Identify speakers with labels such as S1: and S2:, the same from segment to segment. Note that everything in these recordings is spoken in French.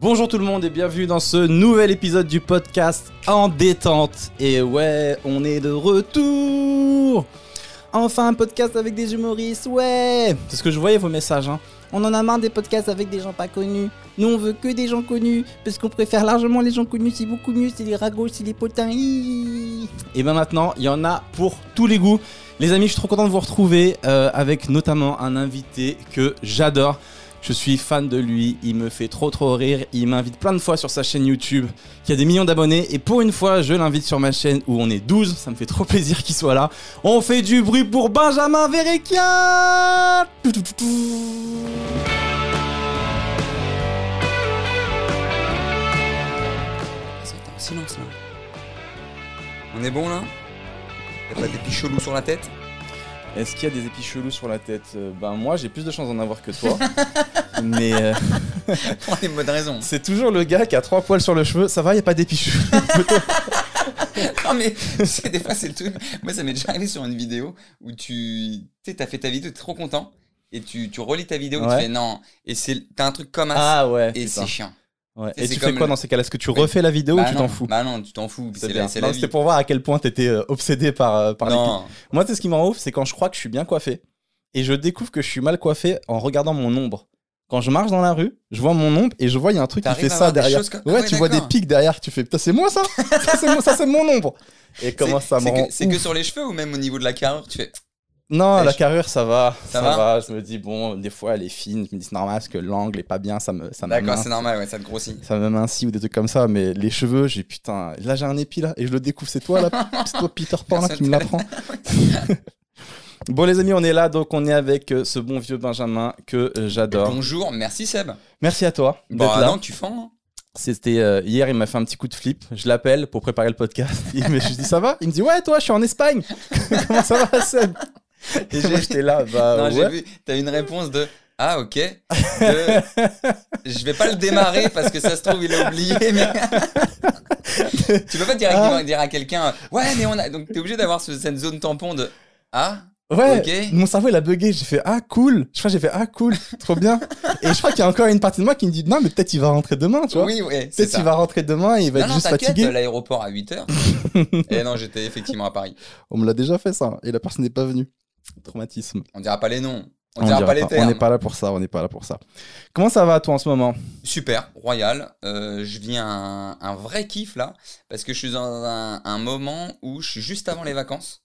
S1: Bonjour tout le monde et bienvenue dans ce nouvel épisode du podcast En détente. Et ouais, on est de retour Enfin un podcast avec des humoristes, ouais C'est ce que je voyais vos messages, hein. On en a marre des podcasts avec des gens pas connus. Nous on veut que des gens connus, parce qu'on préfère largement les gens connus, c'est beaucoup mieux, c'est les ragots, c'est les potins. Hi. Et ben maintenant, il y en a pour tous les goûts. Les amis, je suis trop content de vous retrouver euh, avec notamment un invité que j'adore. Je suis fan de lui, il me fait trop trop rire, il m'invite plein de fois sur sa chaîne YouTube qui a des millions d'abonnés et pour une fois je l'invite sur ma chaîne où on est 12, ça me fait trop plaisir qu'il soit là. On fait du bruit pour Benjamin Verrecchia
S2: Attends, silence là. On est bon là Y'a pas des petits chelous sur la tête
S1: Est-ce qu'il y a des épis chelous sur la tête Euh, Ben moi j'ai plus de chance d'en avoir que toi. Mais euh,
S2: Pour les bonnes raisons.
S1: c'est toujours le gars qui a trois poils sur le cheveu, ça va, il a pas d'épis chelous.
S2: non mais, tu sais, des fois c'est le truc. Moi ça m'est déjà arrivé sur une vidéo où tu. Tu sais, t'as fait ta vidéo, t'es trop content. Et tu, tu relis ta vidéo,
S1: Ouais.
S2: tu fais non. Et c'est t'as un truc comme ça.
S1: Ah ouais.
S2: et
S1: putain.
S2: c'est chiant.
S1: Ouais.
S2: c'est-
S1: Et
S2: c'est
S1: tu fais
S2: comme
S1: quoi
S2: le-
S1: dans ces cas-là Est-ce que tu
S2: Oui.
S1: refais la vidéo
S2: Bah
S1: ou tu
S2: non,
S1: t'en fous
S2: Bah non, tu t'en fous. C'est
S1: bien.
S2: la, c'est
S1: Non,
S2: la
S1: C'était
S2: vie.
S1: pour voir à quel point t'étais euh, obsédé par, euh, par l'épis.
S2: Non.
S1: Moi, c'est ce qui m'en ouf, c'est quand je crois que je suis bien coiffé et je découvre que je suis mal coiffé en regardant mon ombre. Quand je marche dans la rue, je vois mon ombre et je vois il y a un truc qui
S2: T'arrives
S1: fait
S2: à
S1: ça
S2: voir des
S1: derrière.
S2: choses comme- Ah
S1: Ouais,
S2: ouais,
S1: tu vois des
S2: d'accord.
S1: pics derrière, tu fais putain, c'est moi ça Ça, c'est moi, ça, c'est mon ombre Et comment
S2: C'est-
S1: ça me
S2: c'est que-
S1: rend
S2: C'est que
S1: ouf.
S2: sur les cheveux ou même au niveau de la carrure, tu fais.
S1: Non,
S2: Eh,
S1: la
S2: je-
S1: carrure, ça va. Ça,
S2: Ça
S1: va,
S2: va
S1: Je me dis, bon, des fois, elle est fine. Je me dis, c'est normal parce que l'angle est pas bien, ça me. Ça
S2: D'accord,
S1: m'amaince.
S2: c'est normal, ouais, ça te grossit.
S1: Ça même ainsi ou des trucs comme ça, mais les cheveux, j'ai putain, là j'ai un épi là et je le découvre, c'est toi là, c'est toi Peter Pan là qui me l'apprend. bon les amis, on est là donc on est avec euh, ce bon vieux Benjamin que euh, j'adore.
S2: Bonjour, merci Seb.
S1: Merci à toi d'être
S2: Bon, ah
S1: là.
S2: non, tu fends. hein.
S1: C'était euh, hier, il m'a fait un petit coup de flip. Je l'appelle pour préparer le podcast. Il me, je dis ça va Il me dit ouais toi, je suis en Espagne. Comment ça va Seb Et j'ai- j'étais là bah
S2: Non,
S1: ouais.
S2: j'ai vu, t'as une réponse de Ah, ok. de- Je vais pas le démarrer parce que ça se trouve, il a oublié. Mais... tu peux pas directement
S1: Ah.
S2: dire à quelqu'un Ouais, mais on a. Donc, t'es obligé d'avoir ce- cette zone tampon de Ah,
S1: Ouais,
S2: Ok.
S1: mon cerveau il a bugué, j'ai fait ah cool, je crois que j'ai fait ah cool, trop bien. Et je crois qu'il y a encore une partie de moi qui me dit non mais peut-être il va rentrer demain, tu vois.
S2: oui, oui, c'est
S1: peut-être
S2: ça.
S1: il va rentrer demain et il va
S2: non,
S1: être
S2: non,
S1: juste
S2: t'inquiète, euh,
S1: fatigué.
S2: l'aéroport à 8h. Et non, j'étais effectivement à Paris.
S1: On me l'a déjà fait ça et la personne n'est pas venue. Traumatisme.
S2: On dira pas les noms. On, dira, pas hein. les
S1: on
S2: termes.
S1: n'est pas là pour ça, on n'est pas là pour ça. Comment ça va toi en ce moment
S2: Super, royal. Euh, je vis un, un vrai kiff là, parce que je suis dans un, un moment où je suis juste avant les vacances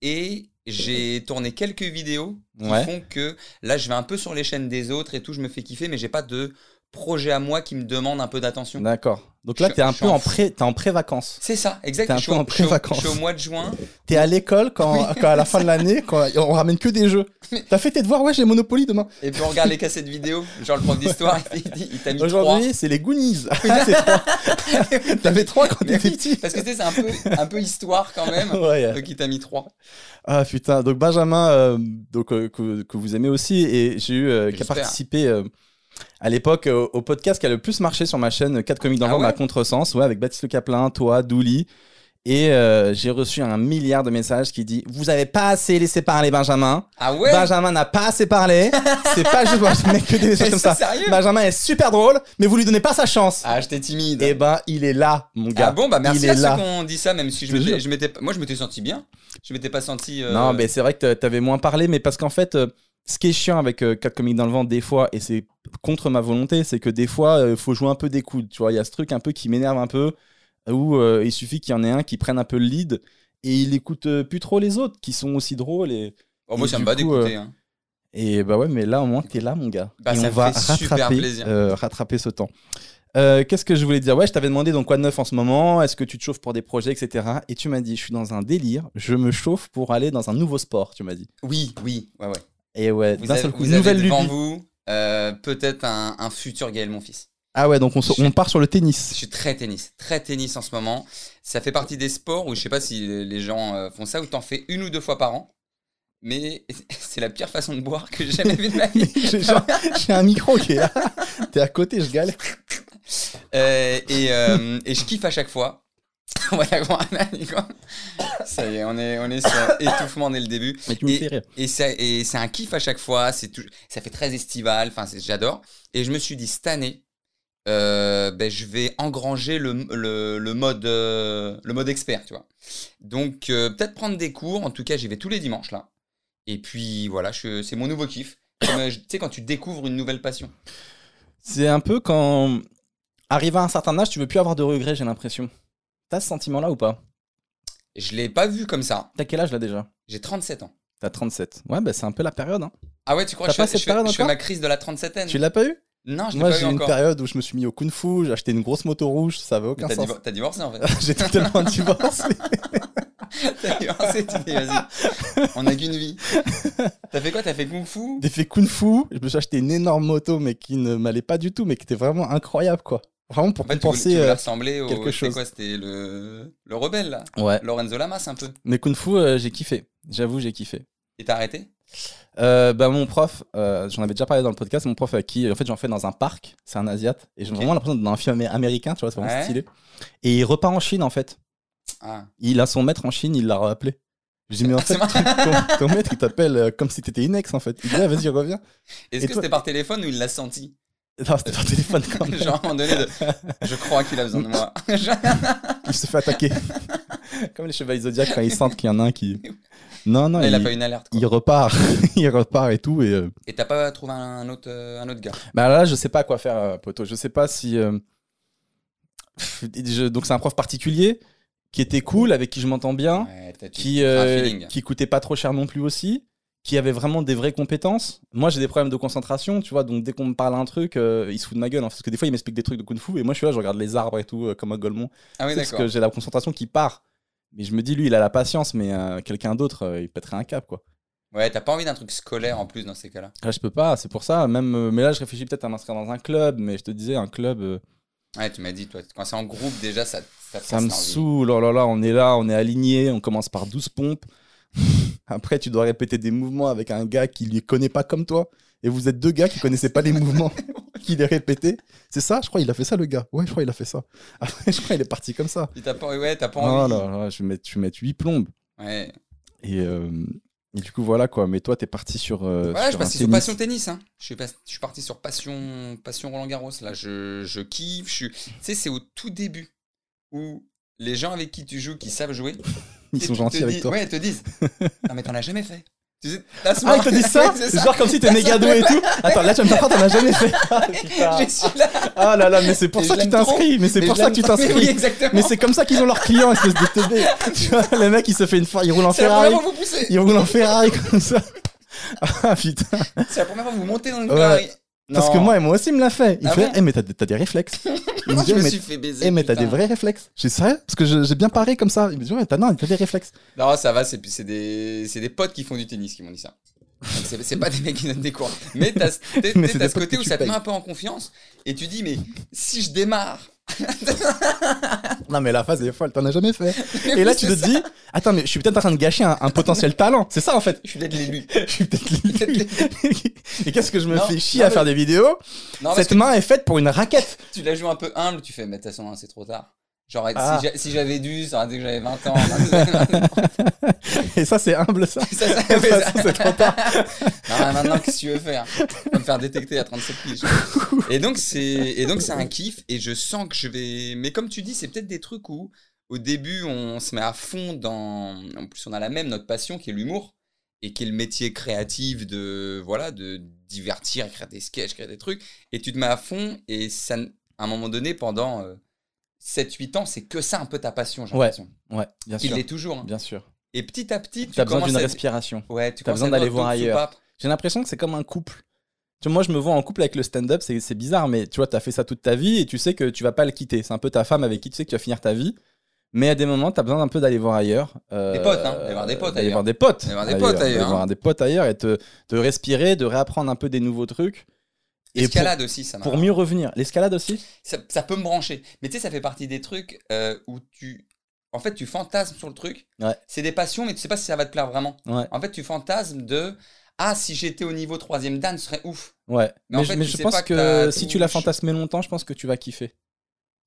S2: et j'ai tourné quelques vidéos qui
S1: Ouais.
S2: font que là je vais un peu sur les chaînes des autres et tout, je me fais kiffer, mais j'ai pas de projet à moi qui me demande un peu d'attention.
S1: D'accord. Donc là
S2: Je-
S1: t'es un
S2: je
S1: peu
S2: suis en
S1: en pré, t'es en pré-vacances.
S2: C'est ça,
S1: T'es un
S2: exactement. Je, suis
S1: peu
S2: au-
S1: en
S2: je suis au-
S1: pré-vacances.
S2: je suis au mois de juin.
S1: T'es à l'école quand, quand à la fin de l'année, quand on ramène que des jeux. T'as fait tes devoirs, ouais j'ai Monopoly demain.
S2: Et puis on regarde les cassettes vidéo. Genre le prof d'histoire, il, dit- il t'a mis trois.
S1: Aujourd'hui c'est les Goonies. C'est trois. T'avais trois quand
S2: Mais
S1: t'étais
S2: oui,
S1: petit.
S2: Parce que tu sais, c'est un peu, un peu histoire quand même.
S1: Ouais.
S2: Donc il t'a mis trois.
S1: Ah putain, donc Benjamin, euh, donc, euh, que, que vous aimez aussi, et j'ai eu, euh, qui a
S2: J'espère.
S1: participé euh, à l'époque euh, au podcast qui a le plus marché sur ma chaîne 4 comiques dans
S2: Ah
S1: le monde à
S2: ouais
S1: contresens, ouais, avec Baptiste Le Caplin, toi, Douli. Et euh, j'ai reçu un milliard de messages qui dit Vous avez pas assez laissé parler Benjamin.
S2: Ah ouais
S1: Benjamin n'a pas assez parlé. C'est pas juste moi, je mets que des
S2: Mais
S1: messages comme ça. Bah,
S2: c'est Sérieux
S1: Benjamin est super drôle, mais vous lui donnez pas sa chance.
S2: Ah, j'étais timide.
S1: et ben, il est là, mon gars.
S2: Ah bon, bah
S1: ben, il
S2: merci
S1: est
S2: à ceux
S1: là.
S2: qui ont dit ça, même si je
S1: Je te
S2: m'étais,
S1: jure.
S2: je m'étais pas- moi je m'étais senti bien. Je m'étais pas senti. euh,
S1: Non, mais c'est vrai que t'a- t'avais moins parlé, mais parce qu'en fait, euh, ce qui est chiant avec 4 comiques dans le vent, des fois, et c'est contre ma volonté, c'est que des fois, euh, faut jouer un peu des coudes. Tu vois, il y a ce truc un peu qui m'énerve un peu, où euh, il suffit qu'il y en ait un qui prenne un peu le lead, et il écoute euh, plus trop les autres, qui sont aussi drôles. Et,
S2: Oh, moi
S1: et
S2: ça
S1: du
S2: me va
S1: coup, euh,
S2: d'écouter. hein.
S1: et bah ouais, mais là, au moins, t'es là, mon gars.
S2: Bah,
S1: et
S2: ça
S1: on
S2: me
S1: va
S2: fait super
S1: rattraper,
S2: plaisir.
S1: euh, rattraper ce temps. Euh, Qu'est-ce que je voulais dire Ouais, je t'avais demandé donc quoi de neuf en ce moment Est-ce que tu te chauffes pour des projets, etc. Et tu m'as dit, je suis dans un délire, je me chauffe pour aller dans un nouveau sport, tu m'as dit.
S2: Oui, oui, ouais, ouais.
S1: Et ouais,
S2: Vous
S1: d'un
S2: avez,
S1: seul coup,
S2: vous avez
S1: nouvelle
S2: devant
S1: lubie.
S2: vous euh, peut-être un, un futur Gaël Monfils.
S1: Ah ouais, donc on, se-
S2: Je-
S1: on part sur le
S2: Je
S1: tennis.
S2: suis très tennis, très tennis en ce moment. Ça fait partie des sports où je sais pas si les gens euh, font ça ou t'en fais une ou deux fois par an. Mais c'est la pire façon de boire que j'ai jamais vue de ma vie.
S1: J'ai genre- j'ai un micro qui est là. T'es à côté, je galère.
S2: Euh, et, euh, et je kiffe à chaque fois. voilà, bon, quoi. Ça y est, on est, on est sur étouffement dès le début.
S1: Mais tu
S2: me
S1: me
S2: Et-
S1: fais
S2: fais
S1: rire.
S2: Et ça- et c'est un kiff à chaque fois. C'est tout, ça fait très estival. Enfin, c'est- j'adore. Et je me suis dit cette année, euh, ben, je vais engranger le, le, le mode, euh, le mode expert, tu vois. Donc, euh, peut-être prendre des cours. En tout cas, j'y vais tous les dimanches, là. Et puis, voilà, je- c'est mon nouveau kiff. Comme, euh, je- Tu sais, quand tu découvres une nouvelle passion.
S1: C'est un peu quand, arrivé à un certain âge, tu veux plus avoir de regrets, j'ai l'impression. T'as ce sentiment-là ou pas
S2: Je l'ai pas vu comme ça.
S1: T'as quel âge là déjà
S2: J'ai 37 ans.
S1: T'as 37. Ouais, bah c'est un peu la période. hein.
S2: Ah ouais, tu crois
S1: T'as
S2: que
S1: pas
S2: je,
S1: cette
S2: je fais,
S1: période
S2: je fais
S1: encore
S2: ma crise de la 37
S1: Tu l'as Ah, pas eu
S2: Non, je l'ai
S1: Moi,
S2: pas eu
S1: j'ai eu une
S2: encore.
S1: période où je me suis mis au kung-fu, j'ai acheté une grosse moto rouge, ça avait aucun
S2: T'as
S1: sens.
S2: divo- t'as divorcé en fait.
S1: j'ai totalement divorcé.
S2: T'as divorcé, tu dis vas-y. On a qu'une vie. T'as fait quoi T'as fait kung fu
S1: J'ai fait kung-fu, je me suis acheté une énorme moto, mais qui ne m'allait pas du tout, mais qui était vraiment incroyable, quoi. Vraiment pour
S2: En fait, tu voulais, tu
S1: compenser.
S2: voulais
S1: euh,
S2: ressembler au.
S1: quelque
S2: c'était
S1: chose.
S2: quoi C'était le... le rebelle là
S1: Ouais,
S2: Lorenzo Lamas un peu.
S1: mais kung-fu, euh, j'ai kiffé. J'avoue, j'ai kiffé.
S2: Et t'as arrêté
S1: Euh, bah, mon prof, euh, j'en avais déjà parlé dans le podcast, mon prof à qui, en fait, j'en fais dans un parc, c'est un asiate, et j'ai
S2: Ok.
S1: vraiment l'impression d'être dans un film amé- américain, tu vois, c'est vraiment
S2: Ouais.
S1: stylé. Et il repart en Chine, en fait.
S2: Ah.
S1: Il a son maître en Chine, il l'a rappelé. Je dis, mais en
S2: Ah,
S1: fait,
S2: c'est marrant.
S1: ton, ton maître, il t'appelle euh, comme si t'étais une ex, en fait. Il dit, ah, vas-y, reviens.
S2: Est-ce
S1: Et
S2: que
S1: toi-
S2: c'était par téléphone ou il l'a senti
S1: Non, c'était par téléphone quand même.
S2: Genre à un moment donné, de... je crois qu'il a besoin de moi.
S1: Il se fait attaquer. comme les chevaliers zodiaques quand ils sentent qu'il y en a un qui. Non, non,
S2: Là, il a
S1: il-
S2: pas eu une alerte. quoi.
S1: il repart. il repart et tout, et. euh,
S2: Et t'as pas trouvé un autre, euh, un autre gars
S1: Bah là, je sais pas quoi faire, euh, poteau. Je sais pas si. euh, pff, je- Donc, c'est un prof particulier qui était cool, avec qui je m'entends bien,
S2: Ouais, peut-être
S1: Hein? qui,
S2: un
S1: euh,
S2: feeling.
S1: qui coûtait pas trop cher non plus aussi, qui avait vraiment des vraies compétences. Moi, j'ai des problèmes de concentration, tu vois. Donc, dès qu'on me parle un truc, euh, il se fout de ma gueule. hein, parce que des fois, il m'explique des trucs de kung-fu et moi, je suis là, je regarde les arbres et tout, euh, comme un golemon.
S2: Ah oui,
S1: parce
S2: d'accord.
S1: que j'ai la concentration qui part. Mais je me dis, lui, il a la patience, mais euh, quelqu'un d'autre, euh, il pèterait un câble, quoi.
S2: Ouais, t'as pas envie d'un truc scolaire en plus dans ces cas-là.
S1: Là, je peux pas, c'est pour ça. Même, euh, mais là, je réfléchis peut-être à m'inscrire dans un club, mais je te disais, un club. euh,
S2: Ouais, tu m'as dit, toi, quand c'est en groupe déjà, ça, ça, te
S1: Ça
S2: casse
S1: me
S2: l'envie.
S1: saoule, oh là là, on est là, on est aligné, on commence par 12 pompes. Après, tu dois répéter des mouvements avec un gars qui ne connaît pas comme toi. Et vous êtes deux gars qui connaissaient pas les mouvements, qui les répétaient. C'est ça Je crois qu'il a fait ça, le gars. Ouais, je crois qu'il a fait ça. Après, je crois qu'il est parti comme ça.
S2: Puis T'as pas, ouais, t'as pas
S1: Oh
S2: envie.
S1: là là, je vais mettre, je vais mettre 8 plombes.
S2: Ouais.
S1: Et, euh, et du coup, voilà quoi. Mais toi, t'es parti sur. euh,
S2: Ouais, je suis
S1: sur un
S2: parti sur
S1: tennis.
S2: passion tennis. Hein. Je, suis pas- je suis parti sur passion, passion Roland Garros. Là, je, je kiffe. Je suis... Tu sais, c'est au tout début où les gens avec qui tu joues, qui savent jouer,
S1: Ils
S2: tu-
S1: sont
S2: tu
S1: gentils
S2: te
S1: avec
S2: dis-
S1: toi.
S2: Ouais, ils te disent. non, mais t'en as jamais fait. Tu sais, à ce
S1: Ah, il
S2: moment-
S1: t'a dit ça
S2: C'est ça.
S1: Genre comme si t'es méga doué et tout. Attends, là, tu vas me faire croire, t'en as jamais fait. Ah, putain.
S2: Je suis là.
S1: Ah là là, mais c'est pour
S2: Et
S1: ça
S2: je
S1: que tu
S2: l'aime trop.
S1: t'inscris, mais c'est
S2: Mais
S1: pour
S2: je
S1: ça que tu
S2: l'aime pas. Mais Oui,
S1: t'inscris.
S2: exactement.
S1: Mais c'est comme ça qu'ils ont leurs clients, espèce de teubé. tu vois, le mec, il se fait une fois, il roule en
S2: C'est la première
S1: Ferrari.
S2: fois que vous poussez.
S1: Il roule en Ferrari comme ça. Ah putain.
S2: C'est la première fois que vous montez dans le
S1: Ouais.
S2: Ferrari.
S1: Parce
S2: Non.
S1: que moi, moi aussi, il me l'a fait. Il
S2: Ah
S1: fait,
S2: bon
S1: eh, mais t'as des, t'as des réflexes. Il me dit,
S2: je
S1: eh,
S2: me
S1: mais,
S2: suis fait baiser.
S1: eh, mais t'as
S2: putain.
S1: des vrais réflexes. J'ai dit, sérieux Parce que je- j'ai bien paré comme ça. Il me dit, ouais, t'as, non, t'as des réflexes.
S2: Non, ça va, c'est c'est des, c'est des potes qui font du tennis qui m'ont dit ça. Donc, C'est c'est pas des mecs qui donnent des cours. Mais t'as ce- t'es-
S1: Mais
S2: t'es-
S1: c'est
S2: t'as
S1: des
S2: ce
S1: potes
S2: côté
S1: que
S2: où
S1: tu
S2: ça te
S1: payes.
S2: met un peu en confiance et tu dis, mais si je démarre.
S1: Non, mais la phase est folle, t'en as jamais fait. Et là, tu te dis, attends, mais je suis peut-être en train de gâcher un, un potentiel talent. C'est ça, en fait.
S2: Je suis là de l'élu.
S1: Je suis peut-être nul. Et qu'est-ce que je me
S2: Non,
S1: fais chier
S2: non,
S1: à faire des vidéos
S2: Non, parce
S1: Cette
S2: que
S1: main est faite pour une raquette.
S2: tu la joues un peu humble, tu fais, mais de toute façon, hein, c'est trop tard. Genre, si
S1: Ah.
S2: j'a- si j'avais dû, ça aurait été que j'avais 20 ans. 22.
S1: Et ça, c'est humble, ça.
S2: ça, ça,
S1: De toute
S2: ça-
S1: façon, c'est trop tard.
S2: Non, mais maintenant, qu'est-ce que tu veux faire Tu vas me faire détecter à 37 piges. Et donc, c'est, et donc, c'est un kiff. Et je sens que je vais. Mais comme tu dis, c'est peut-être des trucs où, au début, on se met à fond dans. En plus, on a la même, notre passion, qui est l'humour. Et qui est le métier créatif de. Voilà, de divertir, créer des sketchs, créer des trucs. Et tu te mets à fond. Et ça, n- à un moment donné, pendant 7-8 ans, c'est que ça un peu ta passion, j'ai
S1: Ouais,
S2: l'impression.
S1: Ouais, bien
S2: Il
S1: sûr.
S2: l'est toujours. hein.
S1: Bien sûr.
S2: Et petit à petit, tu
S1: T'as besoin
S2: commences
S1: d'une
S2: à-
S1: respiration.
S2: Ouais, tu
S1: T'as
S2: commences
S1: besoin
S2: à
S1: d'aller
S2: voir
S1: voir
S2: d'autres
S1: ailleurs.
S2: soupapes.
S1: J'ai l'impression que c'est comme un couple. Tu vois, moi, je me vois en couple avec le stand-up, c'est c'est bizarre, mais tu vois, t'as fait ça toute ta vie et tu sais que tu vas pas le quitter. C'est un peu ta femme avec qui tu sais que tu vas finir ta vie. Mais à des moments, t'as besoin un peu d'aller voir ailleurs. euh,
S2: Des potes, hein, d'aller voir des potes
S1: D'aller
S2: ailleurs.
S1: voir des potes.
S2: D'aller voir des potes
S1: d'aller
S2: ailleurs, hein.
S1: voir des potes ailleurs et te, te respirer, de réapprendre un peu des nouveaux trucs. Et pour,
S2: Escalade aussi, ça m'a.
S1: pour mieux revenir. L'escalade aussi
S2: ça, ça peut me brancher. Mais tu sais, ça fait partie des trucs euh, où tu. En fait, tu fantasmes sur le truc.
S1: Ouais.
S2: C'est des passions, mais tu sais pas si ça va te plaire vraiment.
S1: Ouais.
S2: En fait, tu fantasmes de. Ah, si j'étais au niveau troisième dan, ce serait ouf.
S1: Ouais.
S2: Mais
S1: Mais,
S2: en
S1: je-
S2: fait,
S1: mais
S2: tu
S1: je
S2: sais
S1: pense
S2: pas que
S1: que
S2: t'as
S1: si
S2: tout-
S1: tu l'as fantasmé longtemps, je pense que tu vas kiffer.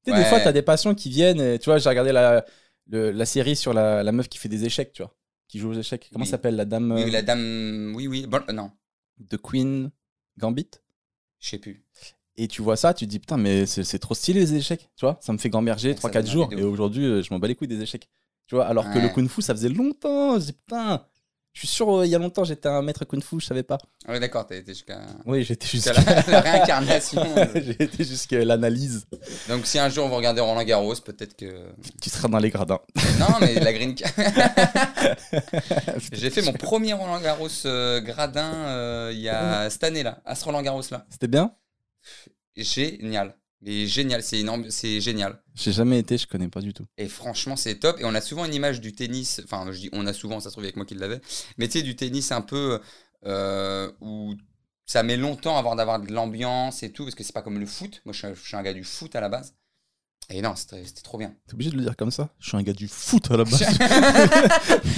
S1: Tu sais, des
S2: Ouais.
S1: fois, t'as des passions qui viennent. Et, tu vois, j'ai regardé la, le- la série sur la, la meuf qui fait des échecs, tu vois, qui joue aux échecs. Comment
S2: Oui.
S1: ça s'appelle la dame
S2: Oui,
S1: euh,
S2: la dame. Oui, oui. Bon, euh, non,
S1: de Queen Gambit
S2: je sais plus.
S1: Et tu vois ça, tu te dis putain, mais c'est c'est trop stylé les échecs, tu vois. Ça me fait gamberger
S2: Ça
S1: 3-4
S2: donne
S1: jours.
S2: envie de
S1: Et
S2: ouf.
S1: aujourd'hui, euh, je m'en bats les couilles des échecs. Tu vois, alors que le
S2: Ouais.
S1: kung fu, ça faisait longtemps. Je dis putain, je suis sûr, euh, il y a longtemps, j'étais un maître kung fu, je savais pas.
S2: Ah ouais, d'accord, t'as été jusqu'à
S1: Oui, j'étais jusqu'à
S2: jusqu'à la, la réincarnation.
S1: j'ai été jusqu'à l'analyse.
S2: Donc si un jour vous regardez Roland Garros, peut-être que...
S1: Tu seras dans les gradins.
S2: Non, mais la green card...
S1: Ah,
S2: J'ai fait mon premier Roland Garros euh, gradin euh, il y a cette année là, à ce Roland Garros là.
S1: C'était bien
S2: Génial. Mais génial, c'est une ambi- c'est génial.
S1: J'ai jamais été, je connais pas du tout.
S2: Et franchement, c'est top. Et on a souvent une image du tennis. Enfin, je dis on a souvent, ça se trouve avec moi qui l'avais. Mais tu sais, du tennis un peu euh, où ça met longtemps avant d'avoir de l'ambiance et tout, parce que c'est pas comme le foot. Moi, je suis, un- je suis un gars du foot à la base. Et non, c'était c'était trop bien.
S1: T'es obligé de le dire comme ça Je suis un gars du foot à la base.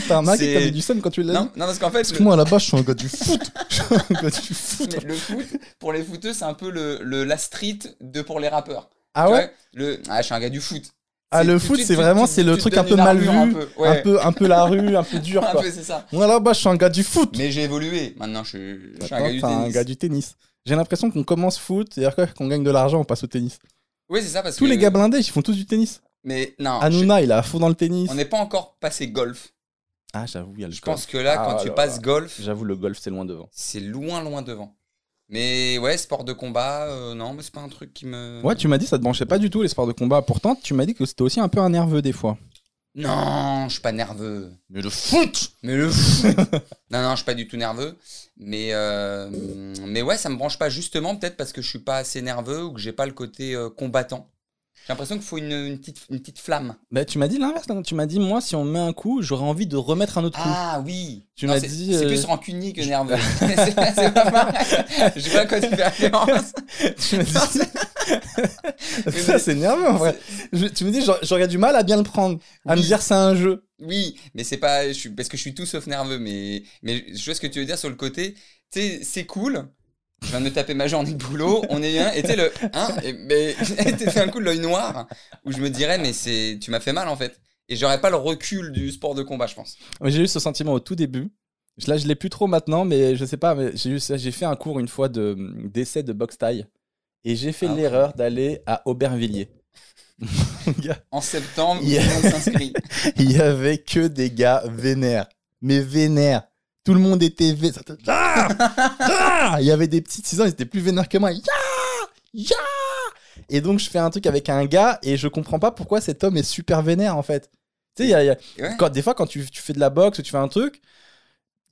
S1: T'as remarqué que
S2: C'est-
S1: t'avais du seum quand tu l'as
S2: Non,
S1: dit
S2: non, parce qu'en fait,
S1: Parce que
S2: le,
S1: moi à la base, je suis un gars du foot. Je suis un gars du foot.
S2: mais le foot, pour les footeux, c'est un peu le, le- la street de pour les rappeurs.
S1: Ah
S2: Tu
S1: ouais
S2: vois, le, ah, je suis un gars du foot.
S1: Ah,
S2: C'est-
S1: le
S2: tu-
S1: foot,
S2: tu-
S1: c'est
S2: tu-
S1: vraiment
S2: tu-
S1: c'est le
S2: tu te
S1: truc un
S2: donnes
S1: peu
S2: une
S1: mal vu,
S2: armure
S1: un
S2: un
S1: peu,
S2: peu, ouais.
S1: un, peu, la rue, un peu dur
S2: Un
S1: quoi.
S2: peu, c'est ça.
S1: Moi là-bas, je suis un gars du foot.
S2: Mais j'ai évolué. Maintenant, je, je suis un
S1: Attends,
S2: gars du
S1: t'as
S2: tennis.
S1: un gars du tennis. J'ai l'impression qu'on commence foot, c'est-à-dire quoi, qu'on gagne de l'argent, on passe au tennis.
S2: Oui, c'est ça parce
S1: Tous
S2: que.
S1: les gars blindés, ils font tous du tennis.
S2: Mais non,
S1: Hanouna, il est à fond dans le tennis.
S2: je- on n'est pas encore passé golf.
S1: Ah, j'avoue, il y a le
S2: Je
S1: golf.
S2: pense que là,
S1: Ah,
S2: quand tu
S1: là,
S2: passes
S1: là.
S2: golf,
S1: J'avoue, le golf, c'est loin devant.
S2: c'est loin, loin devant. Mais ouais, sport de combat, euh, non, mais c'est pas un truc qui me.
S1: Ouais, tu m'as dit ça te branchait pas du tout les sports de combat. Pourtant, tu m'as dit que c'était aussi un peu un nerveux des fois.
S2: Non, je suis pas nerveux.
S1: Mais le foot
S2: Mais le foot Non, non, je suis pas du tout nerveux. Mais, euh, mais ouais, ça me branche pas justement, peut-être parce que je suis pas assez nerveux ou que j'ai pas le côté euh, combattant. J'ai l'impression qu'il faut une, une petite, une petite flamme.
S1: Bah, tu m'as dit l'inverse. là. Tu m'as dit, moi, si on me met un coup, j'aurais envie de remettre un autre coup.
S2: Ah oui
S1: Tu
S2: Non,
S1: m'as
S2: c'est-
S1: dit,
S2: C'est
S1: euh,
S2: plus rancunier que nerveux. c'est pas c'est pas pareil. Je vois à quoi tu fais référence.
S1: tu m'as dit,
S2: Non, c'est-
S1: ça, c'est nerveux en vrai. Je- tu me dis, j'aurais- j'aurais du mal à bien le prendre, à me
S2: Oui.
S1: dire c'est un jeu.
S2: Oui, mais c'est pas. Je suis, parce que je suis tout sauf nerveux, mais, mais je vois ce que tu veux dire sur le côté. Tu sais, c'est cool. Je viens de me taper ma journée de boulot, on est bien. Et tu sais, le. Hein, et- mais t'as fait un coup de l'œil noir où je me dirais, mais c'est, tu m'as fait mal en fait. Et j'aurais pas le recul du sport de combat, je pense.
S1: Mais J'ai eu ce sentiment au tout début. Je- Là, je l'ai plus trop maintenant, mais je sais pas. mais J'ai eu ça- j'ai fait un cours une fois de d'essai de boxe taille et j'ai fait
S2: Ah ouais.
S1: l'erreur d'aller à Aubervilliers. Mon gars,
S2: En septembre,
S1: Yeah.
S2: tout le monde s'inscrit.
S1: il y avait que des gars vénères. Mais vénères. Tout le monde était vénère. Ah Ah il y avait des petits 6 ans, ils étaient plus vénères que moi. Ya Ya et donc, je fais un truc avec un gars et je comprends pas pourquoi cet homme est super vénère en fait. Tu sais, il y a- il y a-
S2: Ouais.
S1: quand, des fois, quand tu, tu fais de la boxe ou tu fais un truc,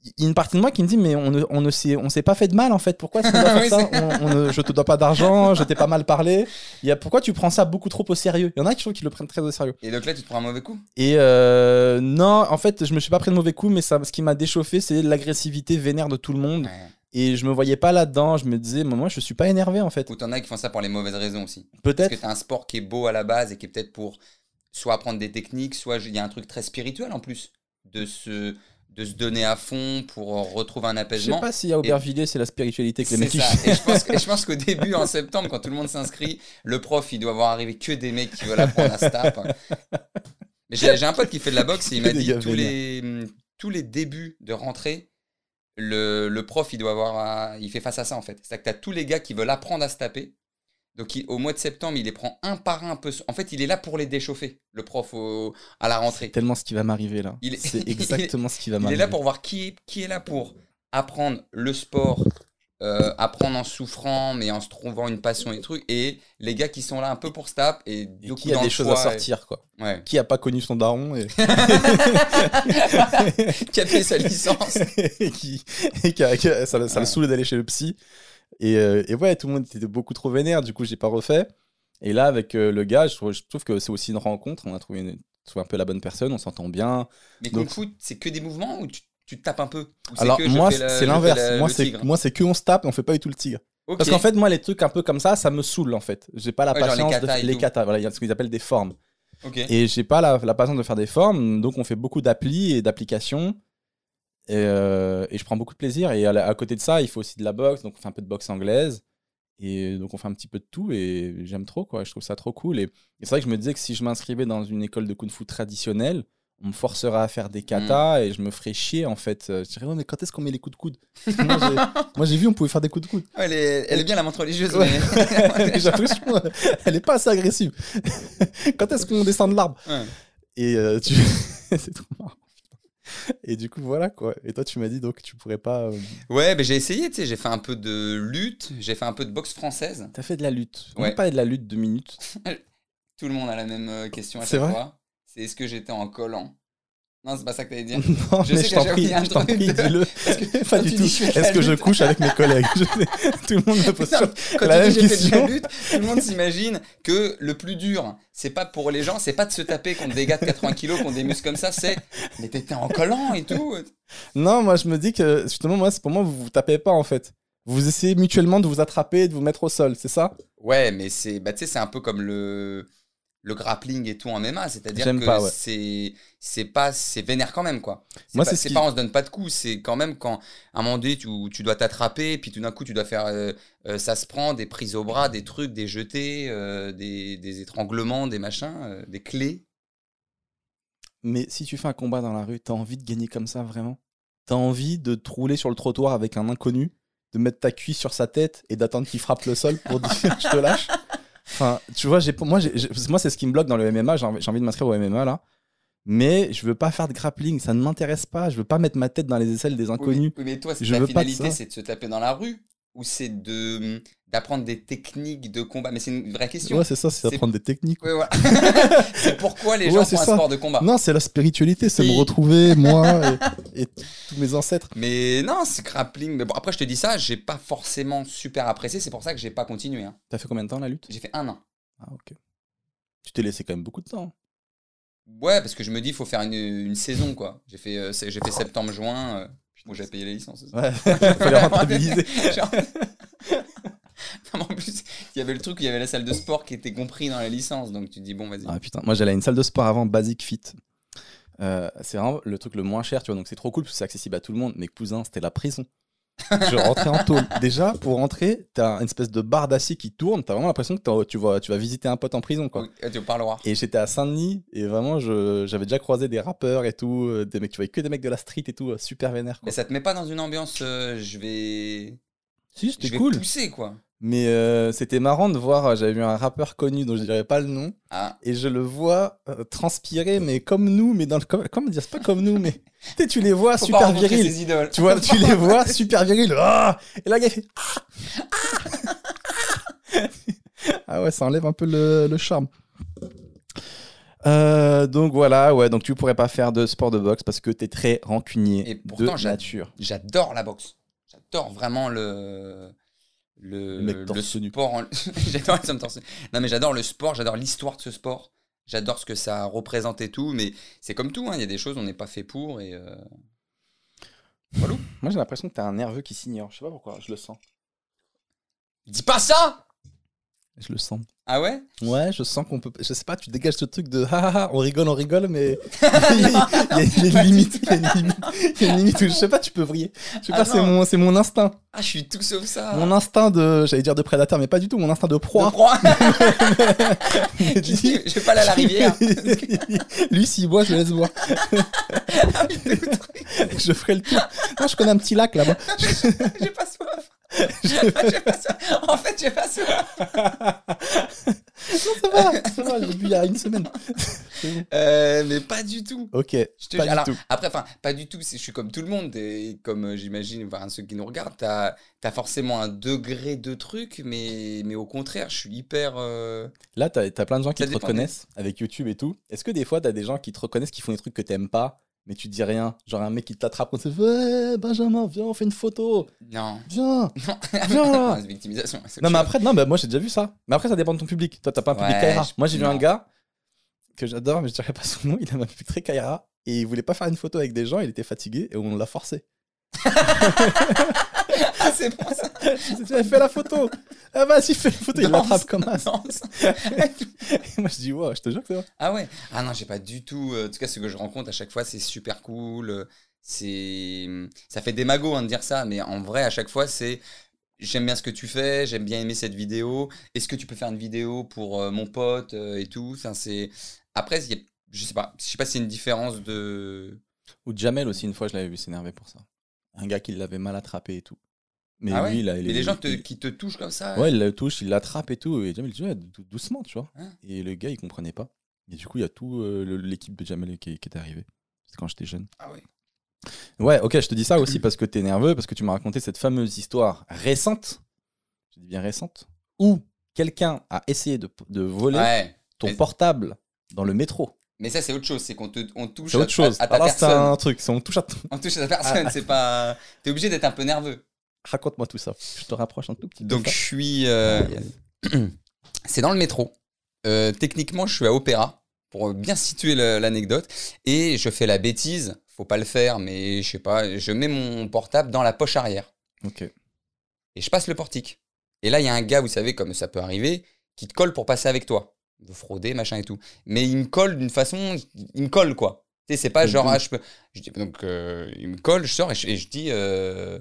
S1: il y a une partie de moi qui me dit Mais on ne, on ne s'est, on s'est pas fait de mal en fait. Pourquoi est-ce qu'on doit faire
S2: Oui,
S1: ça on, on ne- Je te dois pas d'argent, je t'ai pas mal parlé. Il y a, pourquoi tu prends ça beaucoup trop au sérieux Il y en a qui, je trouve, qui le prennent très au sérieux.
S2: Et donc là, tu te prends un mauvais coup.
S1: Et euh, non, en fait, je me suis pas pris de mauvais coup, mais ça, ce qui m'a déchauffé, c'est l'agressivité vénère de tout le monde.
S2: Ouais.
S1: Et je me voyais pas là-dedans. Je me disais, mais moi, je suis pas énervé en fait.
S2: Ou t'en as qui font ça pour les mauvaises raisons aussi. Parce
S1: Peut-être.
S2: que t'as un sport qui est beau à la base et qui est peut-être pour soit apprendre des techniques, soit il y a un truc très spirituel en plus de se, de se donner à fond pour euh, retrouver un
S1: Je sais
S2: apaisement.
S1: pas si à Aubervilliers, c'est la spiritualité que les
S2: C'est
S1: mecs.
S2: ça. Et je pense, que- et je pense qu'au début, en septembre, quand tout le monde s'inscrit, le prof, il doit avoir arrivé que des mecs qui veulent apprendre à se taper. Mais j'ai j'ai un pote qui fait de la boxe et il
S1: Que
S2: m'a
S1: des
S2: dit
S1: gars
S2: tous les, hum, tous les débuts de rentrée, le, le prof, il doit avoir, à- il fait face à ça en fait. C'est-à-dire que tu as tous les gars qui veulent apprendre à se taper. Donc il- au mois de septembre, il les prend un par un un peu. En fait, il est là pour les déchauffer, le prof, au- à la rentrée.
S1: Tellement ce qui va m'arriver là.
S2: Il-
S1: C'est
S2: il-
S1: exactement ce qui va
S2: Il est
S1: m'arriver.
S2: là pour voir qui est, qui est là pour apprendre le sport, euh, apprendre en souffrant, mais en se trouvant une passion et trucs. Et les gars qui sont là un peu pour se taper et,
S1: Et
S2: du coup
S1: qui a
S2: dans
S1: des
S2: le
S1: choses à
S2: foie,
S1: sortir quoi
S2: et- ouais.
S1: Qui a pas connu son daron et,
S2: Qui a payé sa licence.
S1: et qui, et qui a- qui a- ça, le- ça le
S2: Ouais.
S1: saoulait d'aller chez le psy. Et, euh, et ouais, tout le monde était beaucoup trop vénère, du coup, j'ai pas refait. Et là, avec euh, le gars, je trouve, je trouve que c'est aussi une rencontre. On a trouvé, une- trouvé un peu la bonne personne, on s'entend bien.
S2: Mais
S1: Donc-
S2: Kung Fu, c'est que des mouvements ou tu, tu te tapes un peu Ou c'est
S1: Alors,
S2: que je
S1: moi,
S2: fais la- je
S1: c'est
S2: fais
S1: l'inverse.
S2: la-
S1: Moi,
S2: le
S1: c'est
S2: tigre
S1: moi, c'est que on se tape et on fait pas du tout le tigre.
S2: Ok.
S1: Parce qu'en fait, moi, les trucs un peu comme ça, ça me saoule en fait. J'ai pas la
S2: Ouais, genre les
S1: patience de
S2: katas et
S1: faire les
S2: tout.
S1: katas. Voilà, il y a ce qu'ils appellent des formes.
S2: Ok.
S1: Et j'ai pas la, la patience de faire des formes, donc on fait beaucoup d'applis et d'applications. Et, euh, et je prends beaucoup de plaisir. Et à, la- à côté de ça, il faut aussi de la boxe, donc on fait un peu de boxe anglaise. Et donc on fait un petit peu de tout et j'aime trop, quoi. Je trouve ça trop cool. Et, et c'est vrai que je me disais que si je m'inscrivais dans une école de kung fu traditionnelle, on me forcera à faire des katas et je me ferai chier en fait. Euh, Je dirais, ouais, mais quand est-ce qu'on met les coups de coude Moi, j'ai- Moi j'ai vu, on pouvait faire des coups de coude.
S2: Ouais, elle, est, elle est bien la montre religieuse.
S1: Ouais.
S2: mais-
S1: J'ai l'impression euh, elle est pas assez agressive. Quand est-ce qu'on descend de l'arbre
S2: Ouais.
S1: Et euh, tu... c'est trop marrant. putain. Et du coup, voilà quoi. Et toi, tu m'as dit donc tu pourrais pas. euh,
S2: Ouais, mais j'ai essayé, tu sais, j'ai fait un peu de lutte, j'ai fait un peu de boxe française.
S1: T'as fait de la lutte. On
S2: Ouais.
S1: peut pas de la lutte deux minutes.
S2: Tout le monde a la même euh, question à
S1: C'est
S2: chaque
S1: vrai
S2: fois. C'est est-ce que j'étais en collant Non, c'est pas ça que t'allais dire.
S1: Non,
S2: Je
S1: mais
S2: sais
S1: je
S2: que
S1: t'en
S2: j'ai
S1: prie,
S2: oublié un
S1: je t'en
S2: truc
S1: prie,
S2: de-
S1: dis-le. Pas
S2: quand
S1: du
S2: tu
S1: tout.
S2: dis je fais de la
S1: Est-ce que je
S2: lutte
S1: couche avec mes collègues Je sais, Tout le monde me pose
S2: Non,
S1: ça.
S2: Quand
S1: La
S2: tu dis
S1: même
S2: j'ai fait de
S1: question.
S2: la lutte, tout le monde s'imagine que le plus dur, c'est pas pour les gens, c'est pas de se taper contre des gars de 80 kilos, contre des muscles comme ça, c'est mais t'étais en collant et tout.
S1: Non, moi je me dis que justement, moi, c'est pour moi, vous vous tapez pas en fait. Vous essayez mutuellement de vous attraper, de vous mettre au sol, c'est ça
S2: Ouais, mais c'est bah, tu sais, c'est un peu comme le, le grappling et tout en MMA, c'est-à-dire
S1: J'aime
S2: que
S1: pas, ouais.
S2: c'est c'est pas c'est vénère quand même quoi.
S1: Moi,
S2: pas-
S1: c'est ce qui-
S2: pas on se donne pas de coups, c'est quand même quand à un moment donné tu, tu dois t'attraper, puis tout d'un coup tu dois faire euh, euh, ça se prend des prises au bras, des trucs, des jetés, euh, des, des étranglements, des machins, euh, des clés.
S1: Mais si tu fais un combat dans la rue, t'as envie de gagner comme ça vraiment T'as envie de te rouler sur le trottoir avec un inconnu, de mettre ta cuisse sur sa tête et d'attendre qu'il frappe le sol pour dire je te lâche Enfin, tu vois, j'ai, moi, j'ai- j'ai- moi c'est ce qui me bloque dans le MMA. J'ai envie, j'ai envie de m'inscrire au MMA là. Mais je veux pas faire de grappling, ça ne m'intéresse pas. Je veux pas mettre ma tête dans les aisselles des
S2: Oui,
S1: inconnus.
S2: mais- oui, mais toi, c'est
S1: Je
S2: ta
S1: veux pas de
S2: finalité,
S1: ça.
S2: c'est de se taper dans la rue ou c'est de hum, d'apprendre des techniques de combat. Mais c'est une vraie question.
S1: Ouais, c'est ça, c'est
S2: C'est-
S1: apprendre des techniques.
S2: Ouais, voilà. c'est pourquoi les
S1: Ouais,
S2: gens
S1: c'est
S2: font un
S1: ça.
S2: sport de combat.
S1: Non, c'est la spiritualité, c'est me
S2: Ah. Oui.
S1: retrouver, moi et, et tous mes ancêtres.
S2: Mais non, c'est grappling. Mais bon, après, je te dis ça, j'ai pas forcément super apprécié. C'est pour ça que j'ai pas continué. hein.
S1: T'as fait combien de temps la lutte
S2: J'ai fait un an.
S1: Ah, ok. Tu t'es laissé quand même beaucoup de temps. hein.
S2: Ouais, parce que je me dis, il faut faire une, une saison, quoi. J'ai fait, euh, c'est- j'ai fait septembre-juin. Euh, bon, j'ai payé les licences. aussi.
S1: Ouais, fallait rentabiliser.
S2: Genre- Non, mais en plus, il y avait le truc, où il y avait la salle de sport qui était compris dans la licence. Donc tu te dis, bon, vas-y.
S1: Ah putain, moi j'allais à une salle de sport avant, Basic Fit. Euh, c'est vraiment le truc le moins cher, tu vois, donc c'est trop cool parce que c'est accessible à tout le monde. Mes cousins, c'était la prison. Je rentrais en tôle. Déjà, pour rentrer, t'as une espèce de barre d'acier qui tourne, t'as vraiment l'impression que t'en- tu vas, tu vas visiter un pote en prison, quoi.
S2: Oui, euh, tu parleras.
S1: Et j'étais à Saint-Denis et vraiment, je- j'avais déjà croisé des rappeurs et tout, euh, des mecs, tu voyais que des mecs de la street et tout, euh, super vénère,
S2: Mais
S1: quoi.
S2: ça te met pas dans une ambiance, euh, je vais.
S1: Si,
S2: Je
S1: c'était
S2: vais
S1: cool.
S2: pousser, quoi.
S1: Mais euh, c'était marrant de voir, euh, j'avais vu un rappeur connu dont je dirais pas le nom,
S2: Ah,
S1: et je le vois euh, transpirer, mais comme nous, mais dans le. Comme, comment dire, c'est pas comme nous, mais. Tu sais, tu les vois
S2: faut pas
S1: Ah, super
S2: rencontrer
S1: virils.
S2: ses idoles.
S1: Tu vois, tu les vois super virils. Ah et là, le gars, il fait. Ah Ah Ah ouais, ça enlève un peu le, le charme. Euh, donc voilà, ouais, donc tu pourrais pas faire de sport de boxe parce que t'es très rancunier
S2: Et pourtant,
S1: de
S2: j'ad-
S1: nature.
S2: J'adore la boxe. J'adore vraiment le. Le,
S1: Le mec torse nu.
S2: sport. en- j'adore les hommes torse nu. Non, mais j'adore le sport, j'adore l'histoire de ce sport. J'adore ce que ça représente et tout. Mais c'est comme tout, hein, il y a des choses, on n'est pas fait pour. Et euh,
S1: Moi j'ai l'impression que t'as un nerveux qui s'ignore, je sais pas pourquoi, je le sens.
S2: Dis pas ça
S1: Je le sens.
S2: Ah ouais
S1: Ouais, je sens qu'on peut. Je sais pas, tu dégages ce truc de ah, ah, ah, on rigole, on rigole, mais il y a- il y a
S2: pas
S1: une
S2: du
S1: limite. Il y a une limite. Il y a une limite où je sais pas, tu peux vriller. Je sais
S2: Ah
S1: pas, c'est
S2: non.
S1: mon, c'est mon instinct.
S2: Ah, je suis tout sauf ça.
S1: Mon instinct de. J'allais dire de prédateur, mais pas du tout, mon instinct de
S2: De
S1: proie.
S2: proie.
S1: Je
S2: je dis, je vais pas aller à la rivière.
S1: Lui, s'il boit, je le laisse boire.
S2: Ah oui, tout le truc,
S1: Je ferai le tour. Non, je connais un petit lac là-bas.
S2: j'ai pas soif. J'ai pas soif. En fait, j'ai pas soif.
S1: Non, ça va, ça va, j'ai bu il y a une semaine. C'est bon.
S2: Euh, mais pas du tout.
S1: Ok,
S2: Je te
S1: pas
S2: jure.
S1: du
S2: Alors,
S1: tout.
S2: Après, enfin, pas du tout. c'est- Je suis comme tout le monde et comme euh, j'imagine, enfin, ceux qui nous regardent, t'as as forcément un degré de truc, mais mais au contraire, je suis hyper. euh,
S1: Là, t'as as plein de gens qui
S2: Ça
S1: te
S2: dépend.
S1: reconnaissent avec YouTube et tout. Est-ce que des fois, t'as des gens qui te reconnaissent, qui font des trucs que t'aimes pas, mais tu dis rien Genre un mec qui t'attrape, on se fait Ouais, Benjamin, viens, on fait une photo.
S2: Non.
S1: Viens
S2: Non.
S1: Viens là.
S2: c'est victimisation. c'est
S1: Oh. Non,
S2: autre
S1: mais
S2: chose.
S1: après, non, mais moi, j'ai déjà vu ça. Mais après, ça dépend de ton public. Toi, t'as pas un public
S2: Ouais,
S1: Kaira.
S2: je-
S1: Moi, j'ai vu
S2: non.
S1: un gars que j'adore, mais je dirais pas son nom. Il avait un public très Kaira et il voulait pas faire une photo avec des gens, il était fatigué et on l'a forcé.
S2: Ah, c'est bon ça.
S1: Il a fait la photo Ah, vas-y, fais la photo Il
S2: Danse.
S1: l'attrape comme un.
S2: Non, ça-
S1: Et moi, je dis Ouais, je te jure que c'est vrai.
S2: Ah ouais. Ah non, j'ai pas du tout. euh, En tout cas, ce que je rencontre à chaque fois, c'est super cool. euh, C'est hum, ça fait des magots hein, de dire ça, mais en vrai, à chaque fois, c'est j'aime bien ce que tu fais, j'aime bien aimer cette vidéo. Est-ce que tu peux faire une vidéo pour euh, mon pote euh, et tout. Enfin, c'est après, il y a- Je sais pas. Je sais pas si c'est une différence de.
S1: Ou Jamel aussi, une fois, je l'avais vu s'énerver pour ça. Un gars qui l'avait mal attrapé et tout. Mais
S2: Ah ouais
S1: lui, là, il
S2: Mais
S1: est-
S2: les gens te-
S1: il-
S2: qui te touchent comme ça.
S1: Ouais, il le touche, il l'attrape et tout. Et Jamel dit, ouais, dou- doucement, tu vois.
S2: Hein
S1: et le gars, il comprenait pas. Et du coup, il y a tout euh, le- l'équipe de Jamel qui, qui est arrivée. C'est quand j'étais jeune.
S2: Ah ouais.
S1: Ouais, ok, je te dis ça aussi parce que t'es nerveux, parce que tu m'as raconté cette fameuse histoire récente, je dis bien récente, où quelqu'un a essayé de, de voler
S2: Ouais.
S1: ton
S2: Mais-
S1: portable dans le métro.
S2: Mais ça, c'est autre chose. C'est qu'on te, on touche
S1: C'est
S2: à-
S1: autre chose. Ah.
S2: à, à ta
S1: Alors, c'est
S2: personne.
S1: un truc, c'est on touche à ton-
S2: On touche à ta personne. C'est pas. T'es obligé d'être un peu nerveux.
S1: Raconte-moi tout ça. Je te rapproche un tout petit peu.
S2: Donc
S1: de
S2: je
S1: ça.
S2: suis. euh,
S1: Ah,
S2: c'est dans le métro. Euh, techniquement, je suis à Opéra pour bien situer le- l'anecdote et je fais la bêtise. Faut pas le faire, mais je sais pas. Je mets mon portable dans la poche arrière
S1: Ok.
S2: et je passe le portique. Et là, il y a un gars, vous savez, comme ça peut arriver, qui te colle pour passer avec toi, de frauder, machin et tout. Mais il me colle d'une façon, il me colle quoi. Tu sais, c'est pas
S1: Comme
S2: genre,
S1: tout.
S2: ah, je peux. je dis- donc, euh, il me colle, je sors et je, et je dis, euh,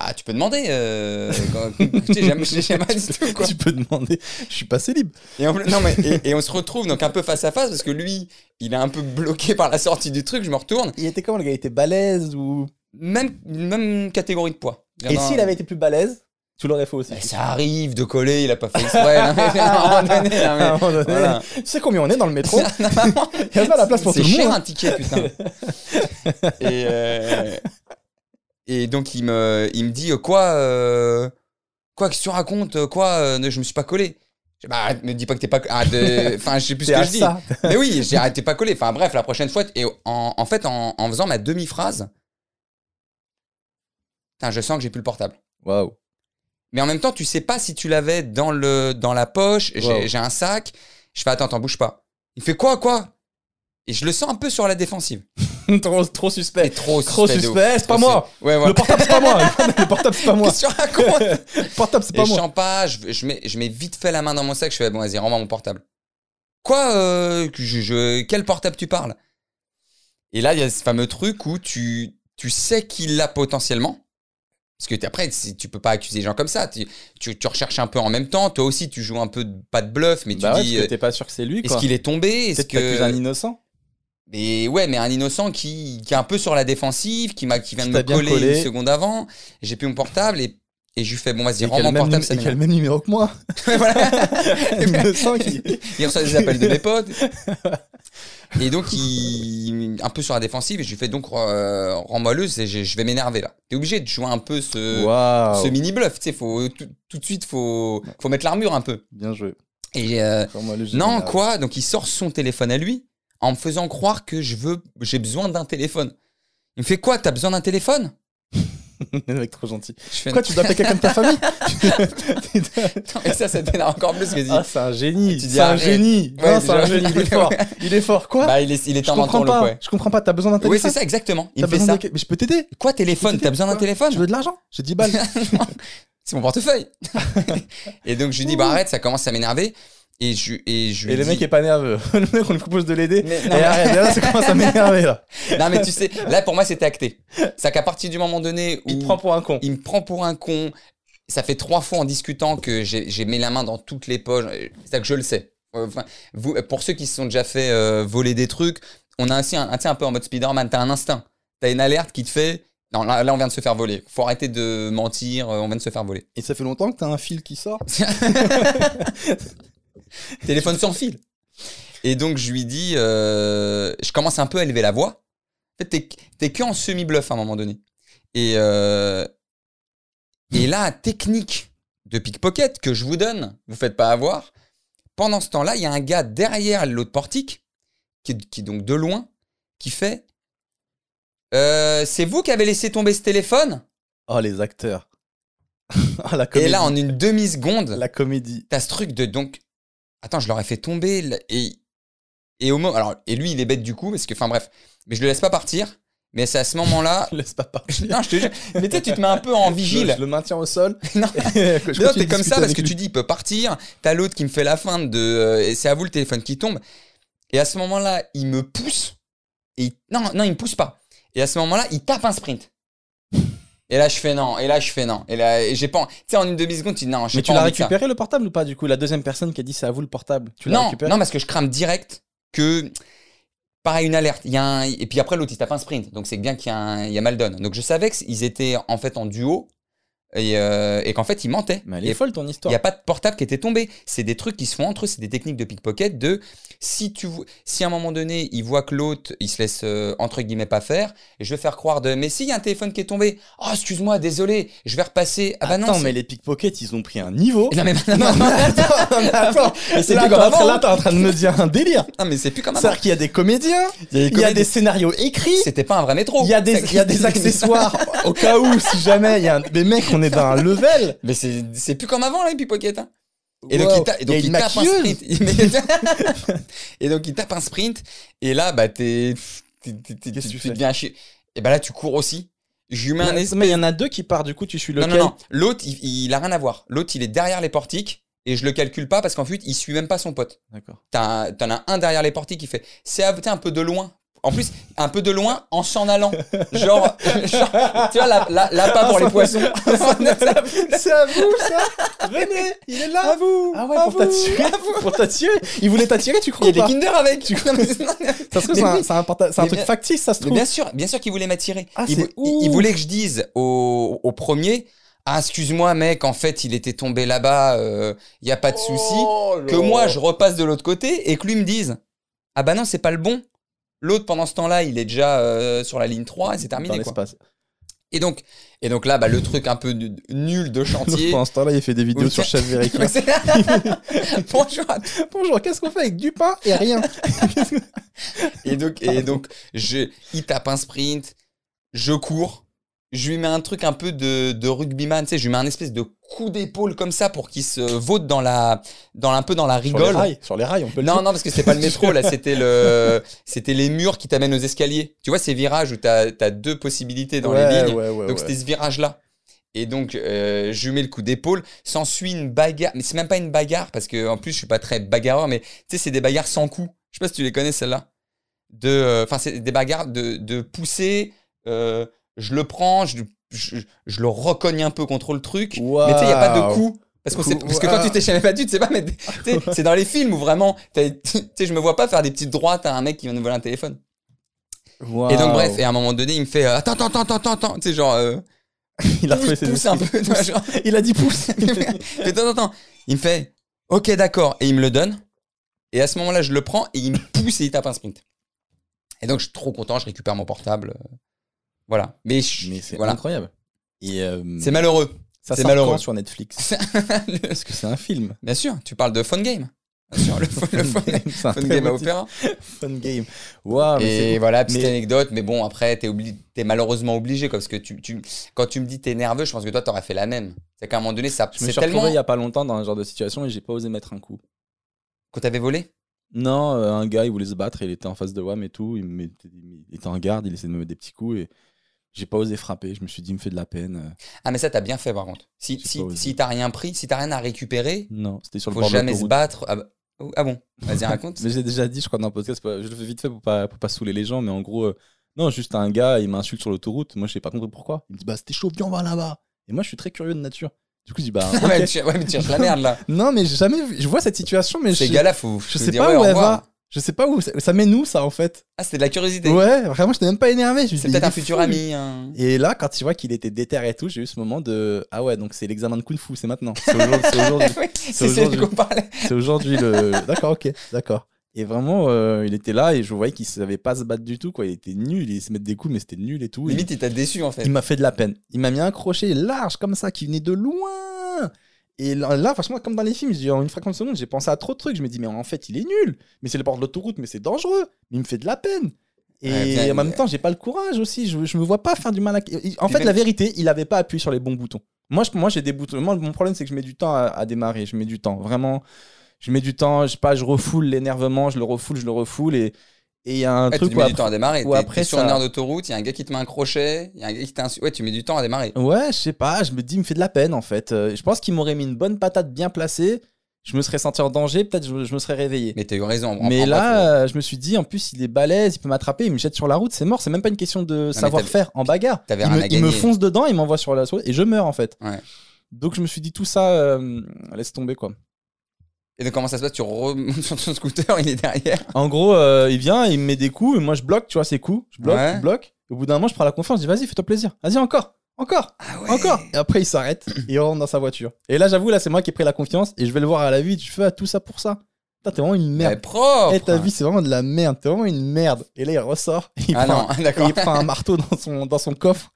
S2: bah, tu peux demander. euh, quand- tu sais, j'aime- j'aime pas du tout, quoi.
S1: Tu peux demander. Je suis passé libre.
S2: Et on, non, mais, et, et on se retrouve donc un peu face à face parce que lui, il est un peu bloqué par la sortie du truc. Je me retourne.
S1: Il était comment le gars Il était balèze ou
S2: Même, même catégorie de poids.
S1: Et
S2: Dans-
S1: s'il avait été plus balèze, tu l'aurais fait aussi.
S2: Mais Ben, ça arrive de coller, il a pas fait exprès. non, mais à un moment donné, non, mais-
S1: À un moment donné,
S2: voilà.
S1: Tu sais combien on est dans le métro
S2: Non, vraiment,
S1: Il n'y a pas la place pour tout
S2: C'est
S1: le
S2: cher
S1: monde. hein.
S2: un ticket, putain. et, euh, et donc il me, il me dit euh, quoi, euh, quoi que tu racontes, euh, quoi, euh, ne- je me suis pas collé. Je dis, Bah, arrête, me dis pas que t'es pas. arrête de- Enfin, je sais plus ce
S1: T'es
S2: que
S1: à
S2: je dis.
S1: ça.
S2: Mais oui, j'ai arrêté pas collé. Enfin bref, la prochaine fois. Et en, en fait, en, en faisant ma demi-phrase, putain, je sens que j'ai plus le portable.
S1: Waouh.
S2: Mais en même temps, tu sais pas si tu l'avais dans, le, dans la poche. J'ai,
S1: Wow.
S2: j'ai un sac. Je fais attends, t'en bouge pas. Il fait quoi, quoi Et je le sens un peu sur la défensive.
S1: trop, trop
S2: Et
S1: suspect.
S2: trop
S1: Trop
S2: suspect de ouf.
S1: suspect, c'est pas
S2: Trop
S1: moi.
S2: su- Ouais,
S1: Le
S2: voilà.
S1: portable, c'est pas moi. Le portable, c'est pas moi.
S2: Qu'est-ce que tu racontes
S1: Le portable, c'est
S2: Et
S1: pas
S2: je
S1: moi.
S2: sens pas. Je, je mets, je mets vite fait la main dans mon sac. Je fais bon, vas-y, rends-moi mon portable. Quoi euh, que je, je- Quel portable tu parles Et là, il y a ce fameux truc où tu, tu sais qu'il l'a potentiellement. Parce que t- après, si- tu peux pas accuser les gens comme ça. Tu, tu, tu recherches un peu en même temps. Toi aussi, tu joues un peu de, pas de bluff, mais tu
S1: Bah ouais,
S2: dis
S1: parce
S2: euh,
S1: que t'es pas sûr que c'est lui.
S2: est-ce
S1: quoi.
S2: qu'il est tombé Est-ce
S1: Peut-être t'accuses un
S2: que
S1: innocent.
S2: mais ouais, mais un innocent qui, qui est un peu sur la défensive, qui m'a qui vient
S1: Qui
S2: de me
S1: t'a bien
S2: coller
S1: collé.
S2: une seconde avant. J'ai plus mon portable et et je lui fais bon vas-y
S1: Et qui a
S2: rends
S1: le
S2: mon
S1: même
S2: portable.
S1: numé-
S2: ça
S1: et qui a le
S2: m'énerve.
S1: même numéro que moi.
S2: Ouais, voilà.
S1: Innocent qui.
S2: Il reçoit des appels de mes potes. Et donc, il, un peu sur la défensive, et je lui fais donc euh, rends-moi le, c'est- je, je vais m'énerver là. T'es obligé de jouer un peu ce,
S1: Waouh.
S2: ce mini-bluff, tu sais, faut, tout, tout de suite, faut, faut mettre l'armure un peu.
S1: Bien joué.
S2: Et euh,
S1: Vraiment, le jeu
S2: non,
S1: génial.
S2: quoi Donc, il sort son téléphone à lui en me faisant croire que je veux, j'ai besoin d'un téléphone. Il me fait quoi T'as besoin d'un téléphone
S1: Le mec trop gentil.
S2: Je fais
S1: Pourquoi tu dois appeler quelqu'un de ta famille
S2: non, Et ça, ça t'énerve encore plus que je dis.
S1: Ah, c'est un génie.
S2: Tu dis
S1: C'est un
S2: arrête.
S1: génie.
S2: Ouais,
S1: Non, c'est un
S2: déjà.
S1: génie. Il est fort. Il est fort. Quoi
S2: Bah, il est, il est
S1: Je
S2: en
S1: comprends
S2: menton,
S1: pas.
S2: le
S1: hein.
S2: ouais.
S1: Je comprends pas. T'as besoin d'un
S2: Oui,
S1: téléphone
S2: c'est ça, exactement. Il
S1: T'as
S2: me fait
S1: besoin
S2: ça.
S1: de- Mais je peux t'aider.
S2: Quoi, téléphone T'as besoin d'un téléphone
S1: Je veux de l'argent. J'ai 10 balles.
S2: C'est mon portefeuille. et donc je lui dis bah arrête, ça commence à m'énerver. Et je et je lui
S1: Et le
S2: dis-
S1: mec est pas nerveux. Le mec, on lui propose de l'aider.
S2: Mais-
S1: Et
S2: non, mais-
S1: arrête, là, ça commence à m'énerver, là.
S2: non mais tu sais, là pour moi c'était acté. C'est qu'à partir du moment donné où
S1: Il te prend pour un con.
S2: il me prend pour un con, ça fait trois fois en discutant que j'ai j'ai mis la main dans toutes les poches. C'est que je le sais. Enfin, vous, pour ceux qui se sont déjà fait euh, voler des trucs, on a ainsi un, un- tu sais, un peu en mode Spider-Man, t'as un instinct. T'as une alerte qui te fait. Non, là, là, on vient de se faire voler. Faut arrêter de mentir, euh, on vient de se faire voler.
S1: Et ça fait longtemps que t'as un fil qui sort.
S2: téléphone sans fil. Et donc je lui dis, euh, je commence un peu à élever la voix. En fait, t'es- t'es que en semi-bluff à un moment donné. Et, euh, et là, technique de pickpocket que je vous donne, vous faites pas avoir. Pendant ce temps-là, il y a un gars derrière l'autre portique, qui est, qui est donc de loin, qui fait Euh, C'est vous qui avez laissé tomber ce téléphone
S1: Oh, les acteurs. Ah, la comédie.
S2: Et là, en une demi-seconde,
S1: La comédie.
S2: t'as ce truc de donc attends je l'aurais fait tomber là, et et au moment alors et lui il est bête du coup parce que enfin bref mais je le laisse pas partir mais c'est à ce moment là
S1: Laisse pas partir.
S2: non je te jure mais tu sais, tu te mets un peu en
S1: Je,
S2: vigile
S1: je le maintiens au sol.
S2: non
S1: Et que je continue de
S2: non, t'es comme
S1: discuter
S2: ça parce
S1: avec
S2: que
S1: lui.
S2: tu dis il peut partir t'as l'autre qui me fait la fin de euh, et c'est à vous le téléphone qui tombe et à ce moment là il me pousse et il- non non il me pousse pas et à ce moment là il tape un sprint et là je fais non et là je fais non et là et j'ai pas en- tu sais en une demi seconde tu dis non je
S1: Mais tu l'as récupéré le portable ou pas du coup La deuxième personne qui a dit c'est à vous le portable. Tu l'as
S2: non,
S1: récupéré
S2: non, parce que je crame direct que Pareil, une alerte. Il y a un... Et puis après, l'autre, il tape un sprint. Donc, c'est bien qu'il y a, un... il y a Maldon. Donc, je savais qu'ils étaient en fait en duo et, euh, et qu'en fait, ils mentaient.
S1: Mais elle
S2: Et
S1: est folle ton
S2: il
S1: histoire.
S2: n'y a pas de portable qui était tombé. C'est des trucs qui se font entre eux, c'est des techniques de pickpocket de si tu vo- si à un moment donné, il voit que l'autre, il se laisse euh, entre guillemets pas faire et je vais faire croire de mais si il y a un téléphone qui est tombé. Oh, excuse-moi, désolé, je vais repasser. Ah bah
S1: Attends,
S2: non,
S1: mais les pickpockets, ils ont pris un niveau.
S2: non mais
S1: Non,
S2: non,
S1: mais attends, mais attends.
S2: Mais c'est
S1: Là,
S2: plus
S1: t'es
S2: comme
S1: en train-
S2: avant.
S1: là, t'es en train de me dire un délire.
S2: non, mais c'est plus comme avant.
S1: C'est-à-dire qu'il y a des comédiens, il y a des scénarios écrits,
S2: C'était pas un vrai métro.
S1: il y a des, il y a des accessoires au cas où, si jamais il y a un... Mais mec, on est dans un level.
S2: Mais c'est c'est plus comme avant là, les pickpockets. hein. Et donc,
S1: Wow.
S2: il, ta- et donc,
S1: y a
S2: il
S1: une
S2: tape un
S1: maquilleuse.
S2: sprint. Il met- et donc il tape un sprint. Et là, bah t'es, t'es, t'es- t'es-
S1: Qu'est-ce que
S2: tu
S1: tu fais
S2: deviens un chi- Et bah là, tu cours aussi. Je lui mets un
S1: Mais
S2: es-
S1: mais il y en a deux qui partent, du coup, tu suis
S2: Non,
S1: lequel
S2: non, non. L'autre, il, il a rien à voir. L'autre, il est derrière les portiques. Et je le calcule pas parce qu'en fait, il suit même pas son pote.
S1: D'accord.
S2: T'as un- T'en as un derrière les portiques qui fait. C'est à- t'es un peu de loin. En plus, un peu de loin en s'en allant. Genre, genre, tu vois, là, là, là pas pour les poissons.
S1: C'est à vous, ça Venez, il est là. À vous. Ah ouais,
S2: à
S1: pour
S2: vous,
S1: t'attirer. Pour t'attirer. Il voulait t'attirer, tu
S2: Il y
S1: crois
S2: a des
S1: pas
S2: Kinder avec. Non, mais-
S1: Ça se trouve,
S2: Mais
S1: c'est un-
S2: oui.
S1: c'est un, porta- c'est un
S2: Mais
S1: truc
S2: bien-
S1: factice, ça se
S2: Mais
S1: trouve.
S2: bien sûr, bien sûr qu'il voulait m'attirer.
S1: Ah,
S2: il,
S1: c'est
S2: vou- il- il
S1: ouf.
S2: voulait que je dise au, au premier Ah, excuse-moi, mec, en fait, il était tombé là-bas, il n'y a pas de
S1: Oh,
S2: souci. Que moi, je repasse de l'autre côté et que lui me dise Ah, bah non, c'est pas le bon. L'autre, pendant ce temps-là, il est déjà euh, sur la ligne 3 et c'est
S1: Dans
S2: terminé. Quoi.
S1: l'espace.
S2: Et, donc, et donc là, bah, le truc un peu nu- nul de
S1: Donc,
S2: chantier.
S1: Pendant ce temps-là, il fait des vidéos
S2: Oui,
S1: sur
S2: tiens.
S1: Chef Véricure.
S2: C'est- Bonjour à tous.
S1: Bonjour, qu'est-ce qu'on fait avec du pain et rien
S2: Et donc, et donc je, il tape un sprint, je cours, je lui mets un truc un peu de, de rugbyman, tu sais, je lui mets un espèce de coup d'épaule comme ça pour qu'il se vaude dans la, dans, un peu dans
S1: Sur
S2: la
S1: les
S2: rigole.
S1: rails, sur les rails, on peut le
S2: Non,
S1: dire.
S2: non, parce que c'était pas le métro, là, c'était le, c'était les murs qui t'amènent aux escaliers. Tu vois, ces virages où t'as, as deux possibilités dans les
S1: Ouais,
S2: lignes.
S1: ouais, ouais, ouais.
S2: donc, c'était ce virage-là. Et donc, euh, je lui mets le coup d'épaule. S'ensuit une bagarre, mais c'est même pas une bagarre, parce que, en plus, je suis pas très bagarreur, mais tu sais, c'est des bagarres sans coup. Je sais pas si tu les connais, celles-là. De, euh, enfin, c'est des bagarres de, de pousser, euh, je le prends, je, je, je le recogne un peu contre le truc. Mais tu sais, il n'y a pas de
S1: Waouh.
S2: coup. Parce, qu'on sait-
S1: Coup- ah.
S2: parce que quand
S1: waouh.
S2: tu t'es jamais battu, tu sais pas, mais tu sais, c'est dans les films où vraiment, t'as- tu sais, je me vois pas faire des petites droites à un mec qui vient de voler un téléphone. Et donc,
S1: Waouh.
S2: bref, et à un moment donné, il me fait euh, Attends, attends, attends, attends, attends, tu sais, genre, euh,
S1: il a retrouvé
S2: pousse,
S1: ses
S2: pousse un peu, tu vois, genre.
S1: Il a dit pouce.
S2: Mais attends, attends, attends. il me fait Ok, d'accord, et il me le donne. Et à ce moment-là, je le prends et il me pousse et il tape un sprint. Et donc, je suis trop content, je récupère mon portable. Voilà. Mais, je-
S1: Mais c'est
S2: voilà.
S1: incroyable. Et euh,
S2: C'est malheureux.
S1: ça
S2: c'est
S1: sort
S2: malheureux.
S1: quand sur Netflix Parce que c'est un film.
S2: Bien sûr, tu parles de Phone Game. Bien sûr, le, le phone,
S1: C'est un
S2: phone
S1: très
S2: Game à
S1: beau titre.
S2: Opéra.
S1: Fun game. Waouh, Ah, mais
S2: et
S1: c'est cool.
S2: voilà, petite
S1: Mais-
S2: anecdote, mais bon, après, t'es obli- t'es malheureusement obligé, quoi, parce que tu, tu- quand tu me dis t'es nerveux, je pense que toi, t'aurais fait la même. C'est qu'à un moment donné, ça,
S1: Je me
S2: c'est
S1: suis retrouvé
S2: tellement.
S1: il y a pas longtemps dans un genre de situation et j'ai pas osé mettre un coup.
S2: Quand t'avais volé
S1: Non, euh, un gars, il voulait se battre, il était en face de WAM et tout, il, me mettait- il était en garde, il essayait de me mettre des petits coups et j'ai pas osé frapper. Je me suis dit, il me fait de la peine. Euh,
S2: Ah, mais ça, t'as bien fait, par contre. Si,
S1: J'ai
S2: si,
S1: pas osé.
S2: si t'as rien pris, si t'as rien à récupérer,
S1: Non, c'était sur le
S2: faut
S1: bord de
S2: jamais se
S1: l'autoroute.
S2: battre. Ah, bah- ah bon Vas-y, raconte.
S1: Mais j'ai déjà dit, je crois, dans un podcast, pas- je le fais vite fait pour pas, pour pas saouler les gens, mais en gros, euh, non, juste un gars, il m'insulte sur l'autoroute. Moi, je sais pas compris pourquoi. Il me dit, bah, c'était chaud, viens, on va là-bas. Et moi, je suis très curieux de nature. Du coup, je dis, bah,
S2: ouais, mais
S1: ok.
S2: tu, ouais, mais tu cherches la merde, là.
S1: non, mais j'ai jamais vu. Je vois cette situation, mais
S2: Ces
S1: je,
S2: gars-là, faut.
S1: je
S2: faut
S1: sais
S2: dire,
S1: pas
S2: ouais,
S1: où
S2: au
S1: elle
S2: revoir.
S1: va. Je sais pas où. Ça, ça mène où, ça, en fait
S2: Ah, c'était de la curiosité.
S1: Ouais, vraiment, je t'ai même pas énervé. je me
S2: C'est
S1: dis,
S2: peut-être
S1: il
S2: un
S1: est
S2: futur
S1: fou.
S2: ami. hein. un-
S1: Et là, quand tu vois qu'il était déter et tout, j'ai eu ce moment de Ah ouais, donc c'est l'examen de Kung Fu, c'est maintenant. C'est aujourd'hui. c'est aujourd'hui.
S2: Oui, c'est celui
S1: aujourd'hui.
S2: qu'on parlait.
S1: C'est aujourd'hui le. D'accord, ok, d'accord. Et vraiment, euh, il était là et je voyais qu'il savait pas se battre du tout, quoi. Il était nul, il se mettre des coups, mais c'était nul et tout. Et
S2: Limite, il t'a déçu, en fait.
S1: il m'a fait de la peine. Il m'a mis un crochet large comme ça qui venait de loin. Et là, là, franchement, comme dans les films, j'ai- en une fraction de seconde, j'ai pensé à trop de trucs. Je me dis, mais en fait, il est nul. Mais c'est le bord de l'autoroute, mais c'est dangereux. Mais il me fait de la peine. Et
S2: Ouais, bien,
S1: en même
S2: il-
S1: temps, j'ai pas le courage aussi. Je, je me vois pas faire du mal à. il- En
S2: Et
S1: fait,
S2: même-
S1: la vérité, il avait pas appuyé sur les bons boutons. Moi, je- moi j'ai des boutons. Moi, mon problème, c'est que je mets du temps à, à démarrer. Je mets du temps. Vraiment, je mets du temps. Je sais pas, je refoule l'énervement. Je le refoule, je le refoule. Et et il y a un
S2: Ouais,
S1: truc
S2: tu
S1: où
S2: mets
S1: après-
S2: du temps à démarrer.
S1: ou
S2: T'es-
S1: après,
S2: t'es sur une
S1: ça-
S2: aire d'autoroute, il y a un gars qui te met un crochet, il y a un gars qui t'insulte. Ouais, tu mets du temps à démarrer.
S1: Ouais, je sais pas, je me dis, il me fait de la peine en fait. Euh, je pense qu'il m'aurait mis une bonne patate bien placée, je me serais senti en danger, peut-être je, je me serais réveillé. Mais,
S2: Mais t'as eu raison. en- en bref,
S1: là, euh, je me suis dit, en plus, il est balèze, il peut m'attraper, il me jette sur la route, c'est mort, c'est même pas une question de savoir-faire en bagarre.
S2: t'avais
S1: il,
S2: rien
S1: me,
S2: à
S1: il me
S2: gagner.
S1: fonce dedans, il m'envoie sur la route et je meurs en fait.
S2: Ouais.
S1: Donc je me suis dit, tout ça, euh, laisse tomber quoi.
S2: Et donc, comment ça se passe Tu remontes sur ton scooter, il est derrière.
S1: En gros, euh, il vient, il me met des coups, et moi je bloque, tu vois, ses coups. Je bloque,
S2: Ouais.
S1: je bloque. Au bout d'un moment, je prends la confiance, je dis vas-y, fais-toi plaisir. Vas-y, encore, encore,
S2: Ah
S1: encore. Et après, il s'arrête et il rentre dans sa voiture. Et là, j'avoue, là, c'est moi qui ai pris la confiance et je vais le voir à la vie. Je fais ah, tout ça pour ça. Putain, t'es vraiment une
S2: Mais
S1: merde.
S2: propre hein.
S1: Eh, ta vie, c'est vraiment de la merde. T'es vraiment une merde. Et là, il ressort. et il,
S2: Ah
S1: prend,
S2: non,
S1: et
S2: d'accord.
S1: il prend un marteau dans son, dans son coffre.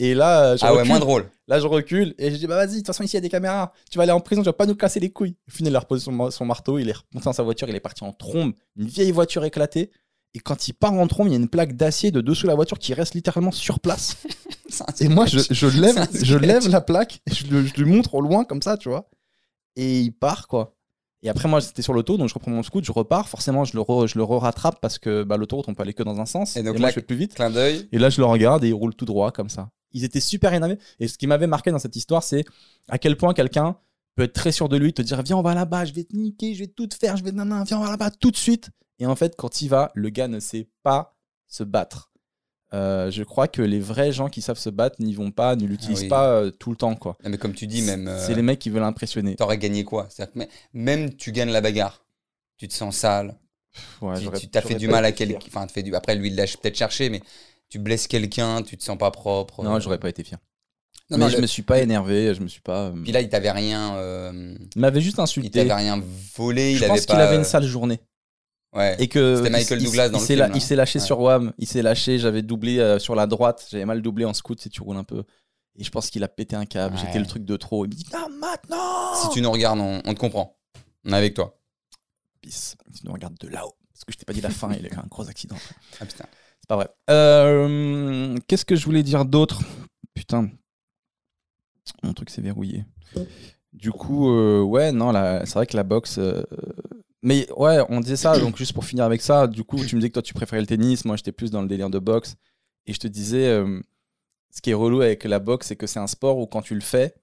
S1: Et là, euh, je
S2: Ah ouais,
S1: recule.
S2: moins drôle.
S1: Là, je recule et je dis, bah vas-y, de toute façon, ici, il y a des caméras. Tu vas aller en prison, tu vas pas nous casser les couilles. Au final, il a reposé son, ma- son marteau, il est remonté dans sa voiture, il est parti en trombe, une vieille voiture éclatée. Et quand il part en trombe, il y a une plaque d'acier de dessous la voiture qui reste littéralement sur place.
S2: C'est un
S1: Et moi, je, je lève,
S2: C'est un
S1: je lève
S2: sketch.
S1: la plaque, et je, le- je lui montre au loin comme ça, tu vois. Et il part, quoi. Et après, moi, c'était sur l'auto, donc je reprends mon scoot, je repars. Forcément, je le, re- je le rattrape parce que bah, l'autoroute, on peut aller que dans un sens.
S2: Et donc
S1: moi,
S2: là-
S1: je fais plus vite.
S2: clin d'œil.
S1: Et là, je le regarde et il roule tout droit comme ça. Ils étaient super énervés. Et ce qui m'avait marqué dans cette histoire, c'est à quel point quelqu'un peut être très sûr de lui, te dire Viens, on va là-bas, je vais te niquer, je vais tout te faire, je vais nanana, viens, on va là-bas tout de suite. Et en fait, quand il va, le gars ne sait pas se battre. Euh, je crois que les vrais gens qui savent se battre n'y vont pas, ne l'utilisent
S2: Ah oui.
S1: pas euh, tout le temps. quoi.
S2: Non, mais comme tu dis, même. euh,
S1: C'est les mecs qui veulent impressionner.
S2: T'aurais gagné quoi C'est-à-dire que mè- Même tu gagnes la bagarre. Tu te sens sale.
S1: Ouais,
S2: tu-
S1: j'aurais-
S2: tu t'as fait
S1: j'aurais
S2: du
S1: pas
S2: mal à
S1: été fier.
S2: quelqu'un. Enfin, tu fais du... après, lui, il l'a peut-être cherché, mais tu blesses quelqu'un, tu te sens pas propre.
S1: Non, j'aurais pas été fier.
S2: Non,
S1: mais
S2: non,
S1: je
S2: le-
S1: me suis pas énervé, je me suis pas. euh,
S2: Puis là, il t'avait rien. euh,
S1: Il m'avait juste
S2: Il
S1: insulté.
S2: t'avait rien volé.
S1: Je
S2: il
S1: pense
S2: avait
S1: qu'il
S2: pas,
S1: avait une
S2: euh,
S1: sale journée.
S2: Ouais.
S1: et que
S2: C'était Michael
S1: il- il-
S2: Douglas
S1: il
S2: dans le
S1: s'est
S2: film,
S1: la-
S2: là.
S1: il s'est lâché
S2: Ouais.
S1: sur Wham, il s'est lâché, j'avais doublé euh, sur la droite, j'avais mal doublé en scout si tu roules un peu. Et je pense qu'il a pété un câble,
S2: Ouais.
S1: j'étais le truc de trop. Il me dit non maintenant.
S2: Si tu nous regardes, on, on te comprend. On est avec toi.
S1: Peace. Si tu nous regardes de là-haut, parce que je t'ai pas dit la fin, il a eu un gros accident.
S2: Ah putain.
S1: C'est pas vrai. Euh, Qu'est-ce que je voulais dire d'autre Putain, mon truc s'est verrouillé. Du coup, euh, ouais, non, la- c'est vrai que la boxe. euh, mais ouais, on disait ça, donc juste pour finir avec ça, du coup, tu me disais que toi tu préférais le tennis, moi j'étais plus dans le délire de boxe. Et je te disais, euh, ce qui est relou avec la boxe, c'est que c'est un sport où quand tu le fais,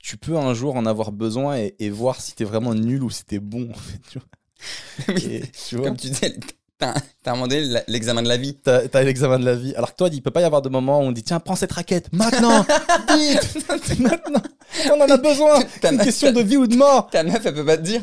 S1: tu peux un jour en avoir besoin et, et voir si t'es vraiment nul ou si t'es bon. En fait, tu vois. Et, tu vois.
S2: Comme tu disais, t'as t'as demandé la- l'examen de la vie.
S1: T'as t'as l'examen de la vie. Alors que toi, il peut pas y avoir de moment où on dit tiens, prends cette raquette maintenant, vite, maintenant. On en a besoin. C'est
S2: T'as-
S1: une question de vie ou de mort.
S2: Ta meuf, elle peut pas te dire.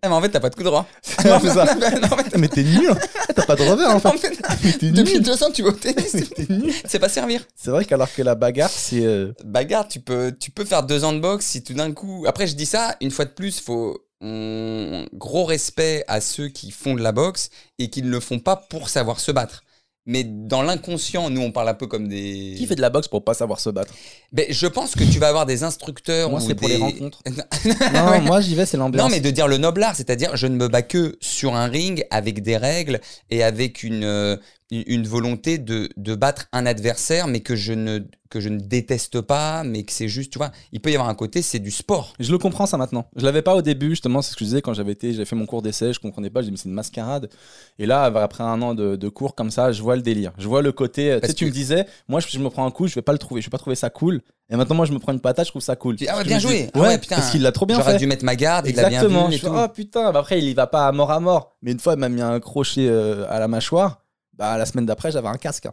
S2: Ah, mais en fait, t'as pas de coup droit.
S1: C'est ça.
S2: Non, mais- non, mais-
S1: Mais t'es nul. T'as pas de revers en fait.
S2: non, mais-
S1: Mais t'es
S2: Depuis
S1: nul.
S2: deux ans, tu vas au tennis.
S1: Mais t'es nul.
S2: C'est pas servir.
S1: C'est vrai qu'alors que la bagarre, c'est euh,
S2: Bagarre, tu peux, tu peux faire deux ans de boxe si tout d'un coup. Après, je dis ça, une fois de plus, faut. on- Gros respect à ceux qui font de la boxe et qui ne le font pas pour savoir se battre. Mais dans l'inconscient, nous, on parle un peu comme des.
S1: qui fait de la boxe pour pas savoir se battre.
S2: Ben, je pense que tu vas avoir des instructeurs.
S1: Moi,
S2: ou
S1: c'est pour les
S2: des-
S1: rencontres.
S2: Non,
S1: Non,
S2: Ouais.
S1: moi j'y vais, c'est
S2: Non,
S1: l'ambiance.
S2: mais de dire le noble art, c'est-à-dire je ne me bats que sur un ring avec des règles et avec une, euh, une- une volonté de, de battre un adversaire, mais que je ne, que je ne déteste pas, mais que c'est juste, tu vois, il peut y avoir un côté, c'est du sport.
S1: Je le comprends ça maintenant. Je l'avais pas au début justement, c'est ce que je disais quand j'avais été, j'avais fait mon cours d'essai, je comprenais pas, je disais mais c'est une mascarade. Et là après un an de, de cours comme ça, je vois le délire, je vois le côté. euh, Tu
S2: Parce
S1: sais, tu
S2: que-
S1: me disais, moi je, je me prends un coup, je vais pas le trouver, je vais pas trouver ça cool. Et maintenant moi je me prends une patate, je trouve ça cool.
S2: Tu dis, ah ouais,
S1: Je
S2: bien
S1: me
S2: joué. Ah
S1: ouais,
S2: ouais, putain,
S1: parce qu'il l'a trop bien
S2: J'aurais
S1: fait.
S2: dû mettre ma garde, il l'a bien
S1: Exactement.
S2: vu
S1: Je
S2: et
S1: fais,
S2: tout.
S1: oh putain, bah après il y va pas à mort à mort. Mais une fois il m'a mis un crochet euh, à la mâchoire. Bah la semaine d'après j'avais un casque. hein.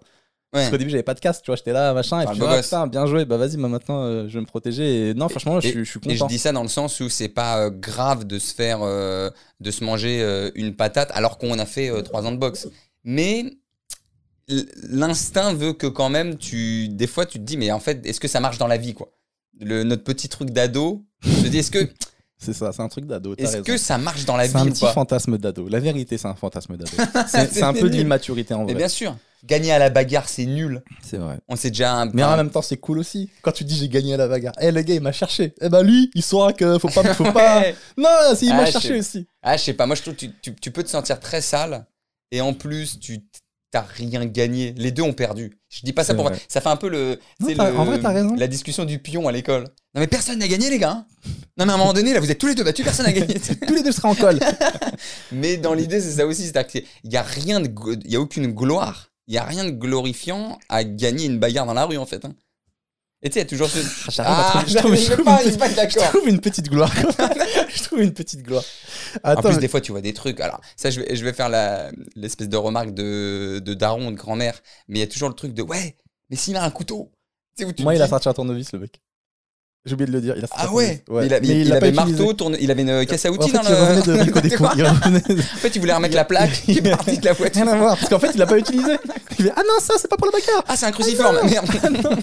S2: Ouais.
S1: Parce qu'au début j'avais pas de casque, tu vois, j'étais là machin. Et
S2: Ah,
S1: puis
S2: beau
S1: ah,
S2: gosse.
S1: putain, bien joué. Bah vas-y, bah, maintenant euh, je vais me protéger. Et non franchement je, suis- je suis
S2: Et je
S1: content.
S2: dis ça dans le sens où c'est pas euh, grave de se faire, euh, de se manger euh, une patate alors qu'on a fait euh, trois ans de boxe. Mais l- l'instinct veut que quand même tu, des fois tu te dis mais en fait est-ce que ça marche dans la vie quoi Le- Notre petit truc d'ado, je te dis est-ce que,
S1: C'est ça, c'est un truc d'ado. t'as
S2: est-ce
S1: raison.
S2: que ça marche dans la
S1: C'est un
S2: vie ou
S1: petit
S2: pas
S1: fantasme d'ado. La vérité, c'est un fantasme d'ado. C'est c'est un peu de
S2: nul.
S1: l'immaturité en
S2: Mais
S1: vrai.
S2: bien sûr, gagner à la bagarre c'est nul.
S1: C'est vrai.
S2: On sait déjà. un-
S1: Mais en même temps, c'est cool aussi. Quand tu dis j'ai gagné à la bagarre, eh le gars il m'a cherché. Eh ben lui, il saura que faut pas, faut pas.
S2: Ouais.
S1: Non, si, il m'a
S2: Ah, je
S1: cherché
S2: sais.
S1: aussi.
S2: Ah, je sais pas, moi je trouve que tu, tu- tu peux te sentir très sale et en plus tu t'as rien gagné. Les deux ont perdu. Je dis pas ça
S1: C'est
S2: pour.
S1: vrai.
S2: Ça fait un peu le.
S1: Non,
S2: c'est
S1: t'as-
S2: le-
S1: en vrai, t'as raison.
S2: La discussion du pion à l'école. Non, mais personne n'a gagné, les gars. hein. Non, mais à un moment donné, là vous êtes tous les deux battus, personne n'a gagné.
S1: Tous les deux seraient en colle.
S2: mais dans l'idée, c'est ça aussi. C'est-à-dire qu'il n'y a rien de. glo- Il y a aucune gloire. Il n'y a rien de glorifiant à gagner une bagarre dans la rue en fait. hein. Et tu sais, il y a toujours ce.
S1: Ah, J'arrive à trouver- je trouve-
S2: mais
S1: je
S2: il veut
S1: trouve
S2: pas,
S1: une
S2: il est pas
S1: Je
S2: d'accord.
S1: trouve une petite gloire. je trouve une petite gloire. Attends,
S2: en plus, des fois, tu vois des trucs. Alors, ça, je vais, je vais faire la- l'espèce de remarque de, de daron, de grand-mère. Mais il y a toujours le truc de ouais, mais s'il a un couteau. Tu sais, où tu
S1: moi
S2: te
S1: il a
S2: dis,
S1: sorti un tournevis le mec. J'ai oublié de le dire. Il a
S2: Ah
S1: sorti
S2: ouais,
S1: sa police.
S2: Il, a-
S1: Mais
S2: il
S1: l'a
S2: avait
S1: pas utilisé.
S2: marteau, tourne- il avait une caisse à
S1: En
S2: outils
S1: fait,
S2: dans
S1: il
S2: le.
S1: revenait de Rico
S2: Tu
S1: Déco.
S2: vois
S1: Il revenait de-
S2: en fait, il voulait remettre la plaque qui est partie de la voiture.
S1: Rien à voir, parce qu'en fait, il l'a pas utilisé. Il fait Ah non, ça, c'est pas pour le bagarre
S2: Ah, c'est un cruciforme, merde.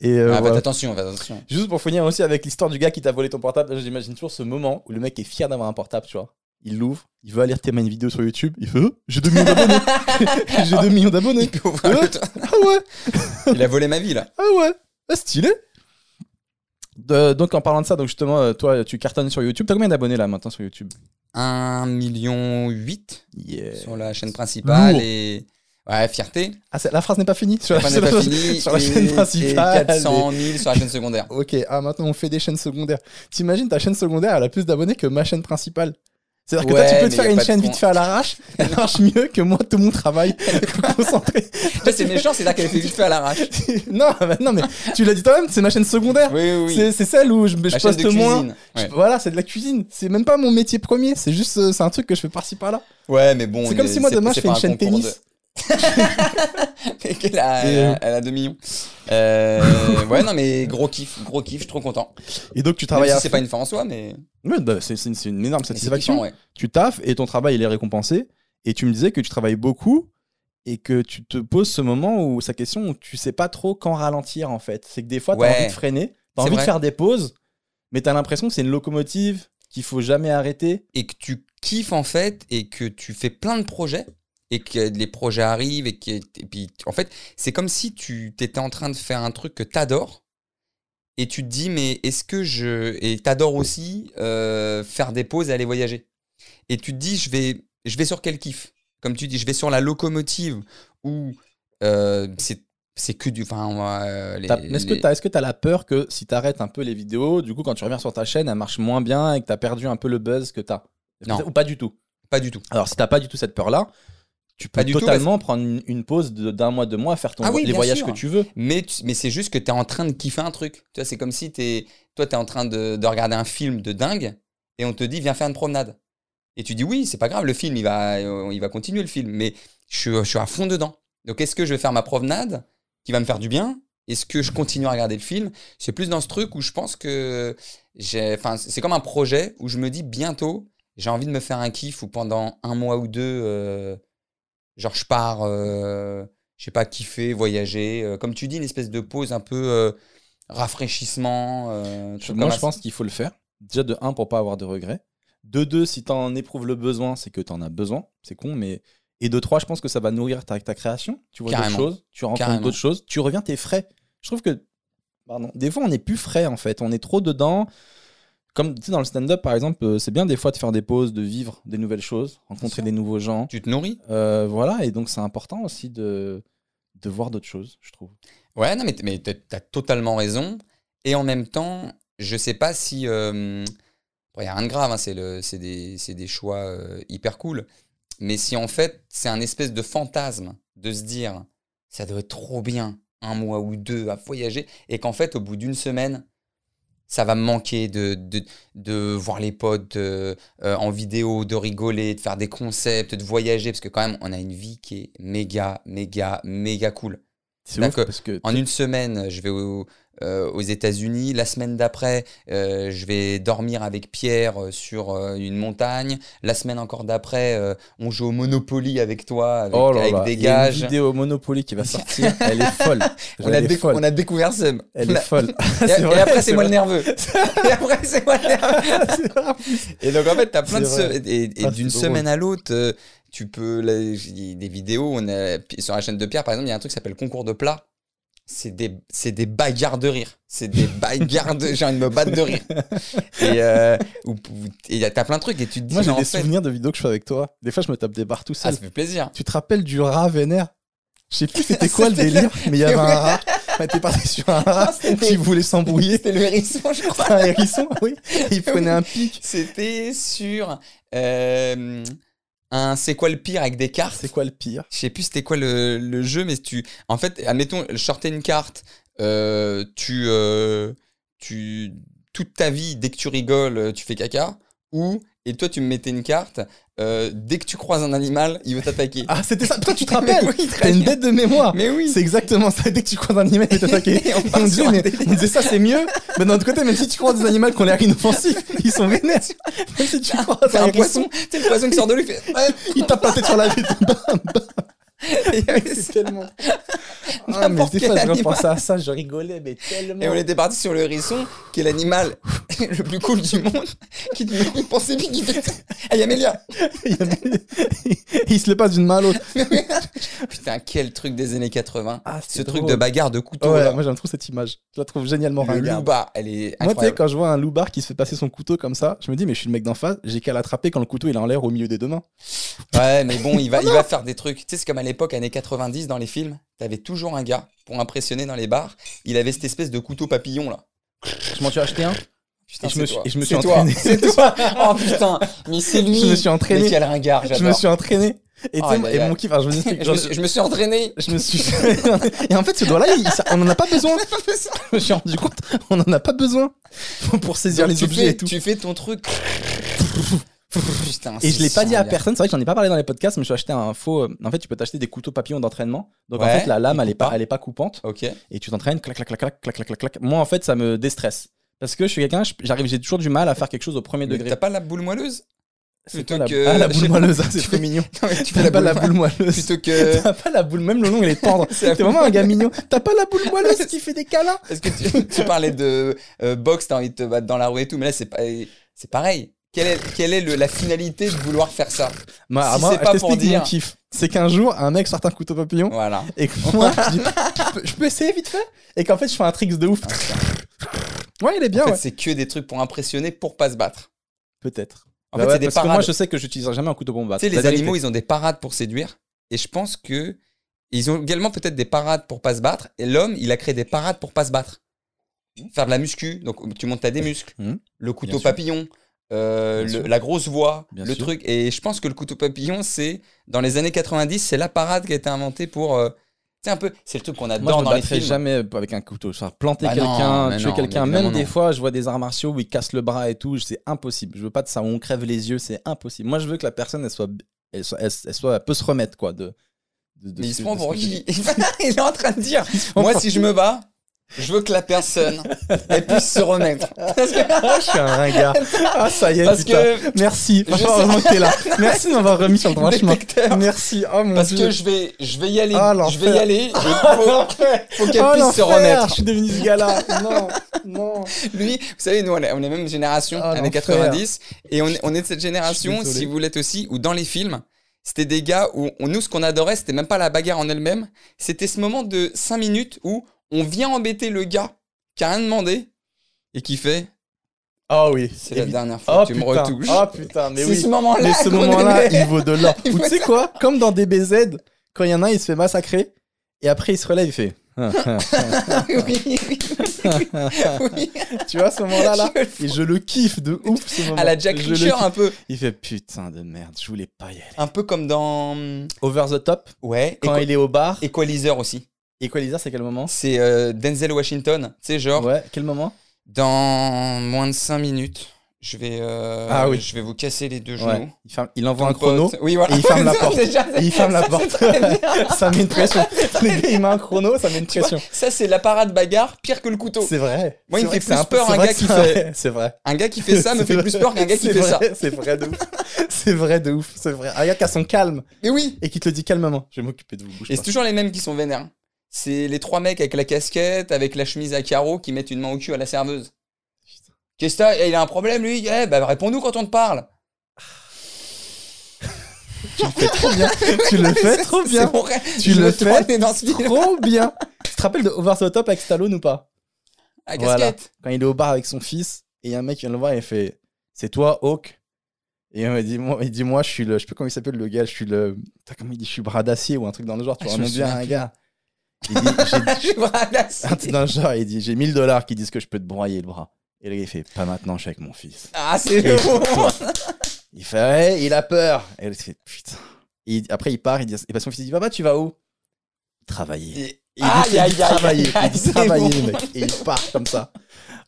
S1: Et euh,
S2: Ah,
S1: voilà.
S2: faites attention, faites attention.
S1: Juste pour finir aussi avec l'histoire du gars qui t'a volé ton portable, j'imagine toujours ce moment où le mec est fier d'avoir un portable, tu vois. Il l'ouvre, il veut aller regarder une vidéo sur YouTube, il fait Euh, J'ai 2 millions d'abonnés J'ai 2 millions d'abonnés
S2: Pauvre Alberto.
S1: Ah ouais
S2: Il a volé ma vie là.
S1: Ah ouais Ah, Stylé De- Donc en parlant de ça, donc justement, euh, toi, tu cartonnes sur YouTube. T'as combien d'abonnés là maintenant sur YouTube
S2: 1,8 million huit
S1: Yeah.
S2: sur la chaîne principale
S1: Euh, Lourd.
S2: et. Ouais, fierté.
S1: Ah, c'est- la phrase n'est pas finie sur la,
S2: Enfin, n'est pas
S1: sur la-
S2: fini.
S1: sur la
S2: et-
S1: chaîne principale.
S2: Et 400 000 sur la chaîne secondaire.
S1: Ok, ah maintenant on fait des chaînes secondaires. T'imagines ta chaîne secondaire, elle a plus d'abonnés que ma chaîne principale. C'est-à-dire que
S2: Ouais,
S1: toi tu peux
S2: mais
S1: te
S2: y
S1: faire
S2: a
S1: une
S2: pas de
S1: chaîne
S2: con.
S1: vite fait à l'arrache, elle marche mieux que moi tout mon travail concentré.
S2: Toi, c'est méchant, c'est-à-dire qu'elle fait vite fait à l'arrache. Oui,
S1: non, bah non mais tu l'as dit toi-même, c'est ma chaîne secondaire.
S2: oui, oui.
S1: C'est c'est celle où je, je
S2: La chaîne de
S1: poste
S2: cuisine.
S1: moins. Je-
S2: Ouais.
S1: Voilà, c'est de la cuisine. C'est même pas mon métier premier. C'est juste, euh, c'est un truc que je fais par-ci par-là.
S2: Ouais, mais bon.
S1: C'est comme
S2: mais
S1: si moi demain je
S2: c'est
S1: fais une
S2: pas un
S1: chaîne
S2: concours
S1: tennis.
S2: de- Et qu'elle a-
S1: Et,
S2: elle
S1: euh,
S2: a- elle a 2 millions. Euh, ouais, non, mais gros kiff, gros kiff, je suis trop content.
S1: Et donc tu
S2: Même
S1: travailles.
S2: si
S1: à-
S2: c'est pas une fin en soi, mais.
S1: Ouais, bah, c'est c'est une, c'est une énorme
S2: mais c'est kiffant,
S1: satisfaction.
S2: ouais.
S1: tu taffes et ton travail il est récompensé. Et tu me disais que tu travailles beaucoup et que tu te poses ce moment où sa question où tu sais pas trop quand ralentir en fait. C'est que des fois t'as
S2: Ouais.
S1: envie de freiner, t'as
S2: C'est
S1: envie de
S2: vrai.
S1: faire des pauses, mais t'as l'impression que c'est une locomotive qu'il faut jamais arrêter.
S2: Et que tu kiffes en fait, et que tu fais plein de projets, et que les projets arrivent, et, que... et puis en fait, c'est comme si tu t'étais en train de faire un truc que t'adores, et tu te dis, mais est-ce que je. Et t'adores aussi euh, faire des pauses et aller voyager. Et tu te dis, je vais, je vais sur quel kiff Comme tu dis, je vais sur la locomotive où euh, c'est. C'est que du. Enfin, euh, les-
S1: T'as- mais Est-ce que
S2: les-
S1: t'as est-ce que t'as la peur que si t'arrêtes un peu les vidéos, du coup quand tu reviens sur ta chaîne, elle marche moins bien et que t'as perdu un peu le buzz que t'as
S2: Non.
S1: Ou pas du tout
S2: Pas du tout.
S1: Alors si t'as pas du tout cette peur là, tu peux
S2: Pas du tout,
S1: totalement prendre une, une pause de- d'un mois, deux mois, faire ton
S2: Ah oui,
S1: les
S2: bien
S1: voyages
S2: sûr.
S1: que tu veux.
S2: Mais, tu- mais c'est juste que tu es en train de kiffer un truc. Tu vois, c'est comme si t'es, toi, tu es en train de, de regarder un film de dingue et on te dit, viens faire une promenade. Et tu dis, oui, c'est pas grave, le film, il va, euh, il va continuer le film, mais je, suis- je suis à fond dedans. Donc, est-ce que je vais faire ma promenade qui va me faire du bien Est-ce que je continue à regarder le film C'est plus dans ce truc où je pense que j'ai, enfin, c'est comme un projet où je me dis, bientôt, j'ai envie de me faire un kiff ou pendant un mois ou deux, euh, genre, je pars. euh, je sais pas, kiffer, voyager, euh, comme tu dis, une espèce de pause un peu euh, rafraîchissement. euh,
S1: Je-
S2: truc
S1: moi,
S2: comme
S1: je pense qu'il faut le faire. Déjà, de un, pour pas avoir de regrets. De deux, si t'en éprouves le besoin, c'est que t'en as besoin. C'est con, mais. Et de trois, je pense que ça va nourrir ta, ta création. Tu vois d'autres
S2: Carrément.
S1: choses, tu rencontres
S2: Carrément.
S1: d'autres choses, tu reviens, t'es frais. Je trouve que. Pardon. Des fois, on n'est plus frais, en fait. On est trop dedans. Comme tu sais, dans le stand-up, par exemple, euh, c'est bien des fois de faire des pauses, de vivre des nouvelles choses, rencontrer
S2: sûr.
S1: des nouveaux gens.
S2: Tu te nourris
S1: Euh, voilà, et donc c'est important aussi de, de voir d'autres choses, je trouve.
S2: Ouais, non, mais, t- mais t'as- t'as totalement raison. Et en même temps, je sais pas si. euh, bon, y a rien de grave, hein, c'est le- c'est des, c'est des choix euh, hyper cool. Mais si en fait, c'est un espèce de fantasme de se dire, ça doit être trop bien, un mois ou deux à voyager, et qu'en fait, au bout d'une semaine, ça va me manquer de, de, de voir les potes euh, euh, en vidéo, de rigoler, de faire des concepts, de voyager, parce que quand même, on a une vie qui est méga, méga, méga cool.
S1: C'est
S2: D'accord.
S1: ouf parce que.
S2: En une semaine, je vais au- euh, aux États-Unis. La semaine d'après, euh, je vais dormir avec Pierre euh, sur euh, une montagne. La semaine encore d'après, euh, on joue au Monopoly avec toi, avec,
S1: Oh là
S2: avec
S1: là,
S2: des
S1: il y a une
S2: gages.
S1: vidéo Monopoly qui va sortir, elle est folle.
S2: On a,
S1: Elle est
S2: déc-
S1: folle.
S2: on a découvert ce.
S1: Elle
S2: on
S1: est
S2: a-
S1: folle.
S2: Et,
S1: C'est
S2: et
S1: vrai,
S2: après,
S1: c'est
S2: c'est moi le
S1: vrai.
S2: nerveux. et après, c'est moi le nerveux. Et donc, en fait, t'as plein de.
S1: C'est vrai.
S2: se- Et, et
S1: Ah,
S2: d'une
S1: c'est drôle.
S2: semaine à l'autre, euh, tu peux. là, j'ai des vidéos, on a, sur la chaîne de Pierre, par exemple, il y a un truc qui s'appelle Concours de plats. C'est des, c'est des bagarres de rire. C'est des bagarres de. J'ai envie de me battre de rire. Et euh, ou- ou- et y a- t'as plein de trucs et tu te dis,
S1: Moi,
S2: mais
S1: j'ai
S2: en
S1: des
S2: fait,
S1: souvenirs de vidéos que je fais avec toi. Des fois, je me tape des barres tout
S2: ah,
S1: seul.
S2: ça fait plaisir.
S1: tu te rappelles du rat vénère Je sais plus c'était quoi le
S2: C'était-
S1: délire, mais il y avait
S2: Ouais.
S1: un rat. On était parti sur un rat
S2: Ah, c'était-
S1: Ah, qui voulait s'embrouiller.
S2: C'était le hérisson, je crois.
S1: C'était un hérisson, oui. Il prenait un pic.
S2: C'était sur euh, un C'est quoi le pire avec des cartes.
S1: C'est quoi le pire
S2: Je sais plus c'était quoi le, le jeu, mais tu. En fait, admettons, je sortais une carte, euh, tu, euh, tu. Toute ta vie, dès que tu rigoles, euh, tu fais caca. Ou Et toi, tu me mettais une carte. euh, dès que tu croises un animal, il veut t'attaquer.
S1: Ah, c'était ça. Toi, tu te
S2: Mais
S1: rappelles
S2: oui, très
S1: T'as une
S2: bien.
S1: bête de mémoire.
S2: Mais oui.
S1: C'est exactement ça. Dès que tu croises un animal, il peut t'attaquer.
S2: Et on
S1: Et
S2: part
S1: on,
S2: sur
S1: disait,
S2: un
S1: mais-
S2: délire.
S1: on disait ça, c'est mieux. Mais d'un autre côté, même si tu croises des animaux qui ont l'air inoffensifs, ils sont vénères. Même si tu croises
S2: Ah, C'est un
S1: un
S2: poisson.
S1: poisson,
S2: C'est le poisson qui sort de lui. Fait...
S1: il tape la tête sur la vitre. Bam, bam.
S2: Ouais.
S1: C'est tellement. Ah, mais
S2: N'importe
S1: des
S2: quel
S1: fois, je
S2: animal.
S1: repensais à ça, je rigolais, mais tellement.
S2: Et on était parti sur le hérisson, qui est l'animal le plus cool du monde, qui dit mais pensez bien qu'il fait. Hey Amélia
S1: Il y a- il se le passe d'une main à l'autre.
S2: Putain, quel truc des années 80.
S1: Ah,
S2: Ce
S1: c'est
S2: truc
S1: drôle.
S2: de bagarre de couteau.
S1: Ouais,
S2: là.
S1: moi j'aime trop cette image. Je la trouve génialement
S2: le
S1: ringarde.
S2: louba, elle est
S1: Moi, tu sais,
S2: incroyable.
S1: quand je vois un loupard qui se fait passer son couteau comme ça, je me dis, mais je suis le mec d'en face, j'ai qu'à l'attraper quand le couteau il est en l'air au milieu des deux mains.
S2: ouais, mais bon, il
S1: Oh
S2: va, il va faire des trucs. Tu sais, c'est comme à l'époque, années 90, dans les films, t'avais toujours un gars, pour impressionner dans les bars, il avait cette espèce de couteau papillon là.
S1: Je m'en suis acheté un
S2: Putain,
S1: Et je
S2: c'est
S1: me suis-
S2: toi.
S1: et je me
S2: C'est
S1: suis
S2: toi.
S1: entraîné.
S2: C'est toi. Oh putain, mais c'est lui.
S1: Je me suis entraîné.
S2: Mais quel ringard,
S1: Je me
S2: j'adore. Oh,
S1: suis entraîné. Et, tu sais,
S2: Aïe, aïe,
S1: et mon
S2: aïe.
S1: kiff, alors, je vous explique.
S2: Je me suis- je me suis entraîné.
S1: Je me suis. et en fait, ce doigt-là, il- ça- on en a pas besoin. Je me suis rendu compte, on en a pas besoin pour saisir les
S2: tu
S1: objets
S2: fais,
S1: et tout.
S2: Tu fais ton truc. Putain,
S1: Et je l'ai pas dit à
S2: personne.
S1: personne, c'est vrai que j'en ai pas parlé dans les podcasts, mais je suis acheté un faux. euh, En fait, tu peux t'acheter des couteaux papillons d'entraînement. Donc en
S2: Ouais,
S1: fait, la lame, elle est pas,
S2: pas.
S1: elle est pas coupante.
S2: Ok.
S1: et tu t'entraînes, clac, clac, clac, clac, clac, clac, clac, clac. Moi, en fait, ça me déstresse. Parce que je suis quelqu'un, je- j'arrive, j'ai toujours du mal à faire quelque chose au premier
S2: Mais
S1: degré.
S2: T'as pas la boule moelleuse
S1: C'est
S2: plutôt
S1: pas la...
S2: que-
S1: Ah, la
S2: je
S1: boule
S2: sais pas.
S1: moelleuse, hein, c'est
S2: Tu
S1: trop
S2: fais-
S1: mignon.
S2: Non, mais tu
S1: T'as pas la
S2: moelleuse.
S1: boule moelleuse.
S2: Plutôt que.
S1: T'as pas la boule, même le long, elle est tendre.
S2: C'est la
S1: T'es vraiment un gars mignon. T'as pas la boule moelleuse qui fait des câlins.
S2: Parce que tu, tu parlais de euh, boxe, t'as envie de te battre dans la rue et tout, mais là c'est pas, c'est pareil. Quelle est, quelle est le- la finalité de vouloir faire ça
S1: Moi,
S2: Si
S1: ah, moi,
S2: c'est
S1: je
S2: pas
S1: t'explique
S2: pour dire-
S1: mon kiff. C'est qu'un jour, un mec sort un couteau papillon
S2: Voilà.
S1: et que moi, je dis, je peux, je peux essayer vite fait. Et qu'en fait, je fais un tricks de ouf. Ouais, il est bien,
S2: en fait,
S1: ouais.
S2: c'est que des trucs pour impressionner, pour pas se battre.
S1: Peut-être.
S2: En
S1: Bah
S2: fait,
S1: ouais,
S2: c'est des
S1: parce que moi,
S2: parades.
S1: je sais que j'utiliserai jamais un couteau bombe.
S2: Tu sais, les animaux, ils ont des parades pour séduire, et je pense que ils ont également peut-être des parades pour pas se battre. Et l'homme, il a créé des parades pour pas se battre.
S1: Hmm.
S2: Faire de la muscu, donc tu montes t'as des muscles,
S1: Mhm.
S2: le couteau
S1: sûr.
S2: papillon, euh,
S1: Bien
S2: le-
S1: sûr.
S2: la grosse voix,
S1: Bien
S2: le
S1: sûr.
S2: truc. Et je pense que le couteau papillon, c'est dans les années 90, c'est la parade qui a été inventée pour. euh, tu sais, un peu, c'est le truc qu'on
S1: Moi,
S2: adore
S1: je me
S2: dans les
S1: battrais
S2: films.
S1: jamais euh, avec un couteau. Enfin, planter
S2: Bah non,
S1: quelqu'un,
S2: mais
S1: tuer
S2: non,
S1: quelqu'un.
S2: mais
S1: Même
S2: évidemment
S1: des
S2: non.
S1: fois, je vois des arts martiaux où ils cassent le bras et tout. C'est impossible. Je veux pas de ça. On crève les yeux. C'est impossible. Moi, je veux que la personne, elle soit, elle soit, elle, elle soit, elle peut se remettre, quoi. De, de, de
S2: Mais il
S1: ce-
S2: se prend
S1: de ce
S2: pour
S1: que j'ai
S2: qui
S1: dit.
S2: Il est en train de dire
S1: prend
S2: Moi,
S1: pour
S2: si je me bats, je veux que la personne elle puisse se remettre. Parce que-
S1: Ah, je suis un ringard. Ah, ça y est,
S2: parce
S1: putain.
S2: que
S1: Merci.
S2: Je
S1: Franchement,
S2: sais.
S1: heureusement que t'es là. Merci de m'avoir remis sur le droit chemin.
S2: détecteur.
S1: Merci. Oh mon
S2: Parce
S1: dieu.
S2: que je vais, je vais y aller.
S1: Ah,
S2: je vais y
S1: l'enfer.
S2: aller. Il faut, faut qu'elle
S1: Oh,
S2: puisse se
S1: l'enfer,
S2: remettre.
S1: Je suis devenu ce gars-là. Non, non.
S2: Lui, vous savez, nous, on est on est même génération,
S1: Ah,
S2: années
S1: l'enfer.
S2: 90. Et on, est- on est de cette
S1: Je
S2: génération,
S1: suis désolé.
S2: si vous l'êtes aussi, où dans les films, c'était des gars où on- nous, ce qu'on adorait, c'était même pas la bagarre en elle-même. C'était ce moment de 5 minutes où on vient embêter le gars qui a rien demandé et qui fait
S1: Ah oui.
S2: C'est la
S1: Évi-
S2: dernière fois
S1: Oh
S2: que tu me
S1: putain.
S2: retouches.
S1: Oh putain. Mais
S2: C'est
S1: oui.
S2: ce moment-là.
S1: Mais ce
S2: qu'on
S1: moment-là,
S2: aimait.
S1: il vaut de l'or.
S2: Il
S1: Ou
S2: vaut
S1: tu sais quoi Comme dans DBZ, quand il y en a un, il se fait massacrer, et après il se relève, il fait.
S2: oui, oui, oui.
S1: tu vois ce moment-là là
S2: Je le fous.
S1: Et je le kiffe de ouf ce moment.
S2: À la Jack
S1: Je le
S2: Reacher,
S1: kiffe.
S2: un peu.
S1: Il fait putain de merde, je voulais pas y aller.
S2: Un peu comme dans.
S1: Over the top,
S2: Ouais,
S1: quand
S2: Equa-
S1: il est au bar.
S2: Equalizer aussi.
S1: Equalizer, c'est quel moment
S2: C'est euh, Denzel Washington. Tu sais, genre,
S1: Ouais, quel moment
S2: dans moins de 5 minutes, je vais, euh,
S1: Ah oui.
S2: je vais vous casser les deux genoux.
S1: Ouais. Il, ferme- il envoie
S2: Ton
S1: un chrono.
S2: pote- Oui, voilà.
S1: et il ferme la
S2: Ça,
S1: porte.
S2: déjà,
S1: Et il ferme la
S2: ça,
S1: porte.
S2: c'est très bien.
S1: ça met une pression. Le gars, il met un chrono, ça met une
S2: Tu vois,
S1: pression.
S2: Ça, c'est la parade bagarre, pire que le couteau.
S1: C'est vrai.
S2: Moi,
S1: C'est
S2: il me
S1: vrai
S2: fait
S1: que c'est
S2: plus
S1: peu-
S2: peur
S1: c'est
S2: un
S1: vrai
S2: gars
S1: que
S2: qui
S1: c'est
S2: fait-
S1: vrai, C'est vrai.
S2: Un gars qui fait ça me
S1: C'est
S2: fait
S1: vrai.
S2: plus peur qu'un gars qui
S1: C'est
S2: fait ça.
S1: vrai, C'est vrai de ouf. C'est vrai de ouf. C'est vrai. Un gars qui a son calme
S2: Mais oui.
S1: et qui te le dit calmement. Je vais m'occuper de vous. Bouge
S2: Et
S1: pas.
S2: c'est toujours les mêmes qui sont vénères. C'est les trois mecs avec la casquette, avec la chemise à carreaux, qui mettent une main au cul à la serveuse.
S1: Putain.
S2: Qu'est-ce que t'as Eh, Il a un problème, lui Eh, bah réponds-nous quand on te parle
S1: Tu le fais trop bien. tu le fais trop
S2: C'est
S1: bien.
S2: mon rêve.
S1: Tu
S2: Je
S1: le
S2: me
S1: fais
S2: tournais dans ce film.
S1: Trop bien. Tu te rappelles de Over the Top avec Stallone ou pas
S2: La
S1: Voilà.
S2: casquette
S1: Quand il est au bar avec son fils et il y a un mec qui vient le voir et il fait C'est toi, Hawk Et euh, il dit Moi, il dit, moi je suis le. Je sais plus comment il s'appelle le gars. Je suis le. Putain, comment il dit Je suis bras d'acier ou un truc dans le genre. Tu vois,
S2: Ah, je
S1: un nom
S2: me
S1: bien
S2: souviens
S1: un gars. Il dit J'ai
S2: Je suis vraiment
S1: Un truc
S2: lassé.
S1: dans le genre, il dit J'ai 1000 dollars qui disent que je peux te broyer le bras. Et le gars, il fait Pas maintenant, je suis avec mon fils.
S2: Ah, c'est le moment
S1: Il fait Ouais, il a peur. Et il fait Putain. Et il- après, il part, il dit, et bah, son fils il dit Papa, tu vas où Travailler.
S2: Et-
S1: Et il dit-
S2: Aïe,
S1: il
S2: aïe,
S1: dit
S2: aïe,
S1: travailler,
S2: aïe,
S1: il dit
S2: c'est
S1: travailler,
S2: bon.
S1: les mecs. Et il part comme ça.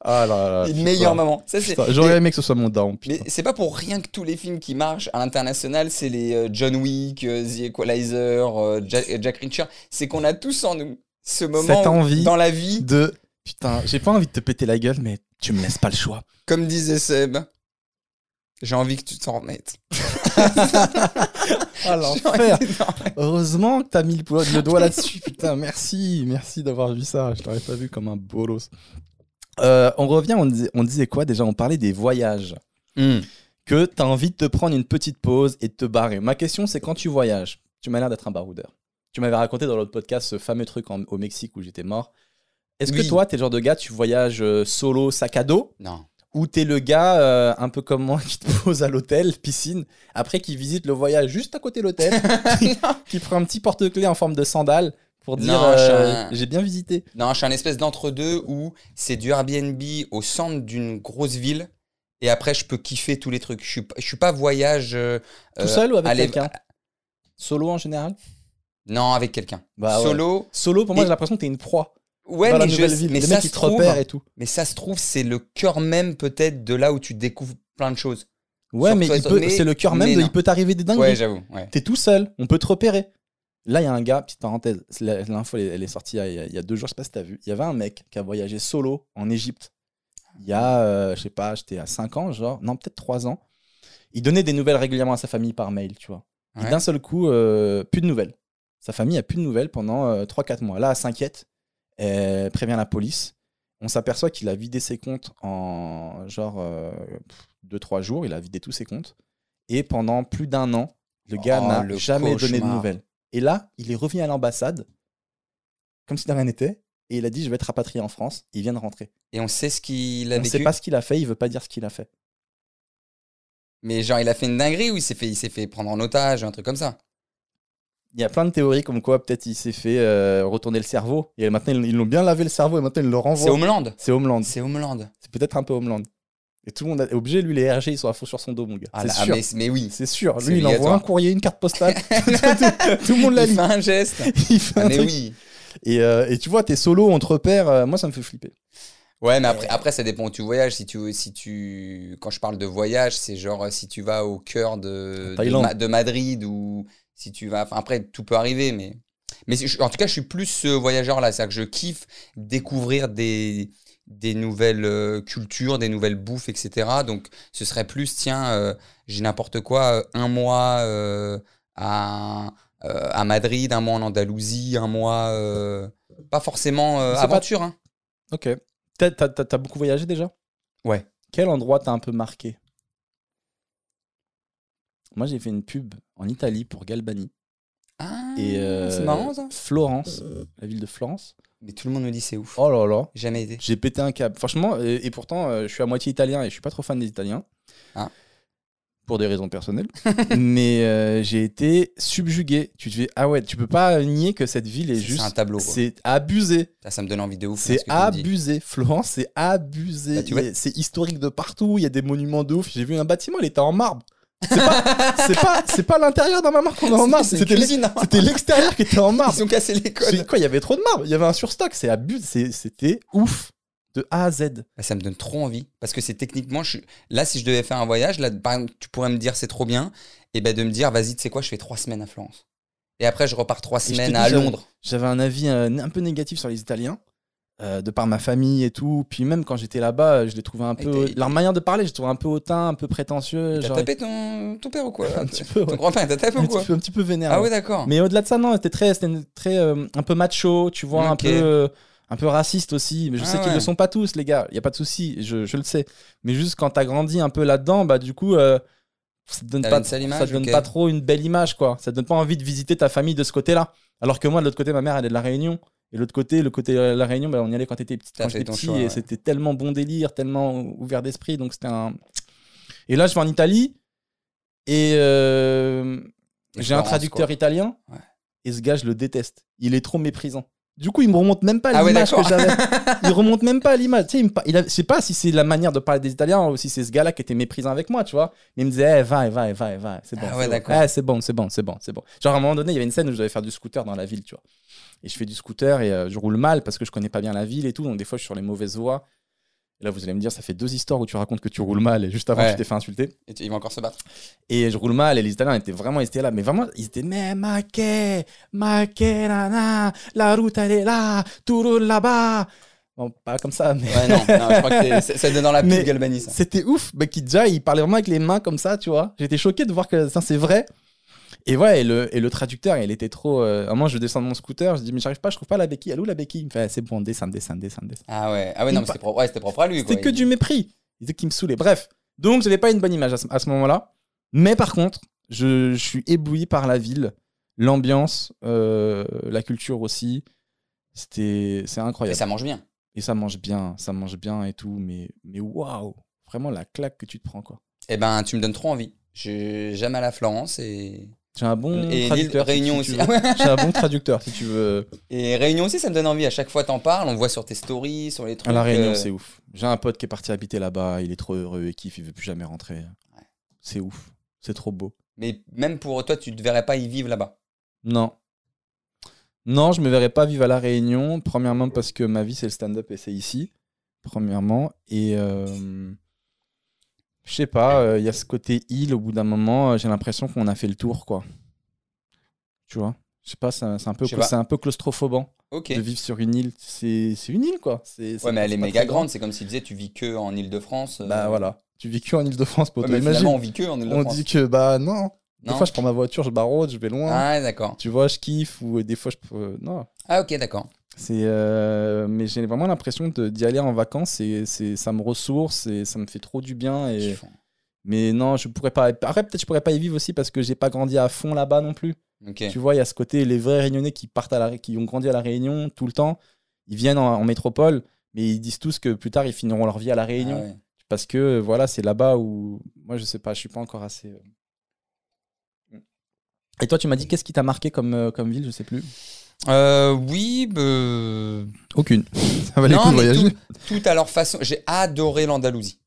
S1: Ah là là là.
S2: Une meilleure
S1: putain.
S2: maman. Ça, c'est.
S1: Putain, J'aurais aimé que ce soit mon daron.
S2: Mais
S1: putain.
S2: c'est pas pour rien que tous les films qui marchent à l'international, c'est les euh, John Wick, euh, The Equalizer, euh, Ja- Jack, Reacher, c'est qu'on a tous en nous ce moment
S1: Cette
S2: où,
S1: envie.
S2: dans la vie,
S1: De putain, j'ai pas envie de te péter la gueule, mais tu me laisses pas le choix.
S2: comme disait Seb, j'ai envie que tu t'en remettes.
S1: Ah
S2: J'ai envie
S1: l'enfer.
S2: que tu t'en remettes.
S1: Heureusement que t'as mis le po- le doigt là-dessus. Putain, merci, merci d'avoir vu ça. Je t'aurais pas vu comme un bolos. Euh, on revient, on, dis- on disait quoi déjà On parlait des voyages. Hmm. Que t'as envie de te prendre une petite pause et de te barrer. Ma question, c'est quand tu voyages, tu m'as l'air d'être un baroudeur. Tu m'avais raconté dans l'autre podcast ce fameux truc en- au Mexique où j'étais mort. Est-ce que
S2: Oui.
S1: toi, t'es le genre de gars, tu voyages euh, solo, sac à dos
S2: Non.
S1: où t'es le gars euh, un peu comme moi qui te pose à l'hôtel, piscine, après qui visite le voyage juste à côté de l'hôtel, qui, qui prend un petit porte-clés en forme de sandale pour dire
S2: Non, je suis
S1: euh,
S2: un-
S1: j'ai bien visité.
S2: Non, je suis un espèce d'entre-deux où c'est du Airbnb au centre d'une grosse ville et après je peux kiffer tous les trucs. Je suis, pas- je suis pas voyage. euh,
S1: Tout
S2: euh,
S1: seul ou avec
S2: allez-
S1: quelqu'un Solo en général
S2: Non, avec quelqu'un.
S1: Bah ouais.
S2: Solo.
S1: Solo pour moi
S2: Et-
S1: j'ai l'impression que t'es une proie
S2: Ouais,
S1: dans la
S2: mais, je-
S1: nouvelle ville.
S2: mais
S1: Les
S2: ça
S1: mecs
S2: se
S1: qui te
S2: trouve,
S1: repèrent et tout.
S2: mais ça se trouve, c'est le cœur même peut-être de là où tu découvres plein de choses.
S1: Ouais,
S2: Sur
S1: mais,
S2: toi,
S1: il
S2: toi,
S1: peut-
S2: mais-
S1: c'est le cœur même
S2: mais
S1: de
S2: non.
S1: il peut t'arriver des dingues.
S2: Ouais, j'avoue. Ouais.
S1: T'es tout seul, on peut te repérer. Là, il y a un gars, petite parenthèse, c'est la- l'info elle, est- elle est sortie il y, a, il y a deux jours, je sais pas si t'as vu. Il y avait un mec qui a voyagé solo en Égypte. Il y a, euh, je sais pas, j'étais à 5 ans, genre, non, peut-être 3 ans. Il donnait des nouvelles régulièrement à sa famille par mail, tu vois. Et
S2: Ouais.
S1: d'un seul coup, euh, plus de nouvelles. Sa famille a plus de nouvelles pendant 3-4 mois. Là, elle s'inquiète, elle prévient la police. On s'aperçoit qu'il a vidé ses comptes en genre euh, 2-3 jours, il a vidé tous ses comptes. Et pendant plus d'un an, le gars
S2: Oh,
S1: n'a
S2: le
S1: jamais donné de
S2: cauchemar.
S1: nouvelles. Et là, il est revenu à l'ambassade, comme si de rien n'était, et il a dit Je vais être rapatrié en France. Il vient de rentrer.
S2: Et on sait ce qu'il a
S1: On ne
S2: vécu.
S1: sait pas ce qu'il a fait, il veut pas dire ce qu'il a fait.
S2: Mais genre, il a fait une dinguerie ou il s'est fait, il s'est fait prendre en otage, un truc comme ça.
S1: Il y a plein de théories comme quoi peut-être il s'est fait euh, retourner le cerveau. Et maintenant, ils ils l'ont bien lavé le cerveau et maintenant, ils le
S2: C'est
S1: renvoient.
S2: Homeland.
S1: C'est Homeland.
S2: C'est Homeland.
S1: C'est peut-être un peu Homeland. Et tout le monde est obligé, lui, les RG, ils sont à fond sur son dos, mon gars.
S2: Ah
S1: c'est
S2: là, ah,
S1: sûr.
S2: mais, mais oui.
S1: C'est sûr.
S2: C'est
S1: Lui, il envoie
S2: obligatoire.
S1: un courrier, une carte postale. tout, tout- tout le monde
S2: Il
S1: la
S2: fait
S1: lit.
S2: un geste.
S1: Il fait
S2: Ah,
S1: un
S2: mais
S1: truc.
S2: oui.
S1: Et, euh, et tu vois, t'es solo, on te repère. euh, moi, ça me fait flipper.
S2: Ouais, mais après, après, ça dépend où tu voyages. Si tu, si tu, quand je parle de voyage, c'est genre euh, si tu vas au cœur de, de,
S1: Thaïlande.
S2: Ma- de Madrid ou si tu vas. Enfin, après, tout peut arriver, mais. Mais je- en tout cas, je suis plus ce voyageur-là. C'est-à-dire que je kiffe découvrir des, des nouvelles euh, cultures, des nouvelles bouffes, etc. Donc, ce serait plus, tiens, euh, j'ai n'importe quoi, euh, un mois euh, à, euh, à Madrid, un mois en Andalousie, un mois. euh, pas forcément euh,
S1: C'est pas-
S2: aventure, hein.
S1: Ok. T'as- T'as t'as- t'as beaucoup voyagé déjà
S2: Ouais.
S1: Quel endroit t'as un peu marqué Moi, j'ai fait une pub en Italie pour Galbani.
S2: Ah,
S1: Et euh,
S2: c'est marrant ça.
S1: Florence, la ville de Florence.
S2: Mais tout le monde me dit c'est ouf.
S1: Oh là là.
S2: Jamais été.
S1: J'ai pété un câble. Franchement, et, et pourtant, euh, je suis à moitié italien et je suis pas trop fan des Italiens.
S2: Ah.
S1: Pour des raisons personnelles. Mais euh, j'ai été subjugué. Tu te fais, ah ouais, tu peux pas nier que cette ville est
S2: C'est un
S1: juste.
S2: tableau. quoi.
S1: C'est abusé.
S2: Ça, ça me donne envie de ouf.
S1: C'est
S2: là, ce que tu me dis.
S1: abusé. Florence, c'est abusé.
S2: Bah, tu vois-
S1: Il y a- C'est historique de partout. Il y a des monuments de ouf. J'ai vu un bâtiment, il était en marbre. C'est pas, c'est pas, c'est pas l'intérieur d'un marbre qu'on a en marbre.
S2: C'est une
S1: C'était l'ex-
S2: cuisine, hein.
S1: c'était l'extérieur qui était en marbre.
S2: Ils ont cassé les codes.
S1: C'est quoi Il y avait trop de marbre. Il y avait un surstock. C'est abusé. C'est- C'était ouf. De A à Z.
S2: Bah, ça me donne trop envie parce que c'est techniquement. Je... suis- Là, si je devais faire un voyage, là, par exemple, tu pourrais me dire c'est trop bien et ben de me dire vas-y, tu sais quoi, je fais trois semaines à Florence et après je repars trois
S1: je te
S2: semaines
S1: dis,
S2: à
S1: j'avoue.
S2: Londres.
S1: J'avais un avis euh, un, peu négatif sur les Italiens. euh, de par ma famille et tout. Puis même quand j'étais là-bas, euh, je les trouvais un
S2: Et
S1: peu.
S2: t'es-
S1: Leur manière de parler, je les trouvais un peu hautain, un peu prétentieux.
S2: T'as
S1: genre,
S2: tapé ton... ton père ou quoi
S1: un petit peu,
S2: Ton
S1: ouais.
S2: grand-père, il t'a tapé
S1: un,
S2: ou
S1: petit
S2: quoi
S1: peu, un petit peu vénère.
S2: Ah
S1: ouais.
S2: ouais, d'accord.
S1: Mais au-delà de ça, non, c'était très, c'était une- très euh, un peu macho, tu vois,
S2: Ok.
S1: un peu, euh, un peu raciste aussi. Mais je
S2: Ah
S1: sais qu'ils
S2: ouais.
S1: le sont pas tous, les gars. Il y a pas de souci, je, je le sais. Mais juste quand t'as grandi un peu là-dedans, bah du coup, euh, ça te donne
S2: T'avais
S1: pas,
S2: une sale
S1: ça
S2: image,
S1: te donne
S2: ok.
S1: pas trop une belle image, quoi. Ça te donne pas envie de visiter ta famille de ce côté-là. Alors que moi, de l'autre côté, ma mère, elle est de la Réunion. Et l'autre côté, le côté de la Réunion, bah, on y allait quand t'étais petit,
S2: T'as
S1: quand
S2: fait
S1: j'étais
S2: ton
S1: petit,
S2: choix,
S1: et
S2: ouais.
S1: c'était tellement bon délire, tellement ouvert d'esprit, donc c'était un. Et là, je vais en Italie et euh,
S2: Et
S1: j'ai un
S2: Florence,
S1: traducteur
S2: quoi.
S1: italien
S2: Ouais.
S1: et ce gars, je le déteste. Il est trop méprisant. Du coup, il me remonte même pas
S2: Ah ouais,
S1: l'image que
S2: d'accord.
S1: j'avais. il remonte même pas l'image. Tu sais, il me par- il a- je sais pas si c'est la manière de parler des Italiens ou si c'est ce gars-là qui était méprisant avec moi, tu vois. Il me disait, eh, va, va, va, va, c'est bon.
S2: Ah
S1: c'est
S2: ouais,
S1: bon.
S2: d'accord.
S1: Eh, c'est bon, c'est bon, c'est bon, c'est bon. Genre, à un moment donné, il y avait une scène où je devais faire du scooter dans la ville, tu vois. Et je fais du scooter et euh, je roule mal parce que je connais pas bien la ville et tout. Donc, des fois, je suis sur les mauvaises voies. Et là, vous allez me dire, ça fait deux histoires où tu racontes que tu roules mal et juste avant,
S2: Ouais.
S1: tu t'es fait insulter.
S2: Et tu- ils vont encore se battre.
S1: Et je roule mal, et les Italiens étaient vraiment, ils étaient là, mais vraiment, ils étaient, mais ma che, ma che, nana, la route elle est là, tu roules là-bas. Bon, pas comme ça, mais.
S2: Ouais, non, non, je crois que t'es- c'est- c'est dans la
S1: Mais-
S2: pub Galbani, ça.
S1: C'était ouf, bah, qui déjà, il parlait vraiment avec les mains comme ça, tu vois. J'étais choqué de voir que ça, c'est vrai. Et ouais, et le, et le traducteur, il était trop. euh, À un moment, je descends de mon scooter, je dis, mais j'arrive pas, je trouve pas la béquille. Elle est où la béquille Il me fait, c'est bon, descends, descends, descends, descends.
S2: Ah ouais, ah ouais, non, mais c'était propre, ouais, c'était propre à lui.
S1: C'était
S2: quoi.
S1: que
S2: Il-
S1: du mépris. Il disait qu'il me saoulait. Bref. Donc, j'avais pas une bonne image à ce, à ce moment-là. Mais par contre, je, je suis ébloui par la ville, l'ambiance, euh, la culture aussi. C'était, c'est
S2: Et
S1: incroyable.
S2: ça mange bien.
S1: Et ça mange bien, ça mange bien et tout. Mais, mais waouh, vraiment la claque que tu te prends quoi.
S2: Eh ben, tu me donnes trop envie. Je- J'aime à la Florence et.
S1: J'ai un bon
S2: Et l'île
S1: traducteur. si-
S2: Réunion
S1: si
S2: aussi.
S1: tu veux. J'ai un bon traducteur si tu veux.
S2: Et Réunion aussi, ça me donne envie. À chaque fois, t'en parles, on voit sur tes stories, sur les trucs.
S1: À la Réunion,
S2: euh,
S1: c'est ouf. J'ai un pote qui est parti habiter là-bas. Il est trop heureux, il kiffe, il veut plus jamais rentrer. C'est ouf, c'est trop beau.
S2: Mais même pour toi, tu ne verrais pas y vivre là-bas.
S1: Non. Non, je me verrais pas vivre à La Réunion. Premièrement, parce que ma vie, c'est le stand-up et c'est ici. Premièrement. Et euh, je sais pas, euh, il y a ce côté île. Au bout d'un moment, euh, j'ai l'impression qu'on a fait le tour, quoi. Tu vois Je sais pas, ça- c'est un, peu-
S2: Je sais pas.
S1: c'est un peu claustrophobant
S2: Ok.
S1: de vivre sur une île. C'est c'est une île, quoi. C'est- c'est
S2: Ouais, mais
S1: pas-
S2: elle est
S1: c'est pas
S2: méga
S1: très grand.
S2: grande. C'est comme s'il disait, tu vis que en Ile-de-France. euh,
S1: Bah voilà. Tu vis que en Ile-de-France, pour
S2: ouais, mais
S1: Imagine,
S2: finalement, on vit que en
S1: on
S2: Ile-de-France.
S1: dit que, bah non. Des
S2: Non
S1: fois, je prends ma voiture, je barre, je vais loin.
S2: Ah, d'accord.
S1: Tu vois, je kiffe. Ou des fois, je. peux- Non.
S2: Ah, ok, d'accord.
S1: C'est, euh, mais j'ai vraiment l'impression de- d'y aller en vacances et c'est, ça me ressource et ça me fait trop du bien. Et,
S2: Kiffant.
S1: mais non, je pourrais pas. Après, peut-être je pourrais pas y vivre aussi parce que j'ai pas grandi à fond là-bas non plus.
S2: Ok.
S1: Tu vois, il y a ce côté les vrais Réunionnais qui partent à la, Ré- qui ont grandi à la Réunion tout le temps. Ils viennent en, en métropole, mais ils disent tous que plus tard ils finiront leur vie à la Réunion
S2: Ah ouais.
S1: parce que euh, voilà, c'est là-bas où moi je sais pas, je suis pas encore assez. euh. Et toi, tu m'as dit qu'est-ce qui t'a marqué comme euh, comme ville, je sais plus.
S2: Euh, oui, bah,
S1: Aucune. ça valait
S2: Non, mais tout à leur façon. J'ai adoré l'Andalousie.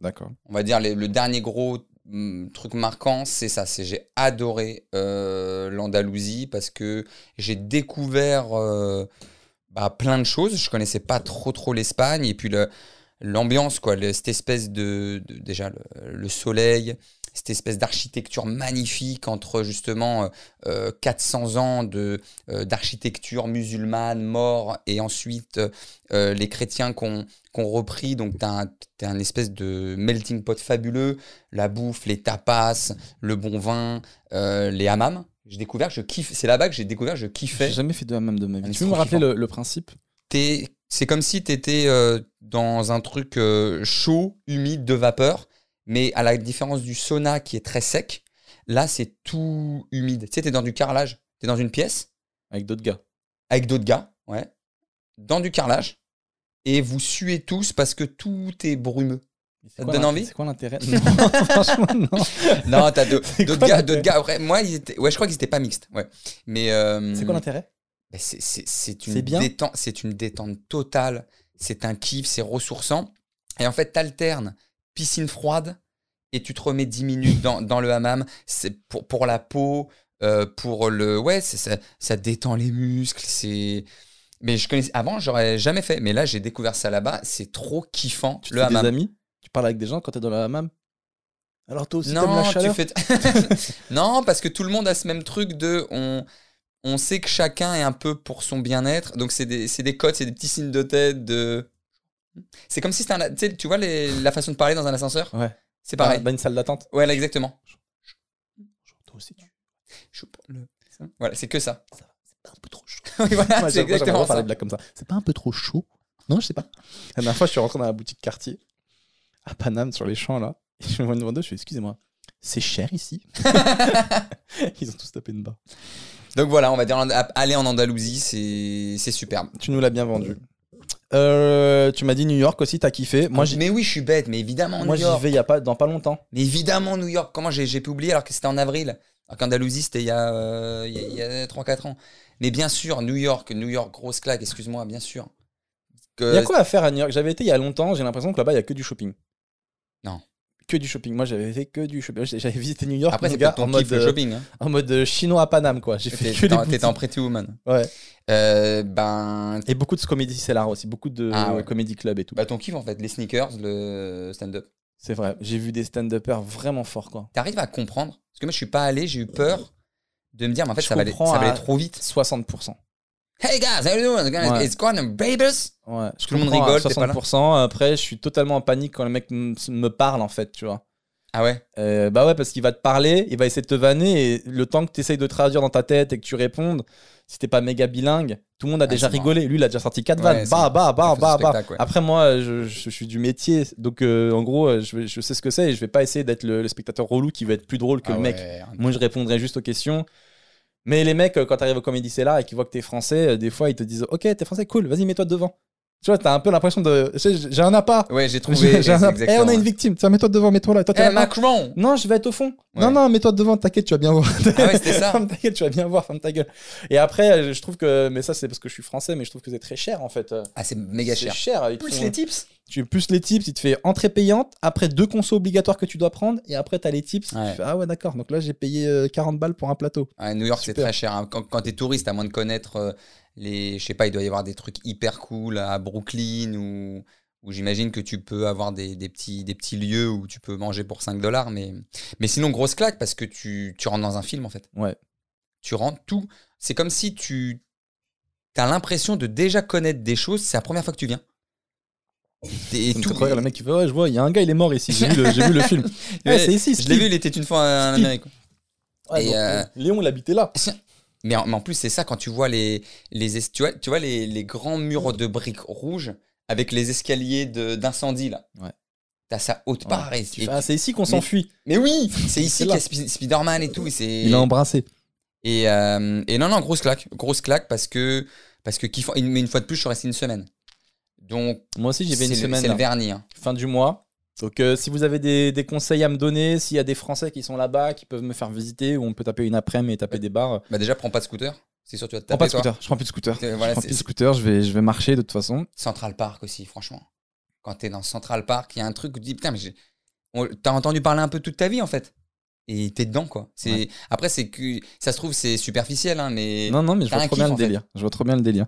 S1: D'accord.
S2: On va dire les- le dernier gros hum, truc marquant, c'est ça. C'est j'ai adoré euh, l'Andalousie parce que j'ai découvert euh, bah, plein de choses. Je connaissais pas trop trop l'Espagne et puis le- l'ambiance quoi, le- cette espèce de, de- déjà le, le soleil, cette espèce d'architecture magnifique entre justement euh, euh, 400 ans de euh, d'architecture musulmane, mort et ensuite euh, les chrétiens qu'on qu'on repris. Donc, t'as un, t'as un espèce de melting pot fabuleux. La bouffe, les tapas, le bon vin, euh, les hammams. J'ai découvert, que je kiffe. C'est là-bas que j'ai découvert, que je kiffais.
S1: J'ai jamais fait de hammam de ma vie.
S2: Ah,
S1: Tu
S2: mais
S1: peux me
S2: c'est
S1: rappeler
S2: kiffant.
S1: le, le principe
S2: T'es- C'est comme si t'étais euh, dans un truc euh, chaud, humide, de vapeur. Mais à la différence du sauna qui est très sec, là, c'est tout humide. Tu sais, t'es dans du carrelage. T'es dans une pièce
S1: avec d'autres gars
S2: avec d'autres gars, ouais, dans du carrelage. Et vous suez tous parce que tout est brumeux.
S1: Ça
S2: te donne envie
S1: C'est quoi l'intérêt Non, franchement, non.
S2: Non, t'as deux-
S1: C'est
S2: d'autres
S1: quoi
S2: gars,
S1: l'intérêt
S2: d'autres gars. Après, moi, ils étaient, ouais, je crois qu'ils étaient pas mixtes. Ouais. Mais euh,
S1: C'est quoi l'intérêt
S2: bah, c'est- c'est- c'est
S1: C'est
S2: une
S1: bien
S2: détente, c'est une détente totale. C'est un kiff, c'est ressourçant. Et en fait, t'alternes piscine froide et tu te remets 10 minutes dans, dans le hammam. C'est pour pour la peau, euh, pour le ouais, c'est- ça, ça détend les muscles. C'est mais je connaissais avant, j'aurais jamais fait. Mais là, j'ai découvert ça là-bas. C'est trop kiffant
S1: Tu te
S2: le
S1: fais
S2: hammam.
S1: des amis Tu parles avec des gens quand t'es dans le hammam Alors toi aussi t'aimes
S2: Non,
S1: la
S2: tu
S1: chaleur
S2: fais... non, parce que tout le monde a ce même truc de on, on sait que chacun est un peu pour son bien-être. Donc c'est des, c'est des codes, c'est des petits signes de tête. De... C'est comme si c'était un... tu sais, Tu vois les- la façon de parler dans un ascenseur
S1: Ouais. Ah, bah.
S2: C'est pareil.
S1: Dans, dans une salle d'attente
S2: Ouais, là, exactement.
S1: Genre, Toi aussi tu
S2: Choupe le- Voilà, c'est que ça.
S1: ça va, c'est pas un peu trop chaud.
S2: Oui,
S1: Moi,
S2: voilà, c'est
S1: j'aime- moi, j'aime
S2: exactement
S1: pas faire
S2: ça.
S1: des blagues comme ça. C'est pas un peu trop chaud Non, je sais pas. La dernière fois, je suis rentré dans la boutique quartier à Paname sur les champs là. Et je vois une vendeuse, je fais excusez-moi, c'est cher ici. Ils ont tous tapé une barre.
S2: Donc voilà, on va dire aller en Andalousie, c'est c'est superbe.
S1: Tu nous l'as bien vendu. Euh, tu m'as dit New York aussi, t'as kiffé. Moi, j'y
S2: mais oui, je suis bête, mais évidemment
S1: Moi, j'y
S2: New York.
S1: vais il y a pas, dans pas longtemps.
S2: Mais évidemment New York. Comment j'ai j'ai pu oublier alors que c'était en avril Alors qu'Andalousie, c'était il y a, euh, il y a- il y a 3-4 ans. Mais bien sûr, New York, New York, grosse claque, excuse-moi, bien sûr. Que-
S1: Il y a quoi à faire à New York J'avais été il y a longtemps, j'ai l'impression que là-bas, il y a que du shopping.
S2: Non.
S1: Que du shopping. Moi, j'avais fait que du shopping. J'avais visité New York,
S2: Après,
S1: mon
S2: c'est
S1: gars,
S2: peut-être
S1: en
S2: ton
S1: mode,
S2: kiff le
S1: euh,
S2: shopping. Hein.
S1: en mode euh, chinois à Paname, quoi. J'ai fait
S2: T'es-
S1: que
S2: T'es
S1: des
S2: en- t'es en
S1: boutiques.
S2: Pretty Woman.
S1: Ouais.
S2: Euh, ben,
S1: Et beaucoup de comedy cellar aussi, beaucoup de
S2: Ah ouais.
S1: comedy club et tout.
S2: bah, ton kiff, en fait, les sneakers, le stand-up.
S1: C'est vrai, j'ai vu des stand-uppers vraiment forts, quoi.
S2: T'arrives à comprendre Parce que moi, je suis pas allé, j'ai eu peur de me dire, mais en fait,
S1: Je
S2: ça va, aller,
S1: comprends
S2: ça va
S1: à-
S2: aller trop vite.
S1: 60%.
S2: Hey guys, how you doing?
S1: Ouais.
S2: It's gonna babies.
S1: Ouais, je
S2: Tout le monde
S1: comprends hein, à
S2: rigole, t'es pas là.
S1: 60%. Après, je suis totalement en panique quand le mec m- me parle, en fait, tu vois.
S2: Ah ouais.
S1: Euh, bah ouais, parce qu'il va te parler, il va essayer de te vanner, et le temps que tu essayes de traduire dans ta tête et que tu répondes, si t'es pas méga bilingue, tout le monde a
S2: Ouais,
S1: déjà
S2: c'est marrant.
S1: rigolé. Lui, il a déjà sorti 4
S2: Ouais,
S1: vannes.
S2: c'est
S1: Bah, bah, bah,
S2: Ça fait
S1: bah,
S2: ce
S1: bah.
S2: spectacle, ouais.
S1: Après, moi, je, je suis du métier, donc euh, en gros, euh, je, vais- je sais ce que c'est et je vais pas essayer d'être le, le spectateur relou qui va être plus drôle que
S2: Ah
S1: le mec.
S2: ouais,
S1: Moi, je répondrai juste aux questions. Mais les mecs, euh, quand t'arrives au Comédie là et qu'ils voient que t'es français, euh, des fois, ils te disent Ok, t'es français, cool, vas-y, mets-toi devant. Tu vois, t'as un peu l'impression de. tu sais, J'ai j'ai un appât.
S2: Ouais, j'ai
S1: J'ai-
S2: trouvé.
S1: j'ai un appât. Eh, on a
S2: exactement.
S1: une victime. Tiens, mets-toi devant, mets-toi là. Toi, t'es
S2: Eh,
S1: là-bas.
S2: Macron
S1: Non, je vais être au fond.
S2: Ouais.
S1: Non, non, mets-toi devant, t'inquiète, tu vas bien voir.
S2: Ah ouais, c'était ça.
S1: ferme ta gueule, tu vas bien voir, ferme ta gueule. Et après, euh, je trouve que. Mais ça, c'est parce que je suis français, mais je trouve que c'est très cher, en fait. Euh,
S2: Ah, c'est méga
S1: c'est
S2: cher.
S1: cher. ils te font-
S2: tips
S1: tu plus les tips, il te fait entrée payante, après deux consos obligatoires que tu dois prendre, et après, t'as les tips.
S2: Ouais.
S1: Tu fais, ah ouais, d'accord. Donc là, j'ai payé euh, 40 balles pour un plateau.
S2: Ouais, New York, c'est
S1: Super.
S2: très cher. hein. Quand, quand t'es touriste, à moins de connaître euh, les. Je sais pas, il doit y avoir des trucs hyper cool à Brooklyn ou. Où j'imagine que tu peux avoir des, des petits, des petits lieux où tu peux manger pour 5 dollars. Mais, mais sinon, grosse claque parce que tu, tu rentres dans un film en fait.
S1: Ouais.
S2: Tu rentres tout. C'est comme si tu as l'impression de déjà connaître des choses. C'est la première fois que tu viens. Et, et
S1: Ça me
S2: tout.
S1: fait trop rire, le mec qui fait ouais je vois il y a un gars il est mort ici j'ai vu, le- j'ai vu le film
S2: Ouais,
S1: Ouais, c'est ici
S2: je
S1: Steve.
S2: l'ai vu, il était une fois un
S1: Steve.
S2: Américain.
S1: Ouais,
S2: et
S1: donc,
S2: euh,
S1: Léon il habitait là
S2: Mais en, mais en plus, c'est ça, quand tu vois les, les, es- tu vois, tu vois les, les grands murs de briques rouges avec les escaliers de- d'incendie, là.
S1: Ouais.
S2: T'as ça haute
S1: Ouais.
S2: part. et-
S1: Tu
S2: et-
S1: fais, ah, c'est ici qu'on
S2: mais-
S1: s'enfuit
S2: mais oui, c'est
S1: C'est
S2: ici qu'il
S1: là.
S2: y a Spi- Spider-Man et tout. Et, c'est-
S1: il a embrassé
S2: et, euh, et non, non, grosse claque. Grosse claque parce que, parce que kiffant. Mais une fois de plus, je suis resté une semaine. Donc,
S1: moi aussi
S2: c'est
S1: j'y vais une
S2: le,
S1: semaine
S2: c'est le
S1: là.
S2: vernis. hein.
S1: fin du mois donc euh, si vous avez des, des conseils à me donner s'il y a des français qui sont là-bas qui peuvent me faire visiter où on peut taper une après-midi et taper des bars
S2: Bah, déjà, prends pas de scooter. C'est sûr, tu vas te
S1: prends
S2: taper.
S1: pas de
S2: toi.
S1: scooter je prends plus de scooter
S2: Euh, voilà,
S1: je prends
S2: c'est-
S1: plus de scooter je vais, je vais marcher de toute façon
S2: Central Park aussi, franchement. Quand t'es dans Central Park, il y a un truc où tu dis putain, mais j'ai- on- t'as entendu parler un peu toute ta vie en fait. Et t'es dedans quoi. C'est après c'est que ça se trouve c'est superficiel hein, mais
S1: non non mais je
S2: t'as
S1: vois
S2: un
S1: trop bien
S2: kiff,
S1: le
S2: en fait.
S1: délire je vois trop bien le délire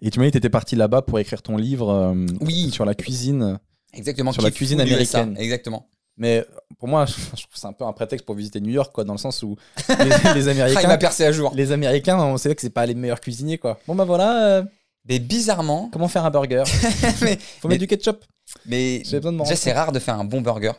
S1: et tu m'as dit que t'étais parti là-bas pour écrire ton livre euh,
S2: Oui.
S1: sur la cuisine
S2: exactement
S1: Sur la
S2: kiff
S1: cuisine
S2: fou du USA.
S1: américaine.
S2: Exactement.
S1: Mais pour moi, je trouve que c'est un peu un prétexte pour visiter New York, quoi, dans le sens où les, les
S2: Ah, il m'a
S1: Américains,
S2: percé à jour.
S1: les Américains, on sait que c'est pas les meilleurs cuisiniers, quoi. Bon bah voilà, euh,
S2: Mais bizarrement,
S1: comment faire un burger
S2: Mais-
S1: Faut
S2: mais-
S1: mettre du ketchup.
S2: mais
S1: J'ai besoin de m'en
S2: déjà
S1: rendre
S2: c'est rare de faire un bon burger.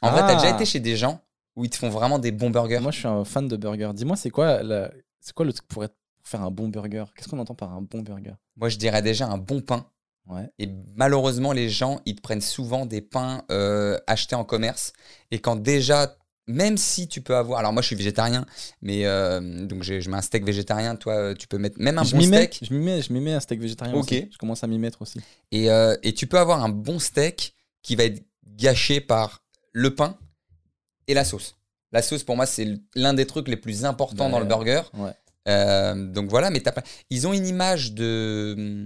S2: En vrai,
S1: Ah.
S2: t'as déjà été chez des gens où ils te font vraiment des bons burgers.
S1: compte. Moi, je suis un fan de burger. Dis-moi, c'est quoi, la... c'est quoi le truc pour, être- pour faire un bon burger Qu'est-ce qu'on entend par un bon burger
S2: Moi, je dirais déjà un bon pain.
S1: Ouais.
S2: Et malheureusement, les gens, ils te prennent souvent des pains euh, achetés en commerce. Et quand déjà, même si tu peux avoir. Alors, moi, je suis végétarien, mais euh, donc j'ai- je mets un steak végétarien. Toi, euh, tu peux mettre même un
S1: Je
S2: bon
S1: m'y mets,
S2: steak.
S1: je m'y mets, je m'y mets un steak végétarien.
S2: Ok.
S1: aussi. Je commence à m'y mettre aussi.
S2: Et, euh, et tu peux avoir un bon steak qui va être gâché par le pain et la sauce. La sauce, pour moi, c'est l'un des trucs les plus importants
S1: Ouais.
S2: dans le burger.
S1: Ouais.
S2: Euh, donc voilà, mais t'as pas... ils ont une image de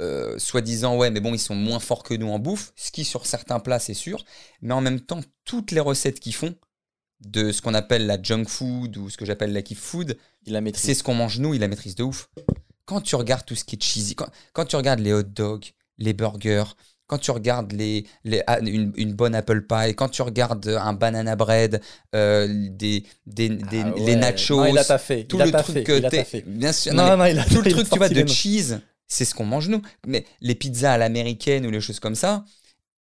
S2: euh, soi-disant ouais, mais bon, ils sont moins forts que nous en bouffe, ce qui sur certains plats c'est sûr, mais en même temps toutes les recettes qu'ils font de ce qu'on appelle la junk food ou ce que j'appelle la kiff food,
S1: Il la
S2: c'est
S1: maîtrise.
S2: ce qu'on mange nous, il la maîtrise de ouf. Quand tu regardes tout ce qui est cheesy, quand, quand tu regardes les hot dogs, les burgers, quand tu regardes les, les- ah, une, une bonne apple pie, quand tu regardes euh, un banana bread, euh, des, des, des-
S1: Ah
S2: les
S1: ouais.
S2: nachos,
S1: Non, il a taffé.
S2: tout
S1: il a
S2: le
S1: taffé,
S2: truc
S1: il
S2: que
S1: a
S2: t'es.
S1: taffé.
S2: Bien sûr, non,
S1: Non,
S2: mais
S1: non, il a
S2: tout le
S1: il a
S2: truc, tu vois,
S1: sorti
S2: de
S1: les noms.
S2: cheese, c'est ce qu'on mange nous. Mais les pizzas à l'américaine ou les choses comme ça,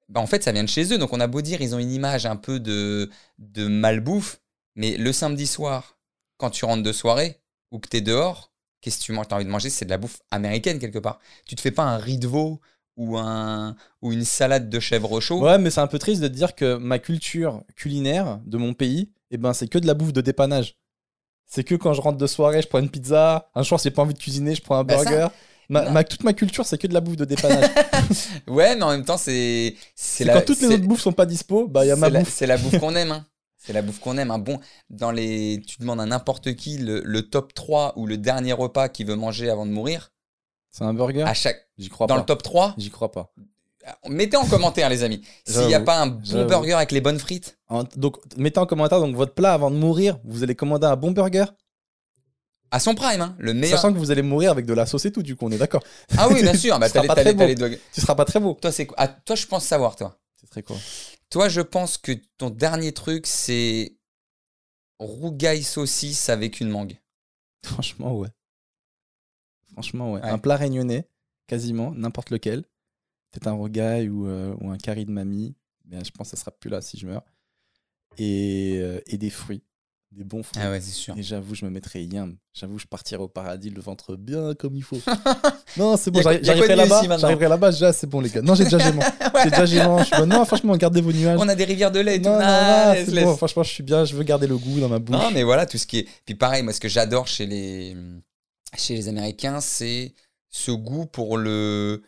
S2: bah, en fait, ça vient de chez eux. Donc, on a beau dire, ils ont une image un peu de, de malbouffe, mais le samedi soir, quand tu rentres de soirée ou que tu es dehors, qu'est-ce que tu manges T'as envie de manger, c'est de la bouffe américaine quelque part. Tu te fais pas un riz de veau ou, un, ou une salade de chèvre chaud.
S1: Ouais, mais c'est un peu triste de te dire que ma culture culinaire de mon pays, eh ben, c'est que de la bouffe de dépannage. C'est que quand je rentre de soirée, je prends une pizza. Un jour, j'ai pas envie de cuisiner, je prends un
S2: Bah ça,
S1: burger. Ma,
S2: non.
S1: ma- toute ma culture, c'est que de la bouffe de dépannage.
S2: Ouais, mais en même temps, c'est.
S1: c'est quand toutes les autres bouffes sont pas dispo, bah il y a ma
S2: c'est la-
S1: bouffe.
S2: C'est la bouffe qu'on aime. hein. C'est la bouffe qu'on aime. Un bon, dans les, tu demandes à n'importe qui le, le top 3 ou le dernier repas qu'il veut manger avant de mourir.
S1: C'est un burger
S2: À chaque,
S1: J'y crois
S2: Ah, dans
S1: pas.
S2: le top 3,
S1: J'y crois pas.
S2: mettez en commentaire, les amis, s'il n'y a
S1: J'avoue,
S2: pas un bon
S1: j'avoue.
S2: burger avec les bonnes frites.
S1: En- donc, mettez en commentaire donc, votre plat avant de mourir. Vous allez commander un bon burger.
S2: À son prime, hein, le meilleur.
S1: Sachant que vous allez mourir avec de la sauce et tout, du coup, on est d'accord.
S2: Ah oui, bien sûr. Bah,
S1: Ce sera
S2: t'as les,
S1: pas
S2: t'as
S1: très
S2: les- t'as
S1: bon.
S2: les doigts-
S1: Ce sera pas très beau.
S2: Toi, c'est quoi Ah, Toi, je pense savoir, toi.
S1: C'est très quoi
S2: Toi, je pense que ton dernier truc, c'est rougail saucisse avec une mangue.
S1: Franchement, ouais. Franchement, ouais.
S2: Ouais.
S1: Un plat réunionnais, quasiment, n'importe lequel. Peut-être un rogaille ou, euh, ou un curry de mamie. Mais je pense que ça sera plus là si je meurs. Et, euh, et des fruits. Des bons fruits.
S2: Ah ouais, c'est sûr.
S1: Et j'avoue, je me mettrais yam. J'avoue, je partirais au paradis le ventre bien comme il faut. non, c'est bon,
S2: Y a quoi-
S1: j'arri-
S2: y a quoi de
S1: j'arriverai
S2: mieux ici,
S1: là-bas.
S2: maintenant
S1: J'arriverai là-bas, déjà, c'est bon, les gars. Non, j'ai déjà gênant. J'ai déjà gênant. Je suis bon, Non, franchement, gardez vos nuages.
S2: On a des rivières de lait et tout.
S1: Non, non,
S2: Ah,
S1: non,
S2: laisse,
S1: c'est
S2: laisse.
S1: bon, franchement, je suis bien. Je veux garder le goût dans ma bouche.
S2: Non, mais voilà, tout ce qui est. Puis pareil, moi, ce que j'adore chez les... chez les Américains, c'est ce goût pour le.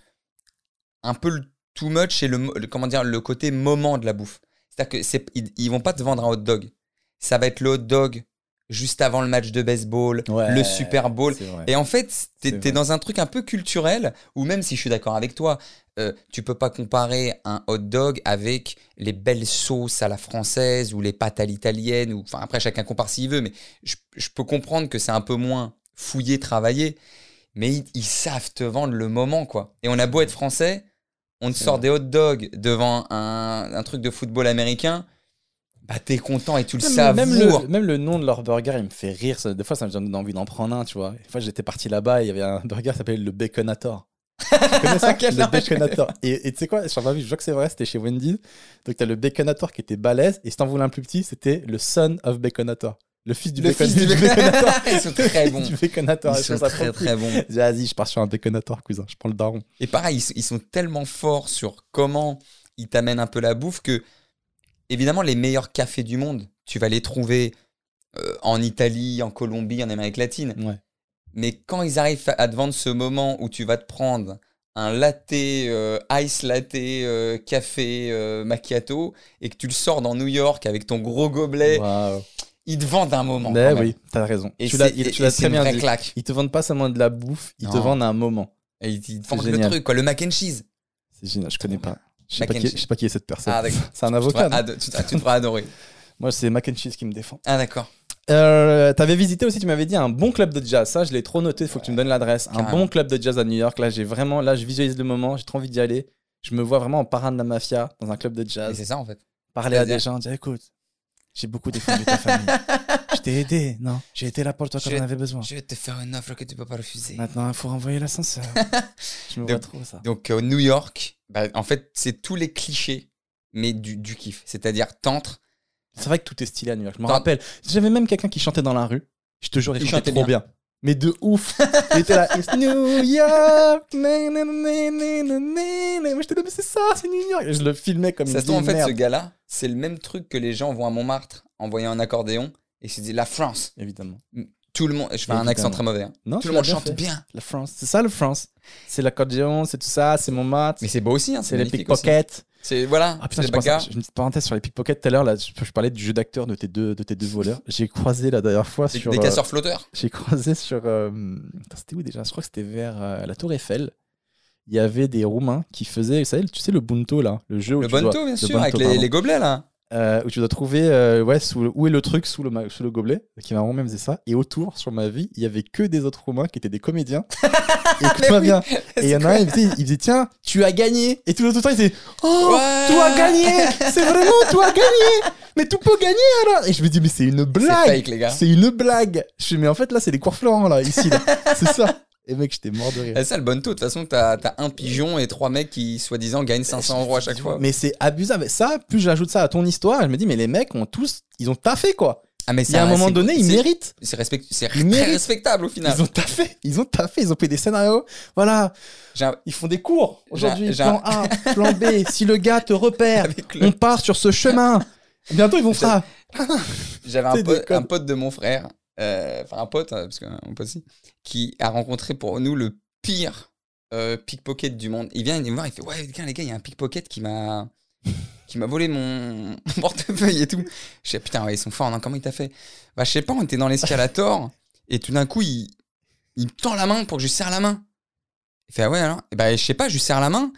S2: Un peu le too much et le, mo- le- comment dire, le côté moment de la bouffe. C'est-à-dire que c'est, ils, ils vont pas te vendre un hot dog. Ça va être le hot dog juste avant le match de baseball,
S1: Ouais,
S2: le Super Bowl.
S1: c'est vrai.
S2: Et en fait,
S1: C'est
S2: t'es
S1: vrai.
S2: t'es dans un truc un peu culturel, où même si je suis d'accord avec toi, euh, tu peux pas comparer un hot dog avec les belles sauces à la française ou les pâtes à l'italienne. Ou enfin après chacun compare s'il veut, mais je, je peux comprendre que c'est un peu moins fouillé, travaillé. Mais ils, ils savent te vendre le moment quoi. Et on a beau être français, on te
S1: C'est
S2: sort
S1: vrai.
S2: des hot dogs devant un, un truc de football américain, bah t'es content et tu le
S1: Même-
S2: savoures.
S1: Même le, même le nom de leur burger, il me fait rire. Ça- des fois, ça me donne envie d'en prendre un, tu vois. Une fois, j'étais parti là-bas, il y avait un burger qui s'appelait le Baconator. Tu connais ça
S2: Ok, non,
S1: le
S2: je connais.
S1: Baconator. Et et tu sais quoi Sur ma vie, je vois que c'est vrai, c'était chez Wendy's. Donc, t'as le Baconator qui était balèze. Et si t'en voulais un plus petit, c'était le Son of Baconator. Le fils du,
S2: Le
S1: Bacon-
S2: fils du
S1: Baconator.
S2: Ils sont très bons.
S1: du Baconator.
S2: Ils
S1: Je
S2: sont
S1: trouve ça
S2: très
S1: trop cool.
S2: très bons.
S1: Je dis, Vas-y, je pars sur un Baconator, cousin. Je prends le daron.
S2: Et pareil, ils, sont- ils sont tellement forts sur comment ils t'amènent un peu la bouffe que, évidemment, les meilleurs cafés du monde, tu vas les trouver euh, en Italie, en Colombie, en Amérique latine.
S1: Ouais.
S2: Mais quand ils arrivent à- à te vendre ce moment où tu vas te prendre un latte, euh, ice latte, euh, café, euh, macchiato, et que tu le sors dans New York avec ton gros gobelet,
S1: Waouh.
S2: ils te vendent un moment.
S1: Mais
S2: quand même.
S1: oui, t'as raison.
S2: Et
S1: tu
S2: c'est
S1: l'as il-
S2: et-
S1: tu
S2: et
S1: l'as
S2: c'est
S1: très
S2: une
S1: bien
S2: vraie
S1: dit.
S2: claque.
S1: Ils te vendent pas seulement de la bouffe, ils te
S2: Non.
S1: vendent un moment.
S2: Et ils ils te vendent le
S1: génial.
S2: truc, quoi, le mac and cheese.
S1: C'est génial, je connais
S2: Trop
S1: pas. Je sais
S2: Mac
S1: pas,
S2: and
S1: qui est,
S2: cheese.
S1: je sais pas qui est cette personne.
S2: Ah, d'accord. Ah.
S1: c'est un
S2: Tu
S1: avocat.
S2: devrais
S1: non
S2: ado- tu tu devrais adorer.
S1: Moi, c'est Mac and Cheese qui me défend.
S2: Ah, d'accord.
S1: Euh, T'avais visité aussi, tu m'avais dit, un bon club de jazz. Ça, je l'ai trop noté. Il faut que tu me donnes l'adresse. Un
S2: carrément.
S1: bon club de jazz à New York. Là, j'ai vraiment, là, je visualise le moment. J'ai trop envie d'y aller. Je me vois vraiment en parrain de la mafia dans un club de
S2: Mais
S1: jazz.
S2: C'est ça, en fait.
S1: Parler à
S2: c'est-à-dire-
S1: des gens, dire écoute, j'ai beaucoup défendu ta famille. Je t'ai aidé, non J'ai été là pour toi quand
S2: Je-
S1: on avait besoin.
S2: Je vais te faire une offre que tu peux pas refuser.
S1: Maintenant, il faut renvoyer l'ascenseur. je me
S2: De-
S1: vois trop ça.
S2: Donc, euh, New York, bah, en fait, c'est tous les clichés, mais du, du kiff. C'est-à-dire, t'entres.
S1: C'est vrai que tout est stylé à New York. Je me
S2: Dans-
S1: rappelle, j'avais même quelqu'un qui chantait dans la rue. Je te jure, il,
S2: Il
S1: chantait
S2: chantait
S1: trop bien. Mais de ouf. il était là. It's New York. na, na, na, na, na, na, na. Moi, j'étais là, mais c'est ça, c'est New York. Et je le filmais comme
S2: Ça
S1: une
S2: se trouve, en
S1: vieille
S2: fait,
S1: merde.
S2: ce gars-là, c'est le même truc que les gens vont à Montmartre envoyer un accordéon et se disent la France.
S1: Évidemment.
S2: Tout le monde. Je fais un
S1: Évidemment.
S2: accent très mauvais. hein.
S1: euh, Non,
S2: Tout
S1: tu
S2: le
S1: l'as
S2: monde
S1: bien
S2: chante
S1: fait.
S2: bien.
S1: La France. C'est ça, la France. C'est l'accordéon, c'est tout ça, c'est mon mat.
S2: Mais c'est beau aussi. hein,
S1: C'est les
S2: magnifique aussi.
S1: pickpockets.
S2: C'est voilà.
S1: Ah putain,
S2: c'est
S1: j'ai
S2: bagarre.
S1: pensé- j'ai une petite parenthèse sur les pickpockets tout à l'heure. Là, je, je parlais du jeu d'acteur de tes deux, de tes deux voleurs. J'ai croisé la dernière fois
S2: Des,
S1: sur.
S2: des
S1: euh,
S2: casseurs flotteurs.
S1: j'ai croisé sur. euh, attends, c'était où déjà Je crois que c'était vers euh, la Tour Eiffel. Il y avait des Roumains qui faisaient, vous savez, tu sais, le Bunto là, le jeu où,
S2: Le
S1: tu, dois,
S2: bonto, bien
S1: le
S2: sûr,
S1: bonto,
S2: avec les,
S1: pardon.
S2: les gobelets là.
S1: euh, où tu dois trouver euh, ouais, sous le- où est le truc sous le, ma- sous le gobelet. Qui m'a vraiment faisait ça. Et autour, sur ma vie, il y avait que des autres Roumains qui étaient des comédiens. et écoute-moi
S2: oui,
S1: bien. Et il y en a un, il me disait, il me disait, tiens, tu as gagné. Et tout le temps, il disait, oh,
S2: Ouais.
S1: tu as gagné. C'est vraiment, tu as gagné. Mais tout peut gagner alors. Et je me dis, mais c'est une
S2: C'est
S1: blague.
S2: fake, les gars.
S1: C'est une blague. Je fais, mais en fait, là, c'est les cours Florent, là, ici, là. c'est ça. Et mec, j'étais mort de rire.
S2: Et Eh, ça, le bonto, de toute façon, t'as t'as un pigeon et trois mecs qui, soi-disant,
S1: Bah,
S2: gagnent 500 euros à chaque fois.
S1: Mais c'est abusable. Ça, plus j'ajoute ça à ton histoire, je me dis, mais les mecs ont tous, ils ont taffé, quoi.
S2: Ah, mais
S1: Il y a
S2: ça,
S1: un moment
S2: c'est-
S1: donné, ils
S2: c'est-
S1: méritent.
S2: C'est respect- c'est
S1: Ils
S2: très
S1: méritent.
S2: respectable au final.
S1: Ils ont taffé, ils ont taffé, ils ont payé des scénarios. Voilà,
S2: J'ai un-
S1: ils font des cours aujourd'hui.
S2: J'ai un-
S1: Plan A, plan B, si le gars te repère,
S2: avec
S1: on
S2: le-
S1: part sur ce chemin. Bientôt, ils vont
S2: C'est-
S1: faire.
S2: J'avais un,
S1: T'es
S2: pote-
S1: déconne.
S2: un pote de mon frère, euh, enfin un pote, euh, parce que euh, mon pote aussi, qui a rencontré pour nous le pire euh, pickpocket du monde. Il vient il me voir, il fait Ouais, putain, les gars, il y a un pickpocket qui m'a qui m'a volé mon portefeuille et tout. Je sais, putain, ouais, ils sont forts, non, comment il t'a fait Bah, je sais pas, on était dans l'escalator, et tout d'un coup, il, il me tend la main pour que je lui serre la main. Il fait, ah ouais, alors Et bah, je sais pas, je lui serre la main,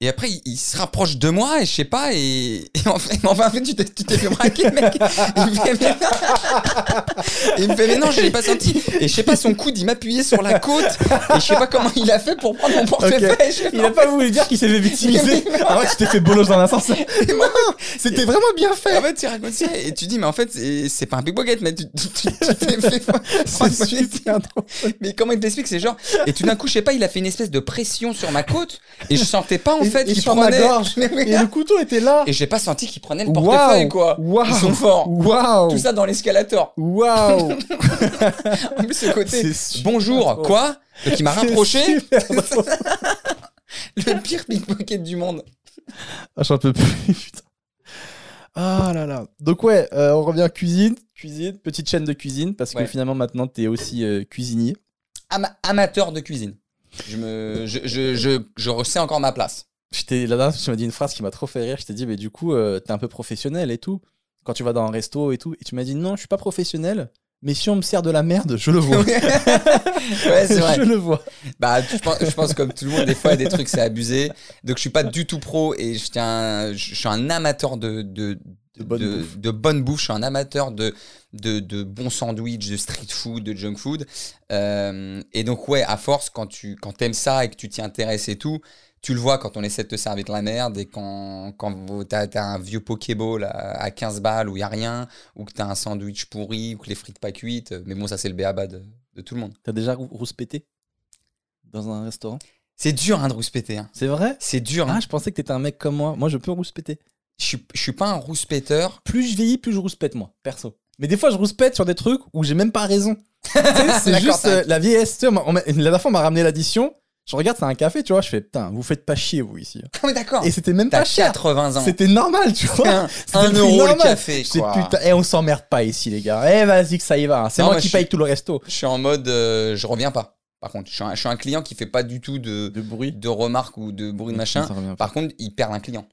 S2: et après, il, il se rapproche de moi, et je sais pas, et, et en fait, en fait, tu t'es tu t'es fait braquer, mec. Il me fait, mais, il me fait, mais non, je l'ai pas senti. Et je sais pas, son coude, il m'appuyait sur la côte, et je sais pas comment il a fait pour prendre mon portefeuille. Je sais
S1: Il a pas voulu dire qu'il s'est fait victimiser. Ah ouais, tu t'es fait bolos dans l'ascenseur.
S2: pas, moi,
S1: C'était vraiment bien fait.
S2: En fait, tu racontes ça et tu dis, mais en fait, c'est c'est pas un pickpocket, mais tu tu- tu- tu t'es fait.
S1: C'est
S2: pickpocket.
S1: super drôle.
S2: Mais comment il t'explique C'est genre. Et tout d'un coup, je sais pas, il a fait une espèce de pression sur ma côte et je sentais pas en
S1: Et-
S2: fait
S1: et
S2: qu'il
S1: sur ma
S2: prenait.
S1: gorge.
S2: Mais oui.
S1: Et le couteau était là.
S2: Et j'ai pas senti qu'il prenait le
S1: Waouh.
S2: portefeuille, quoi.
S1: Waouh.
S2: Ils sont forts.
S1: Waouh.
S2: Tout ça dans l'escalator.
S1: Waouh.
S2: En plus, ce côté.
S1: C'est super
S2: Bonjour,
S1: drôle.
S2: quoi Donc il m'a
S1: C'est
S2: rapproché,
S1: super drôle.
S2: le pire pickpocket du monde.
S1: Ah, j'en peux plus, putain. Ah là là. Donc, ouais, euh, on revient cuisine. Cuisine, petite chaîne de cuisine, parce que
S2: Ouais.
S1: finalement, maintenant, t'es aussi euh, cuisinier.
S2: Ama- amateur de cuisine. Je me, je, je, je, je sais encore ma place.
S1: J'étais la dernière fois, tu m'as dit une phrase qui m'a trop fait rire. Je t'ai dit, mais du coup, euh, t'es un peu professionnel et tout. Quand tu vas dans un resto et tout. Et tu m'as dit, non, je suis pas professionnel. Mais si on me sert de la merde, je le vois.
S2: ouais, c'est vrai.
S1: je le vois.
S2: Bah, je pense, je pense comme tout le monde, des fois, il y a des trucs, c'est abusé. Donc, je suis pas du tout pro et je, tiens, je suis un amateur de, de,
S1: De bonne bouffe.
S2: de bonne bouffe. Je suis un amateur de, de, de bons sandwichs, de street food, de junk food. Euh, et donc, ouais, à force, quand tu quand aimes ça et que tu t'y intéresses et tout, tu le vois quand on essaie de te servir de la merde et quand, quand vous- t'as t'as un vieux Pokéball à, à 15 balles où il n'y a rien, ou que t'as un sandwich pourri, ou que les frites pas cuites. Mais bon, ça, c'est le béaba de, de tout le monde.
S1: T'as déjà rou- rouspété dans un restaurant
S2: C'est dur, hein, de rouspéter. hein.
S1: C'est vrai
S2: C'est dur, hein.
S1: Ah, je pensais que t'étais un mec comme moi. Moi, je peux rouspéter.
S2: je suis, je suis pas un rouspéteur.
S1: Plus je vieillis, plus je rouspète, moi, perso. Mais des fois, je rouspète sur des trucs où j'ai même pas raison. Tu sais, c'est
S2: D'accord,
S1: juste
S2: t'as-
S1: euh, la vieillesse. tu sais, on m'a- on m'a- La dernière fois, on m'a ramené l'addition. Je regarde, c'est un café, tu vois. Je fais, putain, vous faites pas chier, vous, ici.
S2: Ah mais d'accord.
S1: Et c'était même
S2: T'as
S1: pas cher.
S2: 80 ans.
S1: C'était normal, tu vois.
S2: un,
S1: C'était
S2: un
S1: le prix
S2: euro le
S1: normal.
S2: café.
S1: J'étais,
S2: quoi.
S1: putain, eh, on s'emmerde pas ici, les gars. Eh, vas-y que ça y va. hein. C'est
S2: Non,
S1: moi
S2: moi,
S1: qui
S2: je
S1: paye
S2: suis-
S1: tout le resto.
S2: Je suis en mode, euh, je reviens pas. Par contre, je suis, un, je suis un client qui fait pas du tout de,
S1: De bruit.
S2: de remarques ou de bruit de machin.
S1: Ça revient pas.
S2: Par contre, il perd un client.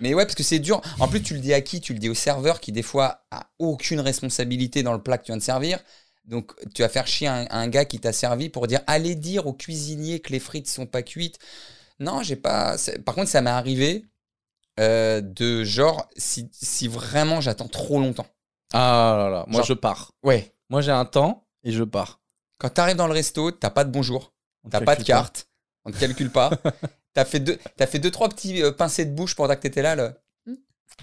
S2: Mais ouais, parce que c'est dur. En plus, tu le dis à qui Tu le dis au serveur qui, des fois, a aucune responsabilité dans le plat que tu viens de servir. Donc, tu vas faire chier un, un gars qui t'a servi pour dire Allez dire au cuisinier que les frites sont pas cuites. Non, j'ai pas. c'est- Par contre, ça m'est arrivé euh, de genre, si, si vraiment j'attends trop longtemps.
S1: Ah là là. Moi,
S2: Genre-
S1: je pars.
S2: Ouais.
S1: Moi, j'ai un temps et je pars.
S2: Quand t'arrives dans le resto, t'as pas de bonjour.
S1: On
S2: T'as
S1: te
S2: pas de
S1: calcule pas.
S2: carte, on te calcule pas. t'as fait deux, t'as fait deux trois petits euh, pincées de bouche pendant que t'étais là, là,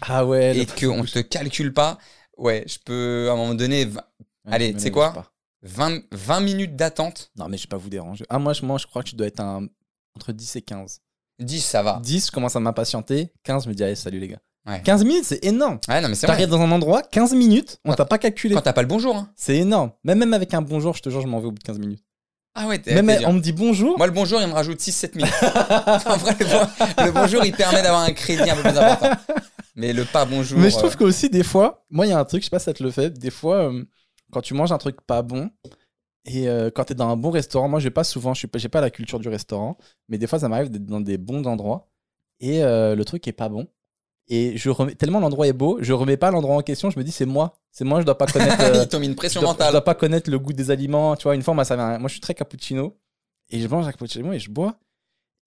S1: Ah ouais. le-
S2: et qu'on te calcule pas. Ouais, je peux à un moment donné v-
S1: Ouais,
S2: Allez,
S1: je me
S2: tu sais
S1: lève,
S2: quoi
S1: je pars.
S2: 20, 20 minutes d'attente.
S1: Non, mais je vais pas vous déranger. Ah, moi, je, moi, je crois que je dois être un... entre 10 et 15.
S2: 10, ça va.
S1: 10, je commence à m'impatienter. 15, je me dis, allez, salut les gars.
S2: Ah. Ouais.
S1: 15 minutes, c'est énorme.
S2: Ouais, non, mais c'est vrai.
S1: T'arrives dans un endroit, 15 minutes, on
S2: Quand-
S1: t'a pas calculé.
S2: Quand t'as pas le bonjour. hein.
S1: C'est énorme. Même, même avec un bonjour, je te jure, je m'en vais au bout de 15 minutes.
S2: Ah ouais, t'es.
S1: Même
S2: t'es dur.
S1: on me dit bonjour.
S2: Moi, le bonjour, il me rajoute 6-7 minutes. en vrai, le, bon- le bonjour, il permet d'avoir un crédit un peu plus important. Mais le pas bonjour.
S1: mais je
S2: euh,
S1: trouve que aussi, des fois, moi, il y a un truc, je sais pas si ça te le fait. Des fois, euh, quand tu manges un truc pas bon, et euh, quand t'es dans un bon restaurant, moi, j'ai pas souvent, je suis pas- j'ai pas la culture du restaurant, mais des fois, ça m'arrive d'être dans des bons endroits, et euh, le truc est pas bon. Et je remets, tellement l'endroit est beau, je remets pas l'endroit en question, je me dis, c'est moi. C'est moi, je dois pas connaître. euh,
S2: ah, il t'ont mis une
S1: je
S2: pression
S1: dois, je
S2: mentale.
S1: dois pas connaître le goût des aliments. Tu vois, une fois, moi, ça m'a- moi je suis très cappuccino et je mange un cappuccino et je bois.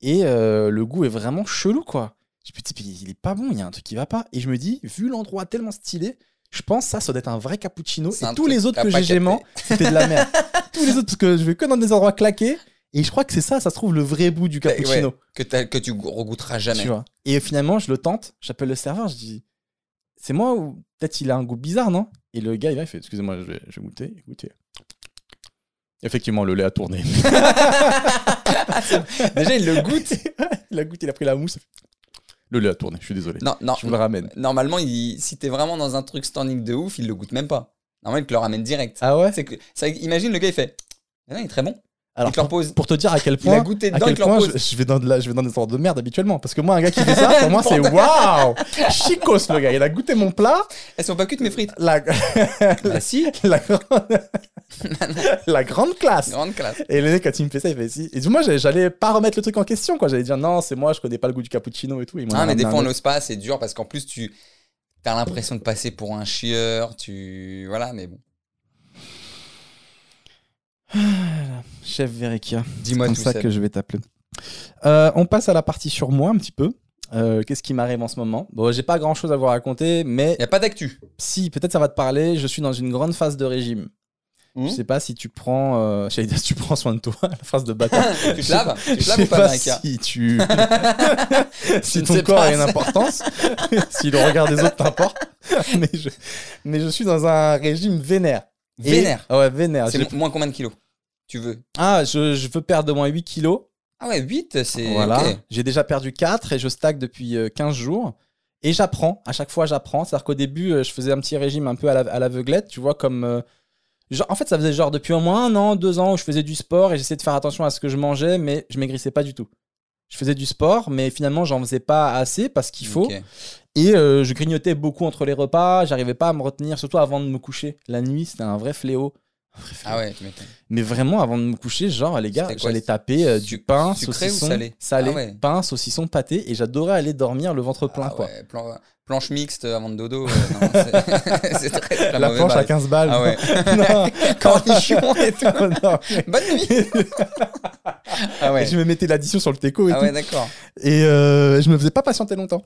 S1: Et euh, le goût est vraiment chelou, quoi. Je me dis, Putain, il est pas bon, il y a un truc qui va pas. Et je me dis, vu l'endroit tellement stylé, je pense ça, ça doit être un vrai cappuccino.
S2: C'est un
S1: Et tous
S2: truc
S1: les autres
S2: t'as
S1: que
S2: pas
S1: j'ai
S2: capté.
S1: gémant, c'était de la merde. tous les autres, parce que je vais que dans des endroits claqués. Et je crois que c'est ça, ça se trouve, le vrai bout du
S2: ouais,
S1: cappuccino.
S2: Que, t'as- que tu regoutteras jamais.
S1: Tu vois. Et finalement, je le tente, j'appelle le serveur, je dis C'est moi ou peut-être il a un goût bizarre, non Et le gars, il va, il fait Excusez-moi, je vais, je vais goûter, goûter. Effectivement, le lait a tourné.
S2: Déjà, il le goûte.
S1: il a goûté, il a pris la mousse. Le lait a tourné, je suis désolé.
S2: Non, non,
S1: Je vous le ramène.
S2: Normalement, il- si t'es vraiment dans un truc standing de ouf, il le goûte même pas. Normalement, il te le ramène direct.
S1: Ah ouais
S2: C'est que, ça- imagine le gars, il fait Ah non, il est très bon.
S1: Alors,
S2: il te leur pose.
S1: pour te dire à quel
S2: Il a
S1: point,
S2: goûté
S1: à
S2: dedans,
S1: quel
S2: il te leur
S1: point je,
S2: pose.
S1: je vais dans de la- je vais dans des sortes de merde habituellement. Parce que moi, un gars qui fait ça, pour moi, c'est waouh! Chicos, le gars, il a goûté mon plat.
S2: Elles sont pas cuites mes frites.
S1: La, Ah,
S2: Bah si,
S1: la, grande, la grande classe.
S2: grande classe.
S1: Et le mec, quand il me fait ça, il fait si. Et du coup, moi, j'allais- j'allais pas remettre le truc en question, quoi. J'allais dire non, c'est moi, je connais pas le goût du cappuccino et tout. Et
S2: Ah, mais des fois, on n'ose pas, c'est dur parce qu'en plus, tu as l'impression de passer pour un chieur, tu. Voilà, mais bon.
S1: Chef Verikia.
S2: Dis-moi tout
S1: comme ça
S2: Seb.
S1: que je vais t'appeler. Euh, on passe à la partie sur moi un petit peu. Euh, Qu'est-ce qui m'arrive en ce moment Bon, j'ai pas grand chose à vous raconter, mais
S2: Il n'y a pas d'actu.
S1: si, peut-être ça va te parler. Je suis dans une grande phase de régime.
S2: Hmm.
S1: Je sais pas si tu prends, euh, j'allais dire, si tu prends soin de toi, la phrase de bâtard.
S2: tu
S1: Je
S2: te
S1: sais
S2: laves Tu
S1: Je
S2: te laves
S1: sais
S2: ou pas,
S1: pas
S2: Marika
S1: si tu, si
S2: ne
S1: ton
S2: sais
S1: corps
S2: pas,
S1: a une
S2: ça.
S1: importance, si le regard des autres t'importe. mais, je, mais je suis dans un régime vénère. Et-
S2: Vénère.
S1: Ouais, vénère.
S2: C'est
S1: J'ai-
S2: mo- moins combien de kilos Tu veux
S1: Ah, je, je veux perdre au moins 8 kilos.
S2: Ah ouais, 8, c'est.
S1: Voilà.
S2: ok.
S1: J'ai déjà perdu 4 et je stagne depuis euh, 15 jours. Et j'apprends. À chaque fois, j'apprends. C'est-à-dire qu'au début, euh, je faisais un petit régime un peu à la- à l'aveuglette, tu vois, comme. euh, genre- en fait, ça faisait genre depuis au moins un an, deux ans où je faisais du sport et j'essayais de faire attention à ce que je mangeais, mais je maigrissais pas du tout. Je faisais du sport, mais finalement, j'en faisais pas assez parce qu'il faut.
S2: Ok.
S1: Et euh, je grignotais beaucoup entre les repas. J'arrivais pas à me retenir, surtout avant de me coucher. La nuit, c'était un vrai fléau. Un vrai fléau.
S2: Ah ouais, tu m'étonnes.
S1: Mais vraiment, avant de me coucher, genre, les gars,
S2: C'était quoi,
S1: j'allais taper euh, du
S2: suc-
S1: pain,
S2: sucré ou
S1: saucisson,
S2: salé Ah ouais.
S1: pain, saucisson, pâté, et j'adorais aller dormir le ventre plein,
S2: Ah
S1: quoi.
S2: ouais, plan- planche mixte avant de dodo. euh, non, c'est- c'est très, très
S1: La
S2: mauvais
S1: planche à
S2: malaise.
S1: 15 balles.
S2: Ah ouais.
S1: non,
S2: Cornichon et tout.
S1: non.
S2: Bonne nuit. ah ouais.
S1: Je me mettais l'addition sur le teco et
S2: Ah
S1: tout.
S2: ouais, d'accord.
S1: Et euh, je me faisais pas patienter longtemps.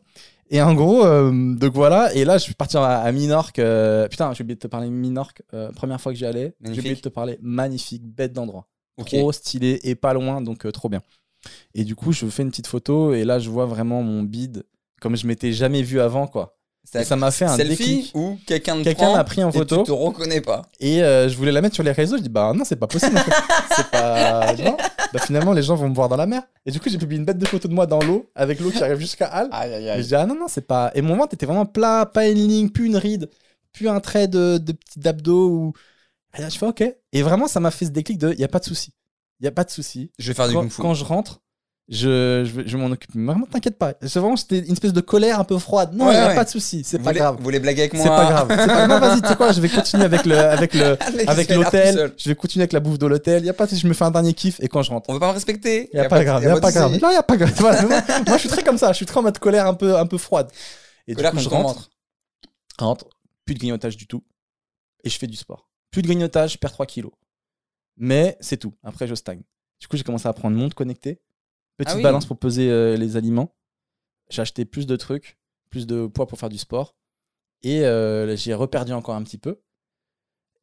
S1: Et en gros, euh, donc voilà. Et là, je suis parti à, à Minorque. euh, putain, j'ai oublié de te parler Minorque. euh, première fois que j'y allais, j'ai
S2: Magnifique.
S1: oublié de te parler. Magnifique, bête d'endroit.
S2: Ok.
S1: trop stylé et pas loin, donc euh, trop bien. Et du coup, je fais une petite photo et là, je vois vraiment mon bide comme je m'étais jamais vu avant, quoi.
S2: C'est
S1: Et ça m'a fait un
S2: selfie
S1: déclic.
S2: ou quelqu'un de
S1: Quelqu'un m'a pris en
S2: Et
S1: photo
S2: tu te reconnais pas.
S1: et euh, je voulais la mettre sur les réseaux. Je dis bah non, c'est pas possible. en fait. c'est pas. non. Bah, finalement, les gens vont me voir dans la mer. Et du coup, j'ai publié une bête de photo de moi dans l'eau avec l'eau qui arrive jusqu'à Halle.
S2: Aïe, aïe,
S1: Et je
S2: aïe.
S1: dis ah non, non, c'est pas. Et mon ventre était vraiment plat, pas une ligne, plus une ride, plus un trait de, de petit d'abdos ou. Et là, je fais ok. Et vraiment, ça m'a fait ce déclic de y a pas de souci. Y a pas de souci
S2: Je vais faire Ah, du
S1: quand,
S2: kung fu.
S1: quand je rentre, je, je, vais- je m'en occupe. Mais vraiment, t'inquiète pas. C'est vraiment, c'était une espèce de colère un peu froide. Non,
S2: Ouais,
S1: y a
S2: ouais.
S1: pas de souci, c'est
S2: vous
S1: pas
S2: voulez,
S1: grave.
S2: Vous voulez blaguer avec
S1: C'est
S2: moi
S1: pas grave. C'est pas... Non, vas-y, tu sais quoi, je vais continuer avec le, avec le,
S2: Alex,
S1: avec
S2: il a l'air tout
S1: l'hôtel.
S2: seul.
S1: Je vais continuer avec la bouffe de l'hôtel. Y a pas, de souci, je me fais un dernier kiff et quand je rentre.
S2: On veut pas me respecter.
S1: Y a, pas, grave, y a pas, grave.
S2: de souci.
S1: Non, y a pas grave. Voilà, moi, moi, je suis très comme ça. Je suis très en mode colère un peu, un peu froide. Et
S2: Colère
S1: du coup,
S2: quand
S1: je
S2: on
S1: rentre,
S2: rentre.
S1: rentre, plus de grignotage du tout. Et je fais du sport. Plus de grignotage, je perds 3 kilos. Mais c'est tout. Après, je stagne. Du coup, j'ai commencé à prendre montre connectée. Petite
S2: Ah oui.
S1: balance pour peser euh, les aliments. J'ai acheté plus de trucs, plus de poids pour faire du sport. Et euh, j'ai reperdu encore un petit peu.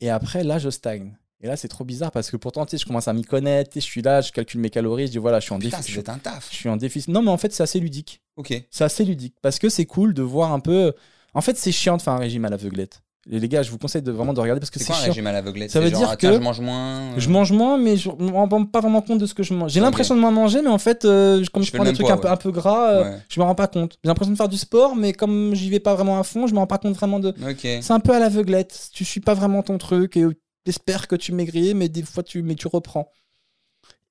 S1: Et après, là, je stagne. Et là, c'est trop bizarre parce que pourtant, tu sais, je commence à m'y connaître. tu sais, Je suis là, je calcule mes calories. Je dis voilà, je suis en
S2: Putain,
S1: déficit.
S2: c'est un taf.
S1: Je suis en déficit. Non, mais en fait, c'est assez ludique
S2: Ok.
S1: c'est assez ludique parce que c'est cool de voir un peu. En fait, c'est chiant de faire un régime à l'aveuglette. Les, les gars, je vous conseille de vraiment de regarder parce que
S2: C'est
S1: c'est
S2: quoi un
S1: chiant.
S2: régime à l'aveuglette
S1: Ça
S2: C'est
S1: veut
S2: genre,
S1: dire
S2: ah, tiens,
S1: que
S2: je mange moins. euh,
S1: Je mange moins, mais je me rends pas vraiment compte de ce que je mange. J'ai
S2: Ok.
S1: l'impression de moins manger, mais en fait, euh, je- comme
S2: Je
S1: je
S2: fais
S1: prends
S2: le
S1: des
S2: même
S1: trucs
S2: poids,
S1: un, peu,
S2: ouais.
S1: un peu gras, euh,
S2: Ouais.
S1: je me rends pas compte. J'ai l'impression de faire du sport, mais comme j'y vais pas vraiment à fond, je me rends pas compte vraiment de.
S2: Ok.
S1: C'est un peu à l'aveuglette. Tu suis pas vraiment ton truc et t'espères que tu maigris, mais des fois tu, mais tu reprends.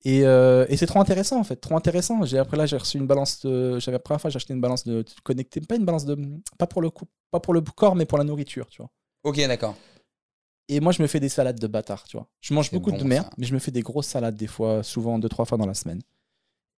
S1: Et, euh, et c'est trop intéressant en fait, trop intéressant. J'ai après là j'ai reçu une balance, de- j'avais la première fois j'ai acheté une balance de de connectée, pas une balance de, pas pour le coup, pas pour le corps, mais pour la nourriture, tu vois.
S2: Ok, d'accord.
S1: Et moi je me fais des salades de bâtard, tu vois. Je mange
S2: C'est
S1: beaucoup de
S2: bon,
S1: merde,
S2: ça.
S1: mais je me fais des grosses salades des fois, souvent deux trois fois dans la semaine.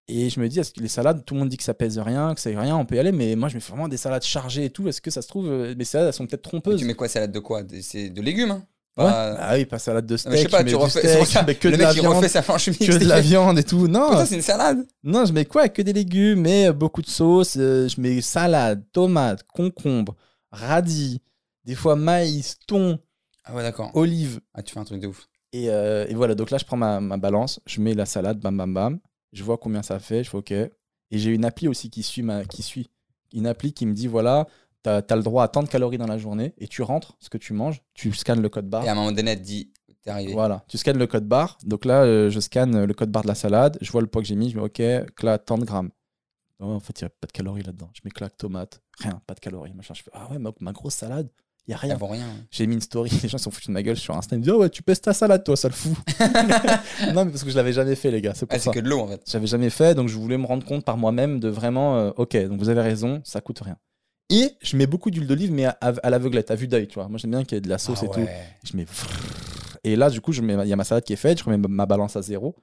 S1: Et je me dis, est-ce que les salades, tout le monde dit que ça pèse rien, que ça est rien, on peut y aller, mais moi je me fais vraiment des salades chargées et tout. Est-ce que ça se trouve, euh, mes salades elles sont peut-être
S2: Mais
S1: trompeuses
S2: Tu mets quoi Salade de quoi Des- C'est de légumes hein
S1: Ouais.
S2: Pas-
S1: Ah oui, pas salade de
S2: Non,
S1: steak,
S2: mais je sais pas, tu
S1: du
S2: refais.
S1: steak,
S2: c'est pour ça,
S1: mais que
S2: le
S1: de
S2: mec
S1: la
S2: qui
S1: viande,
S2: refait sa planche mixte.
S1: que de la
S2: il fait,
S1: viande et tout. Non,
S2: Putain, c'est une salade.
S1: non, je mets quoi Que des légumes, mais euh, beaucoup de sauces. euh, je mets salade, tomate, concombre, radis, des fois maïs, thon,
S2: Ah ouais, d'accord.
S1: olive.
S2: Ah, tu fais un truc de ouf.
S1: Et, euh, et voilà, donc là, je prends ma, ma balance, je mets la salade, bam, bam, bam. Je vois combien ça fait, je fais OK. Et j'ai une appli aussi qui suit, ma, qui suit. Une appli qui me dit voilà, t'as as le droit à tant de calories dans la journée et tu rentres ce que tu manges, tu scannes le code barre.
S2: Et à un moment donné, elle te dit, t'es arrivé.
S1: Voilà, tu scannes le code barre. Donc là, euh, je scanne le code barre de la salade, je vois le poids que j'ai mis, je mets OK, clac, tant de grammes. Oh, en fait, il n'y a pas de calories là-dedans. Je mets clac, tomate, rien, pas de calories, machin. Je fais, ah ouais, ma, ma grosse salade, Il y a
S2: Elles
S1: rien.
S2: vaut rien.
S1: J'ai mis une story, les gens sont foutus de ma gueule sur Insta. Ils me disent Oh, ouais, tu pèses ta salade, toi, sale fou. non, mais parce que je l'avais jamais fait, les gars. C'est pour
S2: Ah,
S1: ça.
S2: c'est que de l'eau en fait.
S1: J'avais jamais fait, donc je voulais me rendre compte par moi-même de vraiment, euh, ok, donc vous avez raison, ça coûte rien. Et je mets beaucoup d'huile d'olive, mais à, à- à l'aveuglette, à vue d'œil, tu vois. Moi, j'aime bien qu'il y ait de la sauce
S2: Ah
S1: et tout.
S2: ouais.
S1: Je mets. Et là, du coup, je mets- il y a ma salade qui est faite, je remets ma- ma balance à zéro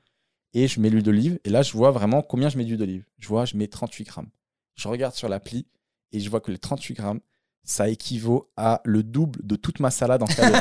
S1: et je mets l'huile d'olive. Et là, je vois vraiment combien je mets d'huile d'olive. Je vois, je mets 38 grammes. Je regarde sur l'appli et je vois que les 38 grammes, ça équivaut à le double de toute ma salade en calories.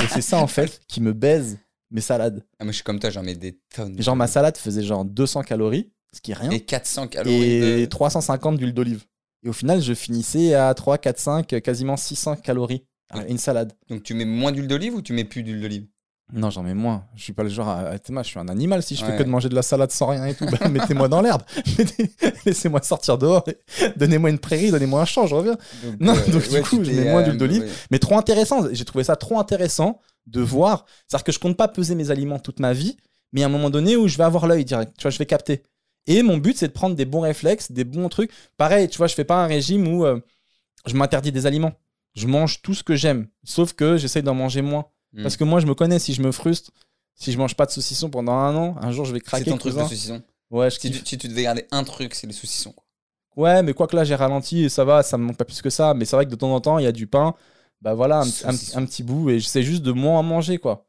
S1: et c'est ça, en fait, qui me baise mes salades.
S2: Ah, moi je suis comme toi, j'en mets des tonnes.
S1: Genre, ma salade faisait genre 200 calories, ce qui est rien,
S2: Et 400 calories.
S1: et
S2: de-
S1: 350 d'huile d'olive. Et au final, je finissais à 3, 4, 5, euh, quasiment 600 calories. à
S2: Oui.
S1: Une salade.
S2: Donc tu mets moins d'huile d'olive ou tu mets plus d'huile d'olive
S1: Non, j'en mets moins. Je suis pas le genre à. à- Thomas, je suis un animal si je fais
S2: Ouais.
S1: que de manger de la salade sans rien et tout. Bah, Mettez-moi dans l'herbe. Mettez- Laissez-moi sortir dehors. et Donnez-moi une prairie, donnez-moi un champ, je reviens.
S2: Donc,
S1: Non, donc, du coup,
S2: tu
S1: je
S2: t'es,
S1: mets moins
S2: euh,
S1: d'huile d'olive.
S2: ouais.
S1: Mais trop intéressant. J'ai trouvé ça trop intéressant de voir. C'est-à-dire que je compte pas peser mes aliments toute ma vie, mais à un moment donné où je vais avoir l'œil direct. Tu vois, je vais capter. Et mon but, c'est de prendre des bons réflexes, des bons trucs. Pareil, tu vois, je fais pas un régime où euh, je m'interdis des aliments. Je mange tout ce que j'aime, sauf que j'essaye d'en manger moins.
S2: Mm.
S1: Parce que moi, je me connais, si je me frustre, si je mange pas de saucisson pendant un an, un jour, je vais
S2: C'est
S1: craquer.
S2: ton truc de
S1: cousin.
S2: saucisson.
S1: Ouais, je
S2: Si
S1: kiffe.
S2: tu, si tu devais garder un truc, c'est le saucisson. quoi.
S1: Ouais, mais quoi que là, j'ai ralenti et ça va, ça me manque pas plus que ça. Mais c'est vrai que de temps en temps, il y a du pain. Bah voilà, un, un-
S2: Saucisson.
S1: un petit bout et j'essaie juste de moins en manger, quoi.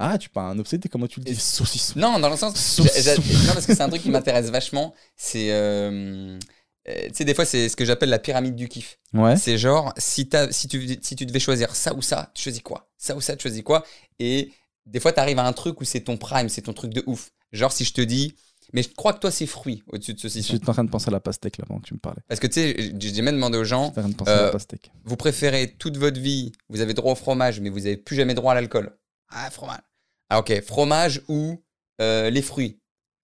S1: Ah, tu parles un obsédé, comment tu le dis
S2: Et-
S1: Saucisson.
S2: Non, dans le sens.
S1: Saucisson.
S2: j'a- j'a- Non, parce que c'est un truc qui m'intéresse vachement. C'est. euh, euh, tu sais, des fois, c'est ce que j'appelle la pyramide du kiff.
S1: Ouais.
S2: C'est genre, si, t'as- si, tu, si tu devais choisir ça ou ça, tu choisis quoi Ça ou ça, tu choisis quoi Et des fois, tu arrives à un truc où c'est ton prime, c'est ton truc de ouf. Genre, si je te dis, mais je crois que toi, c'est fruit au-dessus de
S1: Je
S2: saucisson.
S1: suis en train de penser à la pastèque là pendant que tu me parlais.
S2: Parce que tu sais, j- j'ai même demandé aux gens,
S1: J'étais en train de penser à la
S2: Euh,
S1: pastèque.
S2: vous préférez toute votre vie, vous avez droit au fromage, mais vous n'avez plus jamais droit à l'alcool. Ah, fromage. Ah, ok, fromage ou euh, les fruits.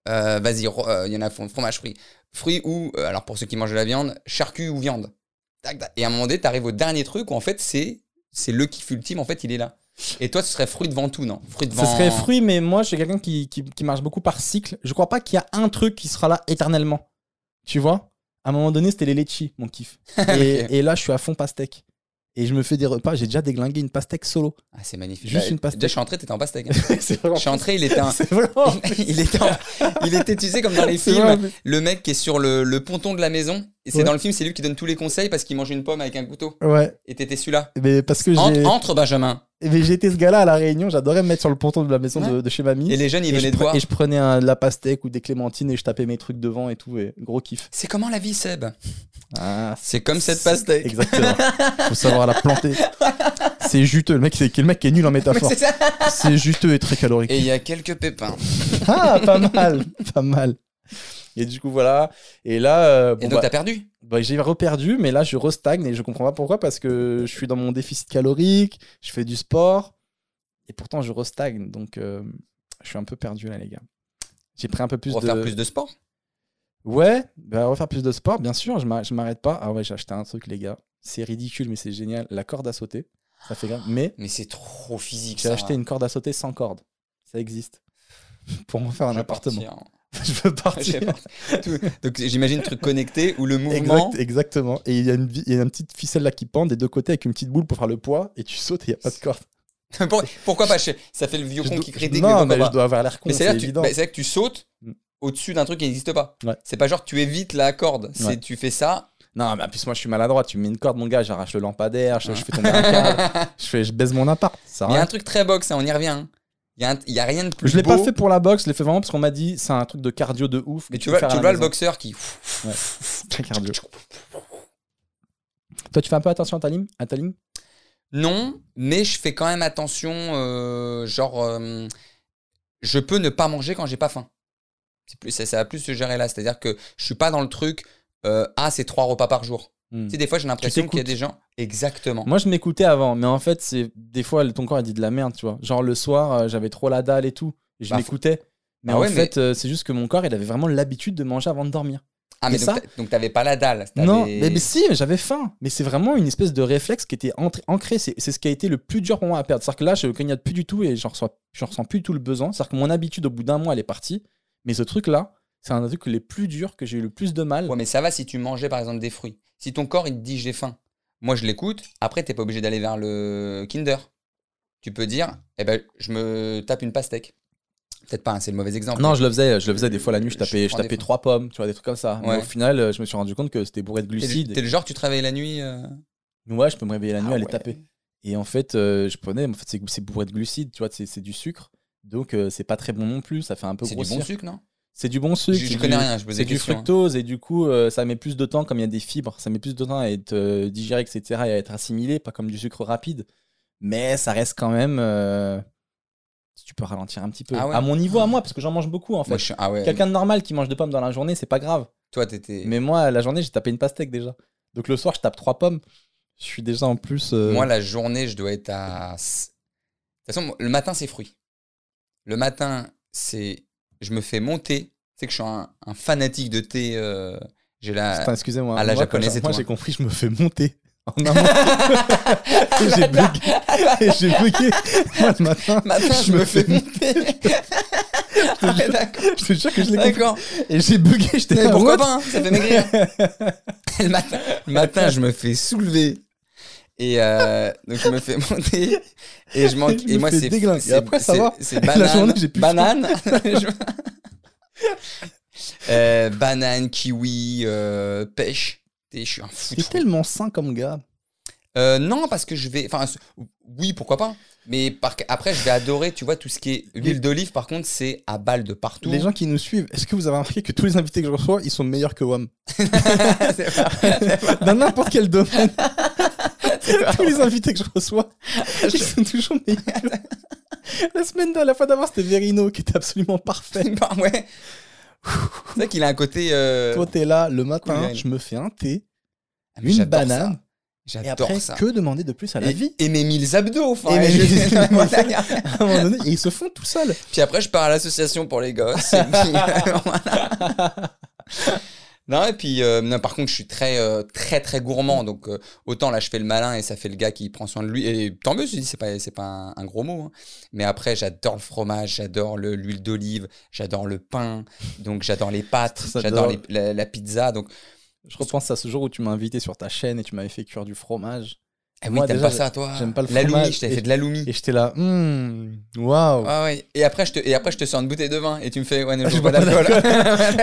S2: Euh, Vas-y, ro- euh, il y en a fond- fromage, fruits. Fruits ou, euh, alors pour ceux qui mangent de la viande, charcu ou viande. Tac, tac. Et à un moment donné, t'arrives au dernier truc où en fait, c'est c'est le kiff ultime, en fait, il est là. Et toi, ce serait fruit devant tout, non Fruit
S1: Ce
S2: devant.
S1: serait fruit, mais moi, je suis quelqu'un qui, qui, qui marche beaucoup par cycle. Je crois pas qu'il y a un truc qui sera là éternellement. Tu vois À un moment donné, c'était les litchis, mon kiff. Et, et là, je suis à fond pastèque. Et je me fais des repas. J'ai déjà déglingué une pastèque solo.
S2: Ah, c'est magnifique.
S1: Juste
S2: Bah,
S1: une pastèque.
S2: Déjà, je suis entré, t'étais en pastèque. hein.
S1: c'est
S2: je
S1: vraiment.
S2: suis entré, il était, un-
S1: C'est vraiment.
S2: il, était en- il était, tu sais, comme dans les
S1: c'est
S2: films,
S1: vraiment-
S2: le mec qui est sur le, le ponton de la maison, et c'est
S1: Ouais.
S2: dans le film, c'est lui qui donne tous les conseils parce qu'il mange une pomme avec un couteau.
S1: Ouais,
S2: Et t'étais celui-là.
S1: mais parce que
S2: Entre,
S1: j'ai
S2: entre, Benjamin.
S1: mais j'étais ce gars-là à La Réunion, j'adorais me mettre sur le ponton de la maison de, de chez mamie.
S2: Et les jeunes, ils
S1: je,
S2: venaient te
S1: pre-
S2: voir.
S1: Mmh. et je prenais un- de la pastèque ou des clémentines et je tapais mes trucs devant et tout. Et gros kiff.
S2: C'est comment la vie, Seb
S1: Ah,
S2: C'est comme cette pastèque.
S1: Exactement. Faut savoir la planter. C'est juteux. Le mec, c'est le mec qui est nul en
S2: Mais
S1: métaphore.
S2: c'est ça.
S1: C'est juteux et très calorique.
S2: Et il y a quelques pépins.
S1: Ah, pas mal, pas mal. Et du coup, voilà. Et là, euh, bon,
S2: Et donc,
S1: bah,
S2: t'as perdu
S1: bah, j'ai reperdu, mais là, je restagne et je comprends pas pourquoi parce que je suis dans mon déficit calorique, je fais du sport et pourtant je restagne. Donc, euh, je suis un peu perdu là, les gars. J'ai pris un peu plus
S2: Pour
S1: de.
S2: faire plus de sport.
S1: Ouais, bah, refaire plus de sport, bien sûr. Je m'arr- je m'arrête pas. Ah ouais, j'ai acheté un truc, les gars. C'est ridicule, mais c'est génial. La corde à sauter. Ça fait grave. Mais
S2: Mais c'est trop physique.
S1: J'ai
S2: ça.
S1: acheté une corde à sauter sans corde. Ça existe. Pour m'en faire
S2: Je
S1: un
S2: veux
S1: appartement.
S2: partir.
S1: Je veux
S2: Je sais
S1: partir.
S2: pas. Tout- Donc, j'imagine truc connecté où le mouvement.
S1: Exact- exactement. Et il y, a une, vi- il y a une petite ficelle là qui pend des deux côtés avec une petite boule pour faire le poids et tu sautes et il n'y a pas de corde.
S2: Pour- pourquoi pas je- Ça fait le vieux
S1: Je
S2: con
S1: dois-
S2: qui critique. mais
S1: non,
S2: pourquoi
S1: mais
S2: pas
S1: je dois avoir l'air con,
S2: Mais
S1: c'est
S2: c'est-à-dire que tu-
S1: évident.
S2: bah, c'est-à-dire que tu sautes
S1: Mm.
S2: au-dessus d'un truc qui n'existe pas.
S1: Ouais.
S2: C'est pas genre tu évites la corde. C'est
S1: Ouais.
S2: tu fais ça.
S1: Non, mais en plus moi je suis maladroit. Tu mets une corde, mon gars, j'arrache le lampadaire, je,
S2: Ouais.
S1: je fais tomber un cadre, je, fais, je baise mon appart. Ça
S2: Il y a
S1: rien.
S2: un truc très boxe, hein, on y revient. hein. Il y, a un- il y a rien de plus
S1: Je l'ai
S2: beau.
S1: pas fait pour la boxe, je l'ai fait vraiment parce qu'on m'a dit c'est un truc de cardio de ouf.
S2: Mais
S1: que
S2: tu vois,
S1: peux faire
S2: tu
S1: à la
S2: vois le
S1: maison.
S2: boxeur qui.
S1: Très cardio. Toi, tu fais un peu attention à ta ligne, à ta ligne
S2: Non, mais je fais quand même attention. euh, genre, euh, je peux ne pas manger quand j'ai pas faim. C'est plus, ça, ça va plus se gérer là. C'est-à-dire que je suis pas dans le truc. euh, ah, c'est trois repas par jour.
S1: Hmm.
S2: Tu sais, des fois, j'ai l'impression qu'il y a
S1: t'écoutes. Mm.
S2: des gens. Exactement.
S1: Moi, je m'écoutais avant, mais en fait, c'est des fois, ton corps, il dit de la merde, tu vois. Genre, le soir, euh, j'avais trop la dalle et tout. Je
S2: Bah,
S1: m'écoutais. Mais
S2: Bah
S1: en
S2: ouais, mais-
S1: fait, euh, c'est juste que mon corps, il avait vraiment l'habitude de manger avant de dormir.
S2: Ah, mais
S1: Et
S2: donc,
S1: ça-
S2: t'a- donc t'avais pas la dalle. t'avais-
S1: Non, mais, mais si, mais j'avais faim. Mais c'est vraiment une espèce de réflexe qui était entr- ancré. C'est c'est ce qui a été le plus dur pour moi à perdre. C'est-à-dire que là, je cagnotte plus du tout et j'en reçois- j'en ressens plus du tout le besoin. C'est-à-dire que mon habitude, au bout d'un mois, elle est partie. Mais ce truc-là, c'est un des trucs les plus durs que j'ai eu le plus de mal.
S2: Ouais, mais ça va si tu mangeais par exemple des fruits. Si ton corps il te dit j'ai faim. Moi, je l'écoute. Après, t'es pas obligé d'aller vers le Kinder. Tu peux dire, eh ben, je me tape une pastèque. Peut-être pas, hein, c'est le mauvais exemple.
S1: Non, je le faisais, je le faisais des fois la nuit, je
S2: Je
S1: tapais, je
S2: prends des
S1: tapais
S2: fois.
S1: trois pommes, tu vois, des trucs comme ça. Mais
S2: Ouais.
S1: au final, euh, je me suis rendu compte que c'était bourré de
S2: T'es le-
S1: glucides.
S2: T'es le genre, tu travailles la nuit. euh,
S1: Ouais, je peux me réveiller la nuit,
S2: ah
S1: aller
S2: ouais.
S1: taper. Et en fait, euh, je prenais, en fait, c'est- c'est bourré de glucides, tu vois, c'est c'est du sucre. Donc, euh, c'est pas très bon non plus, ça fait un peu
S2: C'est du bon
S1: grossir.
S2: sucre, non
S1: C'est du bon
S2: Je
S1: sucre.
S2: je
S1: c'est
S2: connais
S1: du-
S2: rien, je pose
S1: C'est
S2: des
S1: du
S2: questions. hein.
S1: fructose et du coup, euh, ça met plus de temps, comme il y a des fibres, ça met plus de temps à être euh, digéré, etc., et à être assimilé, pas comme du sucre rapide. Mais ça reste quand même. euh, si tu peux ralentir un petit peu.
S2: Ah ouais.
S1: À mon niveau, à moi, parce que j'en mange beaucoup en fait.
S2: Moi, je suis- Ah ouais.
S1: Quelqu'un de normal qui mange deux pommes dans la journée, c'est pas grave.
S2: Toi, t'étais.
S1: Mais moi, la journée, j'ai tapé une pastèque déjà. Donc le soir, je tape trois pommes. Je suis déjà en plus. euh,
S2: Moi, la journée, je dois être à. s- De toute façon, le matin, c'est fruits. Le matin, c'est. Je me fais monter. Tu sais que je suis un, un fanatique de thé. euh, J'ai la.
S1: Putain, excusez-moi.
S2: à
S1: Moi,
S2: la
S1: quand
S2: japonaise
S1: j'ai-
S2: et
S1: Moi,
S2: toi.
S1: j'ai compris, je me fais monter. En un moment. Et j'ai bugué. Et j'ai bugué. Moi, le matin,
S2: Matin, je me fais monter. Ah ouais, d'accord.
S1: je te jure que je l'ai compris.
S2: D'accord.
S1: Et j'ai bugué, j'étais
S2: Mais
S1: là,
S2: pourquoi
S1: what
S2: pas hein, Ça fait maigrir. le, matin, le matin, je me fais soulever. Et euh, donc, je me fais monter. Et je manque.
S1: Je me
S2: et moi,
S1: fais
S2: c'est.
S1: déglinguer.
S2: c'est-
S1: Après, ça
S2: c'est-
S1: va.
S2: C'est banane.
S1: journée, j'ai plus faim.
S2: Banane. Je- Euh, banane, kiwi, euh, pêche. T'es- Je suis un fou. de
S1: T'es
S2: fruits.
S1: tellement sain comme gars.
S2: Euh, non, parce que je vais. Enfin, c- oui, pourquoi pas. Mais par- après, je vais adorer, tu vois, tout ce qui est huile d'olive. Par contre, c'est à balles de partout.
S1: Les gens qui nous suivent, est-ce que vous avez remarqué que tous les invités que je reçois, ils sont meilleurs que WAM
S2: C'est pas-
S1: Dans n'importe quel domaine. tous les invités que je reçois, ils sont toujours meilleurs. la semaine de la fois d'avant, c'était Verino qui était absolument parfait.
S2: Bah ouais. C'est vrai qu'il a un côté. euh,
S1: Toi, t'es là le matin,
S2: Cool,
S1: je me fais un thé,
S2: ah, mais
S1: une
S2: j'adore ça.
S1: banane, et
S2: J'adore
S1: après,
S2: ça.
S1: que demander de plus à la
S2: Et,
S1: vie
S2: et mes 1000 abdos. enfin,
S1: Et mes
S2: je-
S1: 1000 abdos.
S2: Voilà.
S1: À un moment donné, et ils se font tout seuls.
S2: Puis après, je pars à l'association pour les gosses. et puis, voilà. Non, et puis, euh, non, par contre, je suis très, euh, très, très gourmand. Donc, euh, autant là, je fais le malin et ça fait le gars qui prend soin de lui. Et tant mieux, je dis, c'est pas, c'est pas un, un gros mot. hein. Mais après, j'adore le fromage, j'adore le- l'huile d'olive, j'adore le pain, donc j'adore les pâtes,
S1: Ça,
S2: j'adore
S1: j'adore.
S2: les- la, la pizza. Donc,
S1: Je repense à ce jour où tu m'as invité sur ta chaîne et tu m'avais fait cuire du fromage.
S2: ah oui,
S1: Moi,
S2: t'aimes
S1: déjà,
S2: pas ça, toi
S1: j'aime pas le
S2: L'aloumi,
S1: fromage
S2: je t'avais
S1: et-
S2: fait de l'aloumi.
S1: Et j'étais là, hmm, waouh.
S2: Ah ouais. Et après, je te, et après, je te sors une bouteille de vin et tu me fais, ouais, ne
S1: Je
S2: joue pas
S1: bois pas
S2: d'alcool.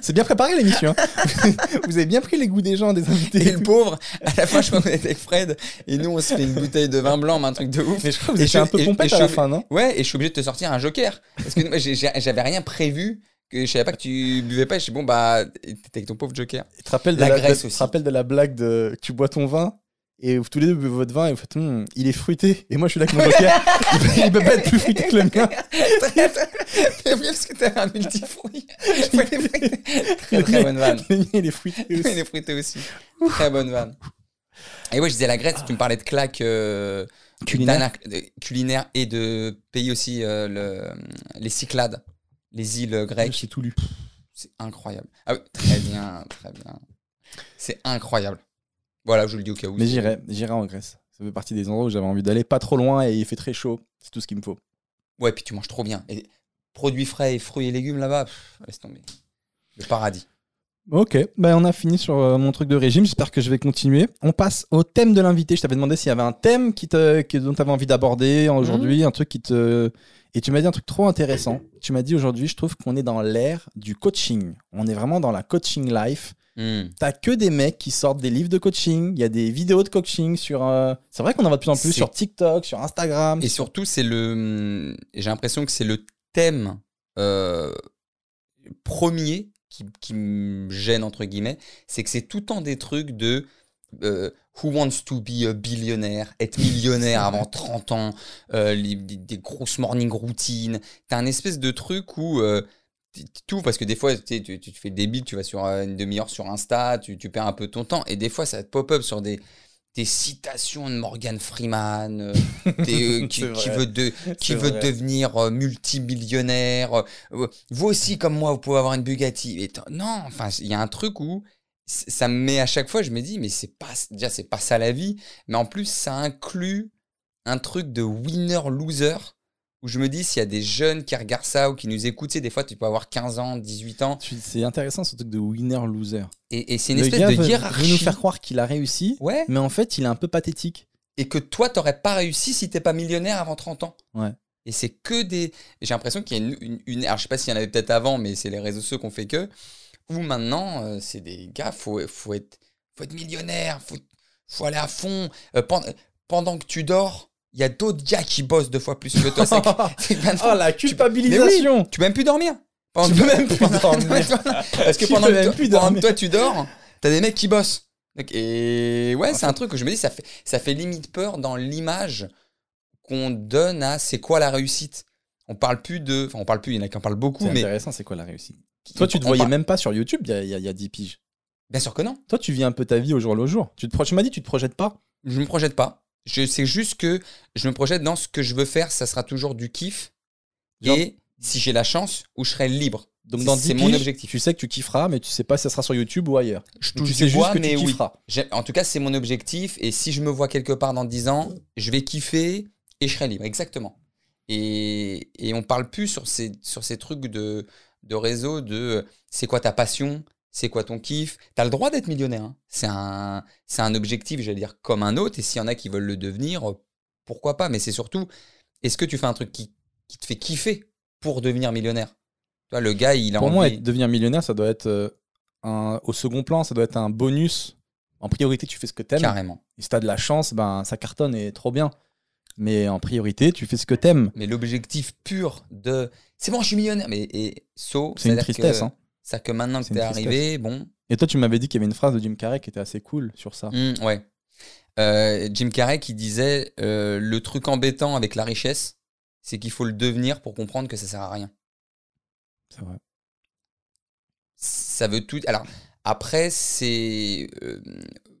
S1: C'est bien préparé l'émission. hein. Vous avez bien pris les goûts des gens, des
S2: et
S1: invités.
S2: le pauvre, à la fin, je crois qu'on était avec Fred et nous, on se fait une bouteille de vin blanc, mais un truc de ouf.
S1: Mais je crois que vous
S2: Et
S1: étiez
S2: je-
S1: un peu
S2: et-
S1: pompette
S2: et
S1: à la
S2: je-
S1: fin, non
S2: Ouais, et je suis obligé de te sortir un joker. Parce que moi, j'ai- j'ai- j'avais rien prévu. Que je savais pas que tu buvais pas. Je dis, bon, bah, t'étais avec ton pauvre joker.
S1: Tu te rappelles de
S2: La
S1: la,
S2: Grèce
S1: de- tu te
S2: aussi.
S1: rappelles de la blague de tu bois ton vin et tous les deux buvez votre vin et vous faites Hmm, il est fruité et moi je suis là avec mon joker. il, peut, il peut pas être plus fruité que le mien.
S2: T'as oublié parce que t'avais un multifruit. Ouais, les fruits. très très bonne vanne.
S1: Le mien il est fruité aussi.
S2: Les fruités aussi. Très bonne vanne. Et ouais, je disais la Grèce, tu me parlais de claques euh,
S1: Culinaire.
S2: d'ana- de- culinaire et de pays aussi, euh, le- les Cyclades, les îles grecques.
S1: J'ai tout lu.
S2: C'est incroyable. Ah oui, très bien, très bien. C'est incroyable. Voilà, je le dis au cas où.
S1: Mais j'irai, j'irai en Grèce. Ça fait partie des endroits où j'avais envie d'aller, pas trop loin et il fait très chaud. C'est tout ce qu'il me faut.
S2: Ouais, puis tu manges trop bien. Et produits frais et fruits et légumes là-bas, pff, laisse tomber. Le paradis.
S1: Ok, bah on a fini sur euh, mon truc de régime, j'espère que je vais continuer. On passe au thème de l'invité, je t'avais demandé s'il y avait un thème qui te, que- dont tu avais envie d'aborder aujourd'hui, un truc qui te... Et tu m'as dit un truc trop intéressant, tu m'as dit aujourd'hui je trouve qu'on est dans l'ère du coaching, on est vraiment dans la coaching life.
S2: Hmm.
S1: T'as que des mecs qui sortent des livres de coaching, il y a des vidéos de coaching sur... euh, C'est vrai qu'on en voit de plus en plus
S2: C'est-
S1: sur TikTok, sur Instagram.
S2: Et surtout, c'est le. J'ai l'impression que c'est le thème euh, premier qui, qui me gêne, entre guillemets. C'est que c'est tout le temps des trucs de. euh, Who wants to be a billionaire Être millionnaire avant 30 ans, euh, les- des, des grosses morning routines. T'as un espèce de truc où euh, t- t- tout, parce que des fois, tu, sais, tu, tu- tu fais le débile, tu vas sur euh, une demi-heure sur Insta, tu, tu perds un peu ton temps, et des fois, ça te pop-up sur des, des citations de Morgan Freeman, euh, des, euh, qui,
S1: C'est
S2: qui
S1: vrai.
S2: veut, de- qui
S1: C'est
S2: veut
S1: vrai.
S2: devenir euh, multimillionnaire. euh, euh, vous aussi, comme moi, vous pouvez avoir une Bugatti. Et t'en- non, enfin, il y a un truc où c- ça me met à chaque fois, je me dis, mais c'est pas, déjà, c'est pas ça la vie, mais en plus, ça inclut un truc de winner-loser où où je me dis s'il y a des jeunes qui regardent ça ou qui nous écoutent, tu sais, des fois tu peux avoir 15 ans, 18 ans,
S1: Tu- C'est intéressant ce truc de winner-loser.
S2: et, et c'est une
S1: le
S2: espèce
S1: gars
S2: de
S1: veut, veut
S2: hiérarchie.
S1: nous faire croire qu'il a réussi,
S2: Ouais,
S1: mais en fait, il est un peu pathétique.
S2: et que toi t'aurais pas réussi si t'es pas millionnaire avant 30 ans.
S1: Ouais.
S2: Et c'est que des. J'ai l'impression qu'il y a une, une, une- Alors je sais pas s'il y en avait peut-être avant, mais c'est les réseaux sociaux qu'on fait que. Ou maintenant, euh, c'est des gars, faut, faut, être, faut être millionnaire, faut, faut aller à fond. Euh, pen- pendant, que tu dors, il y a d'autres gars qui bossent deux fois plus que toi. C'est que- c'est que maintenant,
S1: Oh, la
S2: culpabilisation. tu peux même plus dormir. Pendant
S1: Tu
S2: que-
S1: peux même plus
S2: pendant-
S1: dormir.
S2: Parce que
S1: Tu
S2: pendant
S1: peux
S2: que,
S1: même
S2: toi-
S1: plus
S2: pendant que
S1: dormir.
S2: toi tu dors, t'as des mecs qui bossent. Donc, et ouais, c'est un truc que je me dis, ça fait, ça fait limite peur dans l'image qu'on donne à c'est quoi la réussite. On parle plus de. Enfin, on parle plus, il y en a qui en parlent beaucoup,
S1: C'est
S2: mais.
S1: intéressant, c'est quoi la réussite Toi, tu te
S2: on
S1: voyais
S2: parle-
S1: même pas sur YouTube il y a, il y a- il y a 10 piges.
S2: Bien sûr que non.
S1: Toi, tu vis un peu ta vie au jour le jour. Tu, te pro- tu m'as dit, tu te projettes pas
S2: Je me projette pas. Je sais juste que je me projette dans ce que je veux faire, ça sera toujours du kiff.
S1: Genre-
S2: Et si j'ai la chance, où je serai libre.
S1: Donc,
S2: C'est-
S1: dans 10
S2: c'est mon
S1: piges,
S2: objectif.
S1: tu sais que tu kifferas, mais tu sais pas si ça sera sur YouTube ou ailleurs.
S2: Je
S1: Donc,
S2: touche
S1: tu
S2: du
S1: sais juste
S2: bois,
S1: que
S2: mais
S1: tu
S2: oui.
S1: kifferas.
S2: J'ai- En tout cas, c'est mon objectif. Et si je me vois quelque part dans 10 ans, je vais kiffer et je serai libre. Exactement. Et, et on parle plus sur ces, sur ces trucs de, de réseau de euh, c'est quoi ta passion, c'est quoi ton kiff. Tu as le droit d'être millionnaire. hein. C'est un, c'est un objectif, j'allais dire, comme un autre. Et s'il y en a qui veulent le devenir, euh, pourquoi pas Mais c'est surtout, est-ce que tu fais un truc qui, qui te fait kiffer pour devenir millionnaire Tu vois, le gars, il a
S1: Pour moi,
S2: envie-
S1: être- devenir millionnaire, ça doit être euh, un- au second plan, ça doit être un bonus. En priorité, tu fais ce que t'aimes.
S2: carrément.
S1: Et si t'as de la chance, ben ça cartonne et trop bien. Mais en priorité, tu fais ce que t'aimes.
S2: Mais l'objectif pur de c'est bon, je suis millionnaire. Mais et, so,
S1: C'est une
S2: c'est-à-dire
S1: tristesse.
S2: que-
S1: hein.
S2: Ça que maintenant que
S1: C'est
S2: t'es
S1: une tristesse.
S2: arrivé, bon,
S1: Et toi, tu m'avais dit qu'il y avait une phrase de Jim Carrey qui était assez cool sur ça.
S2: hmm, ouais. Euh, Jim Carrey qui disait euh, le truc embêtant avec la richesse, c'est qu'il faut le devenir pour comprendre que ça sert à rien.
S1: C'est vrai.
S2: Ça veut tout. Alors après, c'est euh,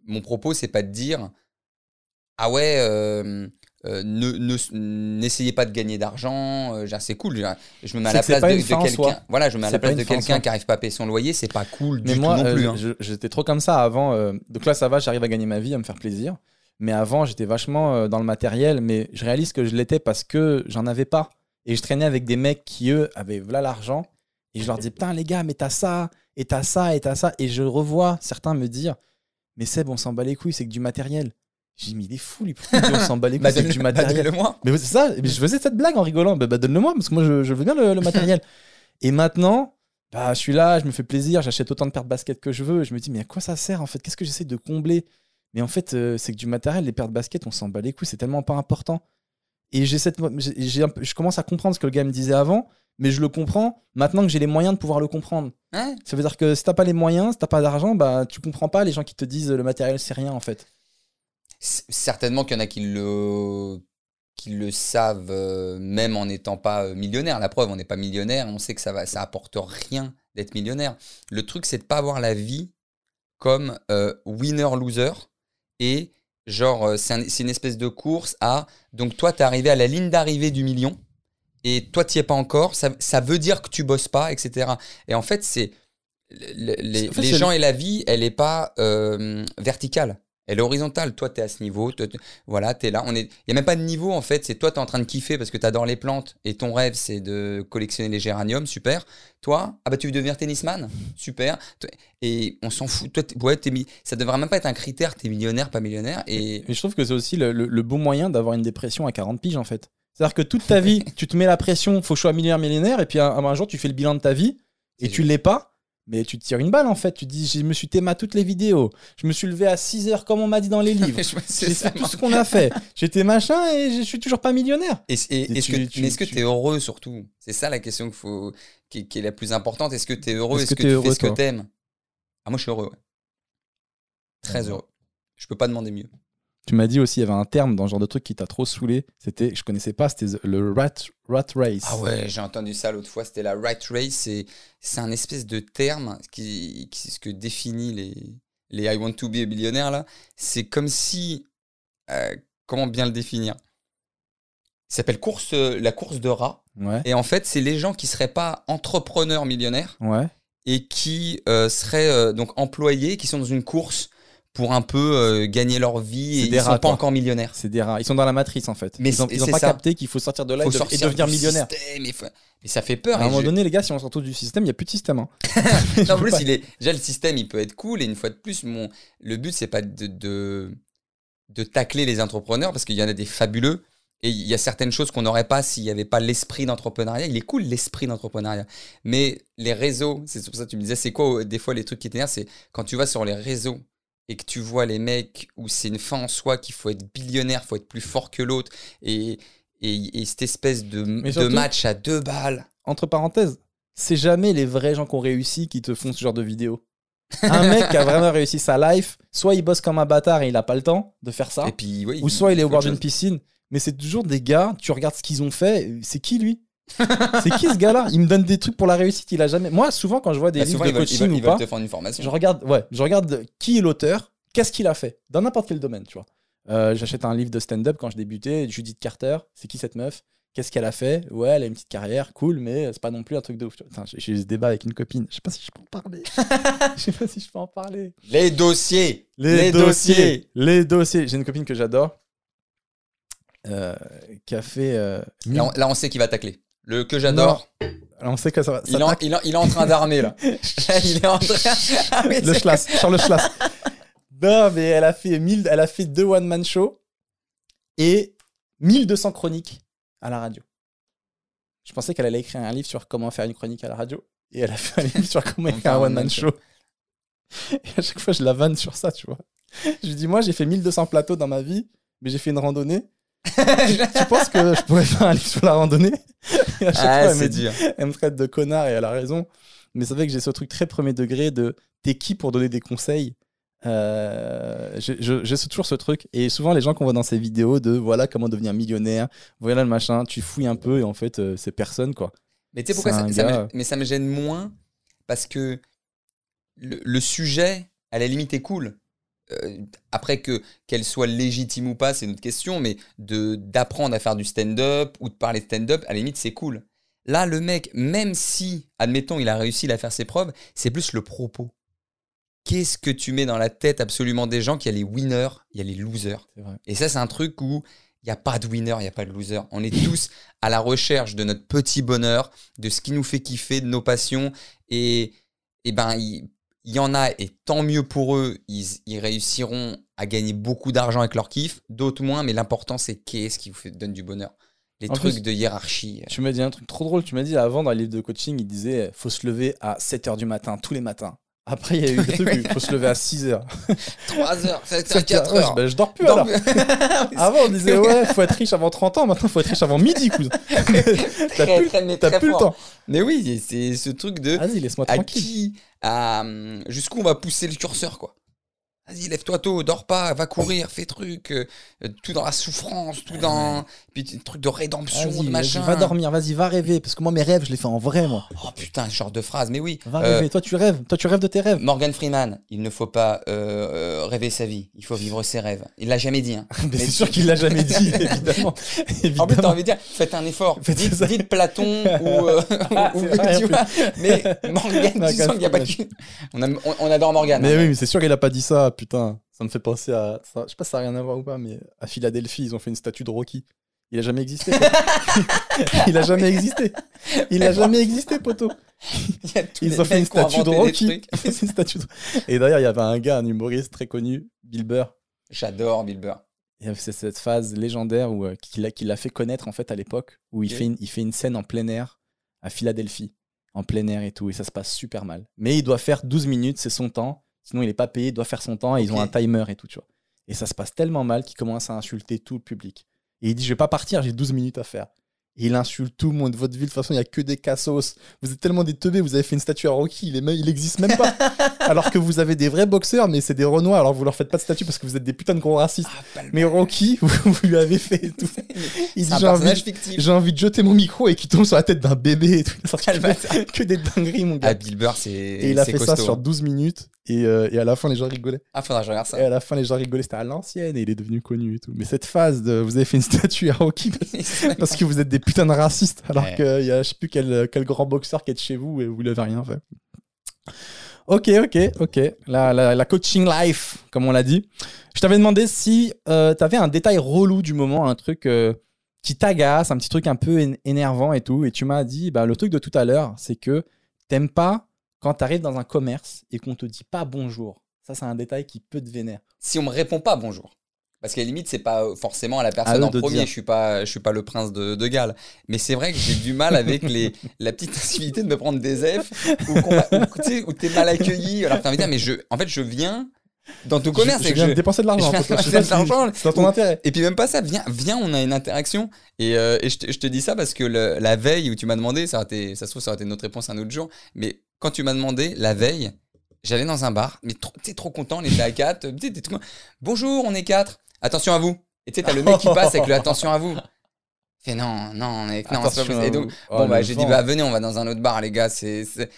S2: mon propos, c'est pas de dire ah ouais, euh, euh, ne- ne- n'essayez pas de gagner d'argent. euh, genre, c'est cool. genre, je me mets à
S1: C'est
S2: la
S1: que c'est
S2: place
S1: pas
S2: de,
S1: une
S2: de
S1: fin en soi.
S2: quelqu'un. Voilà, je me mets à
S1: C'est
S2: la
S1: pas
S2: place
S1: une
S2: de
S1: fin en
S2: quelqu'un
S1: soi.
S2: qui arrive pas à payer son loyer, c'est pas cool
S1: Mais
S2: du
S1: moi,
S2: tout non
S1: euh,
S2: plus. hein.
S1: je- j'étais trop comme ça avant. euh, donc là, ça va, j'arrive à gagner ma vie, à me faire plaisir. Mais avant, j'étais vachement euh, dans le matériel. Mais je réalise que je l'étais parce que j'en avais pas. Et je traînais avec des mecs qui, eux, avaient là l'argent. Et je leur dis, putain, les gars, mais t'as ça, et t'as ça, et t'as ça. Et je revois certains me dire, mais Seb, on s'en bat les couilles, c'est que du matériel. J'ai dit, mais il est fou, lui, pourquoi il dit on s'en bat les couilles, c'est
S2: Bah,
S1: que du matériel.
S2: le moi.
S1: Mais c'est ça, mais je faisais cette blague en rigolant. Bah, bah, donne-le-moi, parce que moi, je, je veux bien le, le matériel. et maintenant, bah, je suis là, je me fais plaisir, j'achète autant de paires de baskets que je veux. Je me dis, mais à quoi ça sert, en fait Qu'est-ce que j'essaie de combler Mais en fait, euh, c'est que du matériel, les paires de baskets, on s'en bat les couilles, c'est tellement pas important. Et j'ai cette, j'ai- j'ai un peu- je commence à comprendre ce que le gars me disait avant, mais je le comprends maintenant que j'ai les moyens de pouvoir le comprendre.
S2: Hein
S1: Ça veut dire que si t'as pas les moyens, si t'as pas d'argent, bah, tu comprends pas les gens qui te disent euh, le matériel, c'est rien, en fait.
S2: C- Certainement qu'il y en a qui le, qui le savent, euh, même en n'étant pas euh, millionnaire. La preuve, on n'est pas millionnaire, on sait que ça va, ça apporte rien d'être millionnaire. Le truc, c'est de pas avoir la vie comme euh, winner-loser et genre, euh, c'est un- c'est une espèce de course à. Donc, toi, t'es arrivé à la ligne d'arrivée du million et toi, t'y es pas encore. Ça, ça veut dire que tu bosses pas, etc. Et en fait, c'est. le- le- Les,
S1: En fait,
S2: les
S1: c'est-
S2: gens et la vie, elle n'est pas euh, verticale. Elle est horizontale. Toi, tu es à ce niveau. toi, t'es- voilà, tu es là. Il n'y a même pas de niveau, en fait. C'est toi, tu es en train de kiffer parce que tu adores les plantes et ton rêve, c'est de collectionner les géraniums. Super. Toi, ah bah, tu veux devenir tennisman Super. Toi- Et on s'en fout. Toi, t'es- ouais, t'es mi- ça devrait même pas être un critère. Tu es millionnaire, pas millionnaire. Et
S1: Et je trouve que c'est aussi le, le- le bon moyen d'avoir une dépression à 40 piges, en fait. C'est-à-dire que toute ta vie, tu te mets la pression, faut que je sois millionnaire, millionnaire, et puis un, un jour, tu fais le bilan de ta vie, et
S2: C'est
S1: tu l'es pas, mais tu te tires une balle, en fait. Tu te dis, je me suis téma toutes les vidéos, je me suis levé à 6 heures, comme on m'a dit dans les livres,
S2: Je vois, c'est
S1: j'ai
S2: ça,
S1: fait tout
S2: moi.
S1: ce qu'on a fait, j'étais machin, et je suis toujours pas millionnaire.
S2: Et- et-
S1: Et
S2: Est-ce
S1: tu-
S2: que
S1: tu-
S2: tu est-ce que
S1: tu-
S2: t'es heureux surtout C'est ça la question qu'il faut, qui, qui est la plus importante. Est-ce que tu es heureux
S1: Est-ce
S2: Est-ce
S1: que
S2: que,
S1: t'es
S2: tu
S1: heureux,
S2: fais ce que
S1: toi
S2: t'aimes Ah moi je suis heureux. ouais. Très heureux. Je peux pas demander mieux.
S1: Tu m'as dit aussi, il y avait un terme dans ce genre de truc qui t'a trop saoulé, c'était, je connaissais pas, c'était the- le rat, rat race.
S2: Ah ouais, j'ai entendu ça l'autre fois. C'était la right race. C'est c'est un espèce de terme qui, qui ce que définit les les I want to be a billionaire là. C'est comme si euh, comment bien le définir Ça s'appelle course euh, la course de rat.
S1: Ouais.
S2: Et en fait, c'est les gens qui seraient pas entrepreneurs millionnaires
S1: Ouais.
S2: et qui euh, seraient euh, donc employés, qui sont dans une course pour un peu euh, gagner leur vie et
S1: C'est
S2: ils
S1: des
S2: sont
S1: rats,
S2: pas
S1: quoi.
S2: encore millionnaires.
S1: C'est des rats. Ils sont dans la matrice en fait.
S2: Mais
S1: ils ont,
S2: c'est-
S1: ils ont
S2: c'est
S1: pas
S2: ça.
S1: capté qu'il faut sortir de là et, de- et devenir
S2: du
S1: millionnaire.
S2: système, il faut- Mais ça fait peur.
S1: À un
S2: et
S1: moment
S2: je-
S1: donné, les gars, si on sort tous du système, il n'y a plus de système. hein.
S2: Non, en plus, il est... déjà, le système, il peut être cool. Et une fois de plus, mon... le but, c'est pas de, de... de tacler les entrepreneurs parce qu'il y en a des fabuleux. Et il y a certaines choses qu'on n'aurait pas s'il n'y avait pas l'esprit d'entrepreneuriat. Il est cool l'esprit d'entrepreneuriat. Mais les réseaux, c'est pour ça que tu me disais, c'est quoi euh, des fois les trucs qui t'énervent C'est quand tu vas sur les réseaux et que tu vois les mecs où c'est une fin en soi, qu'il faut être billionnaire, faut être plus fort que l'autre. Et, et, et cette espèce de, de
S1: surtout-
S2: match à deux balles.
S1: Entre parenthèses, c'est jamais les vrais gens qui ont réussi qui te font ce genre de vidéo. Un mec qui a vraiment réussi sa life, soit il bosse comme un bâtard et il n'a pas le temps de faire ça,
S2: Et puis, oui,
S1: Hein ou soit il est au
S2: faut
S1: bord
S2: autre
S1: d'une
S2: chose.
S1: piscine. Mais c'est toujours des gars, tu regardes ce qu'ils ont fait, euh, c'est qui lui C'est qui ce gars-là Il me donne des trucs pour la réussite, il a jamais. Moi, souvent, quand je vois des
S2: Bah,
S1: livres
S2: souvent,
S1: de
S2: ils veulent, ils
S1: coaching
S2: veulent-
S1: ou
S2: ils veulent
S1: pas,
S2: te faire une formation.
S1: Je regarde, ouais, je regarde qui est l'auteur, qu'est-ce qu'il a fait, dans n'importe quel domaine, tu vois. Euh, J'achète un livre de stand-up quand je débutais, Judith Carter, c'est qui cette meuf Qu'est-ce qu'elle a fait Ouais, elle a une petite carrière, cool, mais c'est pas non plus un truc de ouf. tu vois. Putain, J'ai j'ai eu ce débat avec une copine, je sais pas si je peux en parler. Je sais pas si je peux en parler.
S2: Les dossiers.
S1: Les dossiers J'ai une copine que j'adore, euh, qui a fait. euh,
S2: Là, on, là, on sait qui va tacler. Le que j'adore.
S1: Alors, on sait que ça va. ça
S2: Il, est en- il, est en- il est en train d'armer là. Là, il est en train. Ah oui,
S1: le
S2: c'est-
S1: Schlass, Charles Schlass. non, mais elle a fait 1000, elle a fait deux one man show et 1200 chroniques à la radio. Je pensais qu'elle allait écrire un livre sur comment faire une chronique à la radio et elle a fait un livre sur comment
S2: Comment
S1: écrire un
S2: faire un
S1: one man show. Et à chaque fois, je la vanne sur ça, tu vois. Je lui dis, moi, j'ai fait 1200 plateaux dans ma vie, mais j'ai fait une randonnée. tu penses que je pourrais faire un livre sur la randonnée Et à chaque fois,
S2: Ah,
S1: elle me
S2: c'est
S1: dit-
S2: dur.
S1: elle me traite de connard et elle a raison. Mais c'est vrai que j'ai ce truc très premier degré de t'es qui pour donner des conseils Euh, J'ai je- j'ai ce- toujours ce truc. Et souvent, les gens qu'on voit dans ces vidéos de voilà comment devenir millionnaire, voilà le machin, tu fouilles un peu et en fait, euh, c'est personne quoi.
S2: Mais tu sais pourquoi
S1: C'est
S2: ça,
S1: un
S2: ça me-
S1: gars.
S2: Mais ça me gêne moins parce que le, le sujet, à la limite, est cool. Euh, après que qu'elle soit légitime ou pas, c'est une autre question, mais de d'apprendre à faire du stand-up ou de parler de stand-up, à la limite, c'est cool. Là, le mec, même si, admettons, il a réussi à faire ses preuves, c'est plus le propos. Qu'est-ce que tu mets dans la tête absolument des gens qu'il y a les winners, il y a les losers
S1: C'est vrai.
S2: et ça, c'est un truc où il n'y a pas de winner, il n'y a pas de loser. On est tous à la recherche de notre petit bonheur, de ce qui nous fait kiffer, de nos passions. Et, et ben, il il y, en a, et tant mieux pour eux, ils, ils réussiront à gagner beaucoup d'argent avec leur kiff, d'autres moins, mais l'important, c'est qu'est-ce qui vous fait, donne du bonheur. Les
S1: En
S2: trucs
S1: plus-
S2: de hiérarchie.
S1: Tu m'as dit un truc trop drôle. Tu m'as dit avant dans les livres de coaching, il disait faut se lever à 7 h du matin tous les matins. Après, il y a eu le truc il faut se lever à 6 h
S2: 3 heures, 7 heures,
S1: 7
S2: 4 heures.
S1: ben, je dors plus
S2: Dans-
S1: alors. Avant, on disait ouais, faut être riche avant 30 ans. Maintenant, faut être riche avant midi. cousin. T'as
S2: Très,
S1: plus,
S2: très, mais
S1: t'as
S2: très
S1: plus le
S2: fort.
S1: temps.
S2: Mais oui, c'est ce truc de.
S1: Vas-y, laisse-moi
S2: à
S1: tranquille.
S2: qui à, hum, jusqu'où on va pousser le curseur quoi vas-y lève-toi tôt dors pas va courir fais truc euh, euh, tout dans la souffrance tout dans puis t- truc de rédemption
S1: Vas-y,
S2: de
S1: vas-y,
S2: machin
S1: Va dormir, vas-y, va rêver. Parce que moi, mes rêves, je les fais en vrai, moi.
S2: oh putain ce genre de phrase mais oui
S1: Va
S2: Euh,
S1: rêver. Toi, tu rêves. Toi, tu rêves de tes rêves.
S2: Morgan Freeman il ne faut pas euh, euh, rêver sa vie il faut vivre ses rêves il l'a jamais dit hein.
S1: Mais c'est
S2: tu-
S1: sûr qu'il l'a jamais dit, évidemment.
S2: en plus t'as
S1: évidemment.
S2: envie de dire faites un effort
S1: Faites
S2: dites,
S1: ça. Ah,
S2: dites Platon ou, euh, ou-
S1: c'est vrai,
S2: tu
S1: en
S2: vois. mais Morgan tu
S1: Morgan
S2: sens qu'il y a pas que- on, aime- on- on adore Morgan
S1: Mais
S2: hein.
S1: oui, mais c'est sûr qu'il a pas dit ça, putain. Ça me fait penser à. ça- Je sais pas si ça a rien à voir ou pas, mais à Philadelphie, ils ont fait une statue de Rocky. Il a jamais existé. quoi. il a jamais existé. Il a jamais existé, poteau.
S2: Il y a tous les
S1: Ils ont fait une
S2: mecs qui ont
S1: statue de
S2: inventé des
S1: Rocky.
S2: trucs.
S1: Ils ont fait une statue de- Et d'ailleurs, il y avait un gars, un humoriste très connu, Bill Burr.
S2: j'adore Bill Burr
S1: Et euh, C'est cette phase légendaire où, euh, qui l'a- qui l'a fait connaître en fait à l'époque, où il,
S2: Ok.
S1: fait une, il fait une scène en plein air à Philadelphie, en plein air et tout, et ça se passe super mal. Mais il doit faire 12 minutes, c'est son temps, sinon il n'est pas payé, il doit faire son temps, et ils
S2: Ok.
S1: ont un timer et tout, tu vois. Et ça se passe tellement mal qu'il commence à insulter tout le public. Et il dit, je vais pas partir, j'ai 12 minutes à faire. Et il insulte tout le monde, votre ville, de toute façon, il n'y a que des cassos, vous êtes tellement des teubés, vous avez fait une statue à Rocky, il, est me- il existe même pas. alors que vous avez des vrais boxeurs, mais c'est des renois, alors vous leur faites pas de statue parce que vous êtes des putains de gros racistes.
S2: Ah, pas le-
S1: Mais Rocky, vous, vous lui avez fait et tout. Il
S2: C'est
S1: dit
S2: un
S1: j'ai envie,
S2: personnage fictif.
S1: j'ai envie de jeter mon micro et qui tombe sur la tête d'un bébé et tout. Il a sorti
S2: Quel
S1: que, que des dingueries, mon gars.
S2: Ah, Bill Burr, c'est
S1: et il a
S2: c'est
S1: fait
S2: costaud. hein.
S1: ça sur 12 minutes et, euh, et à la fin, les gens rigolaient.
S2: Ah, faudra que je regarde
S1: Et
S2: ça.
S1: à la fin, les gens rigolaient. C'était à l'ancienne et il est devenu connu et tout. Mais cette phase de vous avez fait une statue à Rocky parce- parce que vous êtes des putains de racistes alors
S2: Ouais.
S1: qu'il y a je sais plus quel, quel grand boxeur qui est de chez vous et vous l'avez rien fait. Ok, ok, ok. La, la, la coaching life, comme on l'a dit. Je t'avais demandé si euh, t'avais un détail relou du moment, un truc euh, qui t'agace, un petit truc un peu é- énervant et tout. Et tu m'as dit, bah, le truc de tout à l'heure, c'est que t'aimes pas quand t'arrives dans un commerce et qu'on te dit pas bonjour. Ça, c'est un détail qui peut te vénère.
S2: Si on me répond pas bonjour. Parce qu'à la limite, c'est pas euh, forcément à la personne
S1: eux
S2: en
S1: de
S2: premier.
S1: dire.
S2: Je suis pas, je suis pas le prince de, de Galles. Mais c'est vrai que j'ai du mal avec les, la petite incivilité de me prendre des F ou qu'on m'a- ou, tu sais, ou t'es mal accueilli. Alors que t'as envie de dire, mais je, en fait, je viens dans ton commerce
S1: je, je
S2: et que
S1: viens de
S2: je,
S1: dépenser de l'argent.
S2: je viens
S1: parce que
S2: de
S1: je sais
S2: dépenser de
S1: pas si-
S2: l'argent.
S1: C'est dans ton intérêt.
S2: Et puis même pas ça, viens, viens on a une interaction. Et, euh, et je, te, je te dis ça parce que le- la veille où tu m'as demandé, ça, aurait été, ça se trouve, ça aurait été notre réponse un autre jour, mais quand tu m'as demandé, la veille, j'allais dans un bar, mais trop- t'es trop content, on était à 4, t'es, t'es tout con- bonjour, on est 4, attention à vous. Et tu sais, t'as le mec qui passe avec le attention à vous. Fais non, non, mec, non, c'est pas
S1: Attention
S2: possible.
S1: à
S2: Et donc,
S1: vous. Oh,
S2: bon, bah,
S1: le
S2: j'ai
S1: vent.
S2: dit, bah, venez, on va dans un autre bar, les gars. C'est, c'est-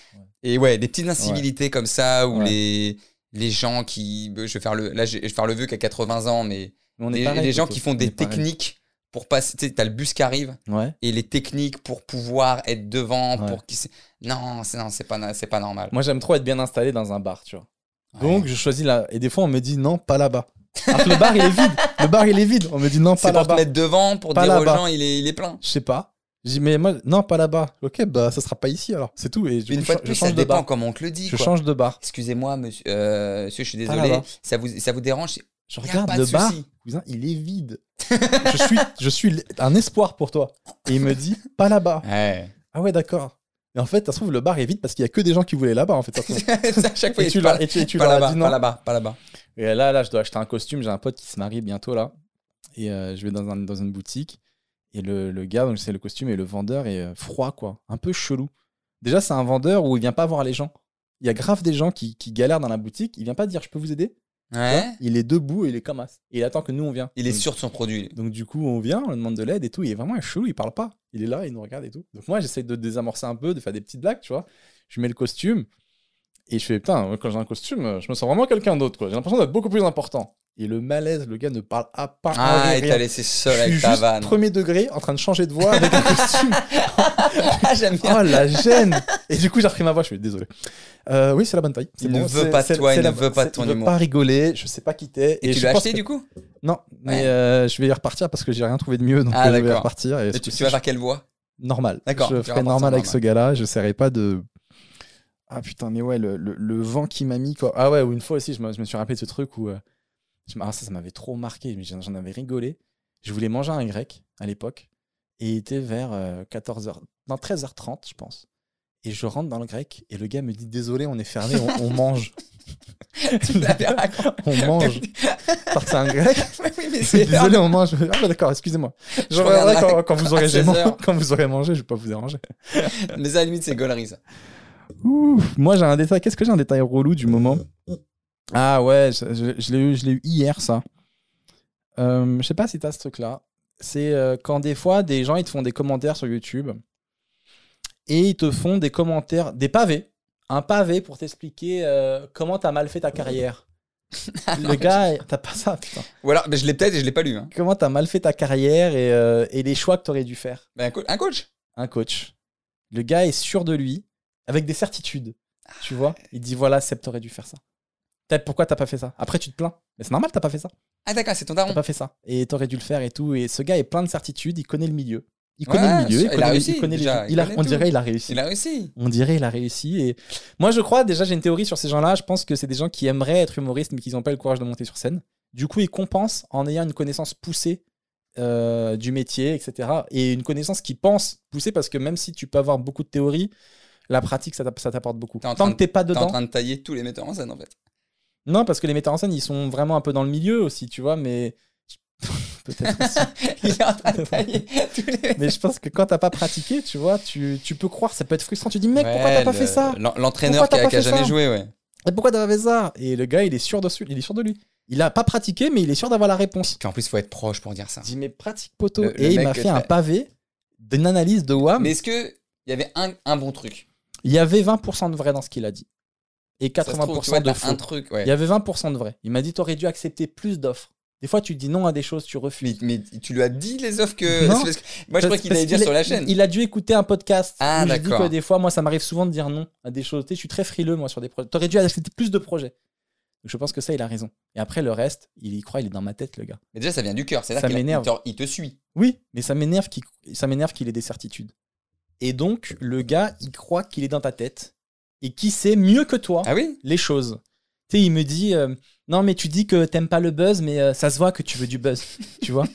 S2: Et ouais, des petites incivilités comme ça, où
S1: Ouais.
S2: les, les gens qui. bah, Je vais faire le, là, je je vais faire le vieux qui a 80 ans, mais
S1: Mais on est
S2: des,
S1: pareil,
S2: des gens
S1: plutôt.
S2: qui font
S1: On
S2: des
S1: est pareil.
S2: techniques pour passer. Tu sais, t'as le bus qui arrive
S1: Ouais.
S2: et les techniques pour pouvoir être devant.
S1: Ouais.
S2: pour qu'ils se- Non, c'est, non, c'est pas, na- c'est pas normal.
S1: Moi, j'aime trop être bien installé dans un bar, tu vois.
S2: Ouais.
S1: Donc, je choisis là. Et des fois, on me dit non, pas là-bas. Alors que le bar, il est vide. Le bar, il est vide. On me dit non, pas
S2: c'est pour te
S1: là-bas.
S2: mettre devant, pour
S1: Pas
S2: dire aux
S1: là-bas.
S2: gens, il est, il est plein.
S1: Je sais pas. Je dis, mais moi, non, pas là-bas. Ok, bah, ça sera pas ici alors. C'est tout. Et du
S2: Une
S1: coup,
S2: fois
S1: je,
S2: de
S1: je
S2: plus, ça
S1: change de
S2: dépend
S1: bar.
S2: comment on te le dit.
S1: Je
S2: quoi.
S1: change de bar.
S2: Excusez-moi, monsieur, euh, monsieur, je suis
S1: Pas
S2: désolé.
S1: là-bas.
S2: Ça vous, ça vous dérange
S1: Je
S2: Y a
S1: regarde
S2: pas
S1: le
S2: de
S1: bar.
S2: souci.
S1: Cousin, il est vide. je suis, je suis l- un espoir pour toi. Et il me dit, pas là-bas.
S2: Ouais.
S1: Ah ouais, d'accord. Et en fait, ça se trouve, le bar est vide parce qu'il y a que des gens qui voulaient là-bas, en fait. ça se trouve.
S2: à chaque fois,
S1: Et
S2: il
S1: tu
S2: est pas
S1: leur- et tu- et tu
S2: pas
S1: leur as
S2: là-bas,
S1: dit
S2: pas
S1: non.
S2: là-bas, pas là-bas.
S1: Et là, là, je dois acheter un costume. J'ai un pote qui se marie bientôt là. Et euh, je vais dans, un- dans une boutique. Et le, le gars, donc c'est le costume et le vendeur est euh, froid, quoi. Un peu chelou. Déjà, c'est un vendeur où il vient pas voir les gens. Il y a grave des gens qui, qui galèrent dans la boutique. Il vient pas dire je peux vous aider.
S2: Ouais.
S1: Il est debout et il est comme as. Et il attend que nous on vienne.
S2: Il est
S1: donc,
S2: sûr de son produit.
S1: donc du coup, on vient, on lui demande de l'aide et tout. Il est vraiment chelou, il parle pas. Il est là, il nous regarde et tout. Donc moi, j'essaie de désamorcer un peu, de faire des petites blagues, tu vois. Je mets le costume et je fais putain, quand j'ai un costume, je me sens vraiment quelqu'un d'autre, quoi. J'ai l'impression d'être beaucoup plus important. Et le malaise, le gars ne parle à pas un
S2: Ah, et
S1: rire.
S2: t'as laissé
S1: Je
S2: seul
S1: suis
S2: avec ta
S1: juste
S2: vanne.
S1: premier degré en train de changer de voix avec un costume.
S2: Ah, j'aime bien.
S1: Oh la gêne Et du coup, j'ai repris ma voix, je suis désolé. Euh, oui, c'est la bonne taille. C'est
S2: Il ne
S1: bon,
S2: veut
S1: c'est-
S2: pas de
S1: c'est-
S2: toi, il
S1: c'est
S2: ne
S1: la-
S2: veut pas de
S1: c'est-
S2: ton
S1: il veut
S2: humour.
S1: pas rigoler, je sais pas quitter.
S2: Et tu
S1: je
S2: l'as
S1: pense
S2: acheté
S1: que-
S2: du coup
S1: Non, mais
S2: Ouais.
S1: euh, je vais y repartir parce que j'ai rien trouvé de mieux, donc
S2: Ah,
S1: euh, je vais
S2: d'accord.
S1: repartir. Et
S2: Et
S1: ce
S2: tu,
S1: coup-ci,
S2: tu vas
S1: je-
S2: vers quelle voie
S1: normal.
S2: D'accord,
S1: Je
S2: tu
S1: ferai
S2: vas
S1: normal
S2: repartir
S1: avec
S2: normal.
S1: ce gars-là, je serai pas de. Ah putain, mais ouais, le, le- le vent qui m'a mis quoi. Ah ouais, ou une fois aussi, je me, je me suis rappelé de ce truc où. euh, je me- ah, ça, ça m'avait trop marqué, mais j'en j'en avais rigolé. Je voulais manger un grec à l'époque et il était vers 14h. Non, 13h30, je pense. Et je rentre dans le grec et le gars me dit Désolé, on est fermé, on, on mange.
S2: Tu l'avais raconté.
S1: on mange. Parce que c'est un grec.
S2: Oui, mais
S1: Je suis
S2: c'est énorme.
S1: Désolé, on mange. Ah bah d'accord, excusez-moi. Je,
S2: Je
S1: reviendrai
S2: reviendrai
S1: quand, quand vous
S2: à
S1: aurez
S2: 16
S1: mangé,
S2: heures.
S1: quand vous aurez mangé, je vais pas vous déranger.
S2: Mais à la limite, c'est gaulerie ça.
S1: Ouf, moi j'ai un détail. Qu'est-ce que j'ai un détail relou du moment Ah ouais, je, je- je l'ai eu, je l'ai eu hier ça. Euh, je sais pas si t'as ce truc-là. C'est euh, quand des fois des gens ils te font des commentaires sur YouTube et ils te font des commentaires, des pavés, un pavé pour t'expliquer euh, comment t'as mal fait ta carrière. Le gars, t'as pas ça, putain.
S2: Ou alors, mais je l'ai peut-être et je l'ai pas lu. hein.
S1: Comment t'as mal fait ta carrière et, euh, et les choix que t'aurais dû faire.
S2: Mais Bah, un, co- un coach
S1: un coach. Le gars est sûr de lui, avec des certitudes.
S2: Ah
S1: Tu vois Il dit voilà, Seb, t'aurais dû faire ça. Peut-être pourquoi t'as pas fait ça Après, tu te plains. Mais c'est normal, t'as pas fait ça.
S2: Ah, d'accord, c'est ton
S1: T'as
S2: daron.
S1: pas fait ça. Et t'aurais dû le faire et tout. Et ce gars est plein de certitudes, il connaît le milieu. Il connaît
S2: Ouais,
S1: le milieu,
S2: il a
S1: connaît, les-
S2: réussi,
S1: connaît les
S2: déjà,
S1: gens.
S2: il
S1: Il a-
S2: connaît
S1: on
S2: tout.
S1: dirait il a réussi.
S2: Il a réussi.
S1: On dirait il a réussi. Et moi, je crois, déjà, j'ai une théorie sur ces gens-là. Je pense que c'est des gens qui aimeraient être humoristes, mais qui n'ont pas le courage de monter sur scène. Du coup, ils compensent en ayant une connaissance poussée euh, du métier, etc. Et une connaissance qui pense poussée, parce que même si tu peux avoir beaucoup de théories, la pratique, ça t'app- ça t'apporte beaucoup.
S2: T'es en
S1: Tant
S2: train
S1: que t'es pas
S2: T'es en
S1: dedans.
S2: train de tailler tous les metteurs en scène en fait.
S1: Non, parce que les metteurs en scène, ils sont vraiment un peu dans le milieu aussi, tu vois, mais. Peut-être aussi.
S2: Il est en train de tailler tous les.
S1: mais je pense que quand t'as pas pratiqué, tu vois, tu, tu peux croire, ça peut être frustrant. Tu dis, mec, pourquoi t'as
S2: Ouais,
S1: pas
S2: le-
S1: fait ça
S2: l'en- L'entraîneur
S1: Pourquoi t'as
S2: qui a,
S1: pas
S2: qui a
S1: fait
S2: jamais
S1: ça
S2: joué, ouais.
S1: Et pourquoi t'as fait ça Et le gars, il est sûr de, su- il est sûr de lui. Il a pas pratiqué, mais il est sûr d'avoir la réponse.
S2: Puis en plus, faut être proche pour dire ça.
S1: Je dis, mais pratique, poteau.
S2: Le- le
S1: et il
S2: mec
S1: m'a
S2: que
S1: fait un
S2: t'as-
S1: pavé d'une analyse de WAM.
S2: Mais est-ce que il y avait un, un bon truc
S1: Il y avait 20% de vrai dans ce qu'il a dit. Et
S2: Ça se trouve, tu vois,
S1: 80% de
S2: t'as
S1: faux.
S2: Un truc, ouais.
S1: Il y avait 20% de vrai. Il m'a dit, t'aurais dû accepter plus d'offres. Des fois, tu dis non à des choses, tu
S2: Mais,
S1: refuses.
S2: mais tu lui as dit les offres que.
S1: Non.
S2: c'est parce que- Moi, je crois
S1: Parce-
S2: qu'il
S1: parce
S2: allait dire
S1: a-
S2: sur la chaîne.
S1: Il a dû écouter un podcast.
S2: Ah,
S1: où je dis
S2: d'accord.
S1: que des fois, moi, ça m'arrive souvent de dire non à des choses. Tu sais, je suis très frileux, moi, sur des projets. T'aurais dû acheter plus de projets. Donc, je pense que ça, il a raison. Et après, le reste, il y croit, il est dans ma tête, le gars.
S2: Mais déjà, ça vient du cœur. C'est-à-dire
S1: Ça
S2: qu'il a-
S1: m'énerve.
S2: il te- Il te suit.
S1: Oui, mais ça m'énerve qu'il ça m'énerve qu'il ait des certitudes. Et donc, le gars, il croit qu'il est dans ta tête et qui sait mieux que toi
S2: Ah oui
S1: les choses. Tu sais, il me dit euh, non mais tu dis que t'aimes pas le buzz, mais euh, ça se voit que tu veux du buzz, tu vois.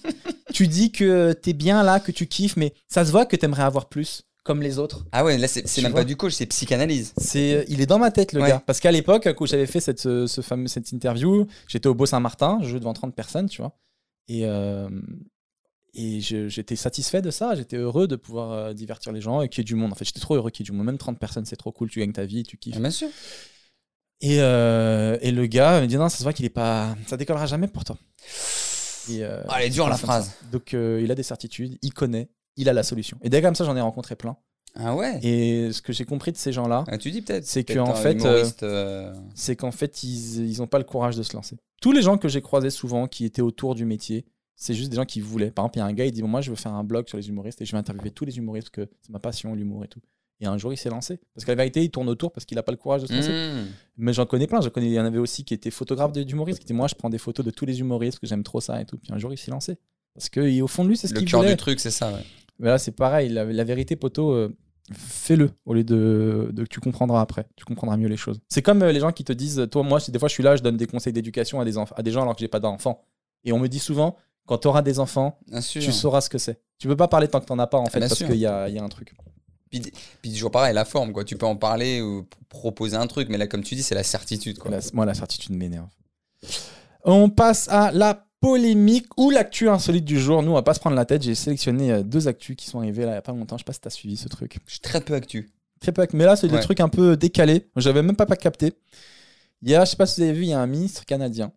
S1: tu dis que t'es bien là, que tu kiffes, mais ça se voit que t'aimerais avoir plus, comme les autres.
S2: Ah ouais, là, c'est c'est
S1: Tu
S2: même
S1: vois
S2: pas du coach, c'est psychanalyse.
S1: C'est, euh, il est dans ma tête le
S2: Ouais.
S1: gars, parce qu'à l'époque quand j'avais fait cette, euh, ce fameux, cette interview, j'étais au Beau Saint-Martin, je jouais devant 30 personnes, tu vois, et euh, et je- j'étais satisfait de ça, j'étais heureux de pouvoir euh, divertir les gens et qu'il y ait du monde. En fait, j'étais trop heureux qu'il y ait du monde, même 30 personnes, c'est trop cool, tu gagnes ta vie, tu kiffes.
S2: Ah, Bien sûr.
S1: Et, euh, et le gars me dit non, ça se voit qu'il est pas, ça décollera jamais pour toi. Et, euh,
S2: Ah, elle est dure la phrase.
S1: donc euh, il a des certitudes, il connaît, il a la solution. Et des gars comme ça, j'en ai rencontré plein.
S2: Ah ouais
S1: Et ce que j'ai compris de ces gens-là,
S2: Ah, Tu dis peut-être.
S1: C'est que,
S2: peut-être
S1: en
S2: un
S1: fait,
S2: humoriste, euh,
S1: c'est qu'en fait ils ils ont pas le courage de se lancer. Tous les gens que j'ai croisés souvent, qui étaient autour du métier, c'est juste des gens qui voulaient. Par exemple, il y a un gars, il dit bon, moi je veux faire un blog sur les humoristes et je vais interviewer tous les humoristes parce que c'est ma passion l'humour et tout. Et un jour, il s'est lancé. Parce que la vérité, il tourne autour parce qu'il n'a pas le courage de se lancer.
S2: hmm.
S1: Mais j'en connais plein. J'en connais, il y en avait aussi qui étaient photographes de- d'humoristes, qui disaient Moi, je prends des photos de tous les humoristes, parce que j'aime trop ça et tout. Puis un jour, il s'est lancé. Parce que il- au fond de lui, c'est ce
S2: Le
S1: qu'il
S2: cœur
S1: voulait.
S2: du truc, c'est ça. ouais.
S1: Mais là, c'est pareil. La, la vérité, poteau, euh, fais-le au lieu de, de. Tu comprendras après. Tu comprendras mieux les choses. C'est comme euh, les gens qui te disent Toi, moi, c'est- des fois, je suis là, je donne des conseils d'éducation à des, enf- à des gens alors que j'ai pas d'enfants. Et on me dit souvent Quand tu auras des enfants,
S2: Bien sûr.
S1: tu sauras ce que c'est. Tu peux pas parler tant que t'en as pas, en fait,
S2: hein. Ah, bien
S1: parce
S2: sûr.
S1: qu'il y a, il y a un truc.
S2: Puis toujours pareil, la forme, quoi. Tu peux en parler ou p- proposer un truc, mais là, comme tu dis, c'est la certitude, quoi.
S1: La- moi, la certitude m'énerve. On passe à la polémique ou l'actu insolite du jour. Nous, on va pas se prendre la tête. J'ai sélectionné euh, deux actus qui sont arrivées là il y a pas longtemps. Je sais pas si t'as suivi ce truc.
S2: Je suis très peu actu.
S1: Très peu, mais là, c'est des
S2: Ouais.
S1: trucs un peu décalés. J'avais même pas, pas capté. Il y a, je sais pas si vous avez vu, il y a un ministre canadien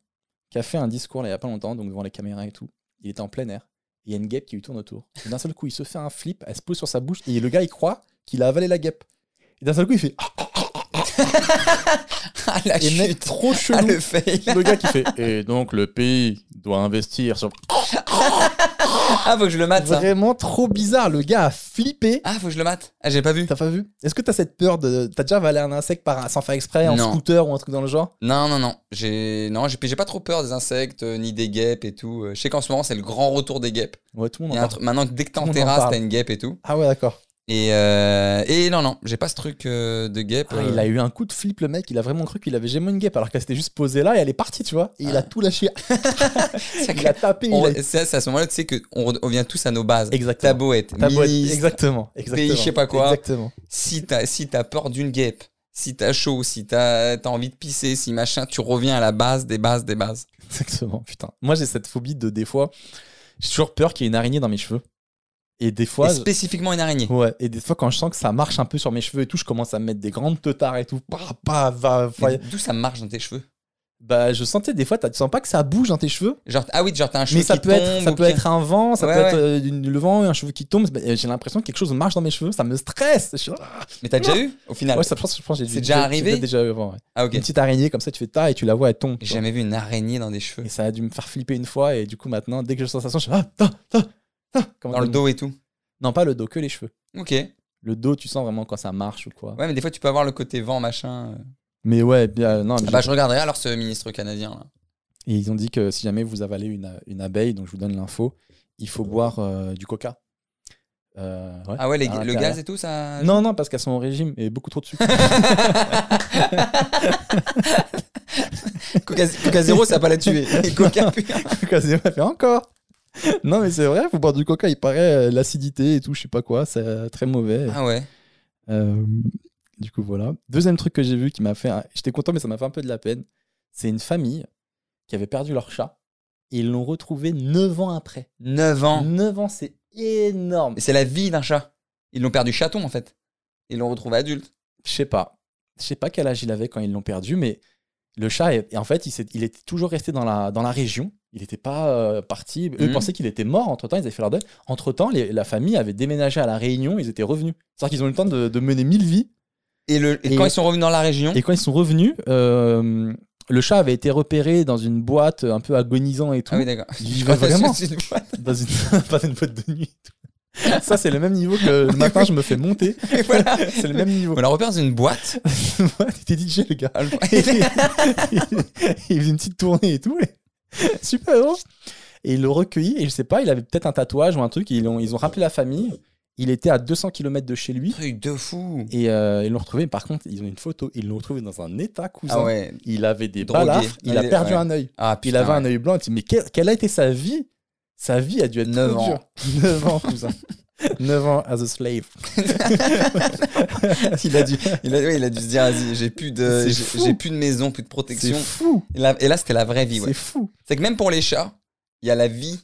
S1: qui a fait un discours là, il y a pas longtemps, donc devant les caméras et tout. Il était en plein air. Il y a une guêpe qui lui tourne autour. Et D'un seul coup, il se fait un flip, elle se pose sur sa bouche et le gars, il croit qu'il a avalé la guêpe. Et d'un seul coup, il fait ah,
S2: Ah, la
S1: et mec,
S2: chute.
S1: trop
S2: Ah,
S1: chelou.
S2: le fail.
S1: Le gars qui fait Et donc le pays doit investir sur.
S2: Ah, faut que je le mate, ça.
S1: Vraiment trop bizarre. Le gars a flippé.
S2: Ah, faut que je le mate. Ah, j'ai pas vu.
S1: T'as pas vu Est-ce que t'as cette peur de. T'as déjà avalé un insecte par... sans faire exprès, en
S2: Non.
S1: scooter ou un truc dans le genre
S2: Non, non, non. J'ai non, j'ai j'ai pas trop peur des insectes, euh, ni des guêpes et tout. Euh, Je sais qu'en ce moment, c'est le grand retour des guêpes.
S1: Ouais, tout le
S2: Il
S1: monde
S2: y
S1: en
S2: a un
S1: parle.
S2: truc- Maintenant, dès que t'es
S1: On
S2: en
S1: en
S2: terrasse,
S1: parle.
S2: t'as une guêpe et tout.
S1: Ah ouais, d'accord.
S2: Et, euh, et non, non, j'ai pas ce truc euh, de guêpe.
S1: Ah,
S2: euh.
S1: il a eu un coup de flip, le mec. Il a vraiment cru qu'il avait jamais une guêpe alors qu'elle s'était juste posée là et elle est partie, tu vois. Et il a tout lâché.
S2: C'est
S1: Il a tapé.
S2: Ah. on-
S1: il a-
S2: c'est- c'est à ce moment-là, tu sais qu'on revient tous à nos bases. T'as
S1: Exactement.
S2: beau être
S1: T'as beau être-
S2: ministre,
S1: Exactement. Exactement.
S2: je sais pas quoi.
S1: Exactement.
S2: si t'as si t'as peur d'une guêpe, si t'as chaud, si t'as as envie de pisser, si machin, tu reviens à la base des bases des bases.
S1: Exactement, putain. Moi, j'ai cette phobie de des fois. J'ai toujours peur qu'il y ait une araignée dans mes cheveux. Et des fois.
S2: Et
S1: je-
S2: spécifiquement une araignée.
S1: Ouais, et des fois quand je sens que ça marche un peu sur mes cheveux et tout, je commence à me mettre des grandes teutards et tout. Bah, bah, va, va.
S2: Mais D'où ça marche dans tes cheveux
S1: Bah, je sentais des fois, t'as- tu sens pas que ça bouge dans tes cheveux,
S2: Genre ah oui, genre t'as un cheveu
S1: mais ça
S2: qui
S1: peut
S2: tombe
S1: être, ça
S2: ou
S1: peut
S2: qui-
S1: être un vent, ça
S2: Ouais,
S1: peut
S2: ouais.
S1: être euh, une- le vent, un cheveu qui tombe. Bah, J'ai l'impression que quelque chose marche dans mes cheveux, ça me stresse. Je suis là, ah.
S2: Mais t'as déjà eu au final
S1: Ouais, ça, je pense, je pense que j'ai
S2: C'est
S1: dû-
S2: déjà
S1: j'ai-
S2: arrivé
S1: j'ai déjà eu avant, ouais.
S2: Ah ok.
S1: Une petite araignée comme ça, tu fais ta et tu la vois, elle tombe.
S2: J'ai
S1: tu vois.
S2: jamais vu une araignée dans des cheveux.
S1: Et ça a dû me faire flipper une fois, et du coup maintenant, dès que j'ai sensation, je suis là, ah, ah, ah, ah. Comment
S2: Dans le
S1: dire
S2: dos et tout.
S1: Non, pas le dos, que les cheveux.
S2: Ok. Ouais,
S1: Le dos, tu sens vraiment quand ça marche ou quoi.
S2: mais des fois tu peux avoir le côté vent machin. euh.
S1: Mais ouais, bien, non, mais
S2: Ah bah je regarderai alors ce ministre canadien là.
S1: Et ils ont dit que si jamais vous avalez une, une abeille, donc je vous donne l'info, il faut boire euh, du coca. Euh, ouais.
S2: Ah ouais, les-
S1: À
S2: le
S1: l'intérieur.
S2: gaz et tout ça.
S1: Non, non, parce qu'elles sont au régime et beaucoup trop de sucre.
S2: Coca, Coca zéro, ça va pas la tuer. Et Coca pur.
S1: coca zéro, elle fait encore. Non, mais c'est vrai, il faut boire du coca, il paraît euh, l'acidité et tout, je sais pas quoi, c'est euh, très mauvais.
S2: Ah ouais.
S1: Euh, du coup, voilà. Deuxième truc que j'ai vu qui m'a fait. un- J'étais content, mais ça m'a fait un peu de la peine. C'est une famille qui avait perdu leur chat et ils l'ont retrouvé 9 ans après.
S2: 9 ans.
S1: 9 ans, c'est énorme.
S2: Mais C'est la vie d'un chat. Ils l'ont perdu chaton en fait. Ils l'ont retrouvé adulte.
S1: je sais pas. Je sais pas quel âge il avait quand ils l'ont perdu, mais le chat, est- et en fait, il, s'est- il était toujours resté dans la, dans la région. Il n'était pas euh, parti. Eux
S2: Mhm.
S1: pensaient qu'il était mort. Entre temps, ils avaient fait leur deuil. Entre temps, la famille avait déménagé à La Réunion. Ils étaient revenus. C'est-à-dire qu'ils ont eu le temps de, de mener mille vies.
S2: Et, le, et
S1: Et-
S2: quand ils sont revenus dans la région,
S1: Et quand ils sont revenus, euh, le chat avait été repéré dans une boîte un peu agonisant et tout.
S2: Ah oui, d'accord.
S1: Il vivait vraiment
S2: C'est une boîte.
S1: dans une, pas dans une boîte de nuit. et tout. Ça, c'est le même niveau que le matin, je me fais monter.
S2: Et voilà.
S1: C'est le même niveau.
S2: On la repère dans une boîte.
S1: Il était DJ, le gars.
S2: Ah, je-
S1: il, il faisait une petite tournée et tout. et- Super héros. Et ils l'ont recueilli. Et je sais pas, il avait peut-être un tatouage ou un truc. et Ils ont, ils ont rappelé la famille. Il était à 200 km de chez lui.
S2: Truc de fou.
S1: Et euh, ils l'ont retrouvé. Par contre, ils ont une photo. Ils l'ont retrouvé dans un état cousin.
S2: Ah ouais.
S1: Il avait des
S2: Drogué.
S1: balafres. Il a
S2: Ouais,
S1: perdu
S2: ouais.
S1: un œil.
S2: Ah,
S1: Puis il
S2: putain,
S1: avait un œil blanc. tu dis, Mais quelle, quelle a été sa vie Sa vie a dû être
S2: Neuf
S1: 9
S2: ans.
S1: ans. 9 ans, cousin. 9 ans as a slave. il a dû.
S2: Il a, ouais, il a dû se dire, vas-y, j'ai plus de,
S1: C'est
S2: j'ai
S1: fou.
S2: j'ai plus de maison, plus de
S1: C'est
S2: protection.
S1: fou.
S2: Et là, et là, c'était la vraie vie. ouais.
S1: C'est fou.
S2: C'est que même pour les chats, il y a la vie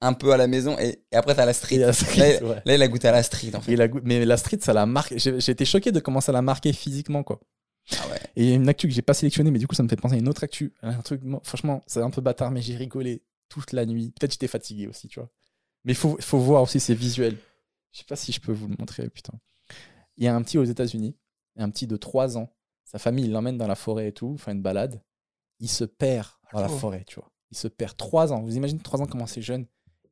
S2: un peu à la maison et, et après t'as la street.
S1: Et euh, la street, ouais.
S2: Là, il a goûté à la street en fait.
S1: Et la, gou- mais la street, ça l'a marqué. J'ai j'ai été choqué de comment ça l'a marqué physiquement, quoi.
S2: Ah ouais.
S1: Et il y a une actu que j'ai pas sélectionnée, mais du coup, ça me fait penser à une autre actu. Un truc, moi, franchement, c'est un peu bâtard, mais j'ai rigolé toute la nuit. Peut-être j'étais fatigué aussi, tu vois. Mais il faut, faut voir aussi, c'est visuel. Je sais pas si je peux vous le montrer, putain. Il y a un petit aux États-Unis, un petit de 3 ans. Sa famille, il l'emmène dans la forêt et tout, faire une balade. Il se perd dans la
S2: Oh.
S1: forêt, tu vois. Il se perd 3 ans. Vous imaginez 3 ans comment c'est jeune.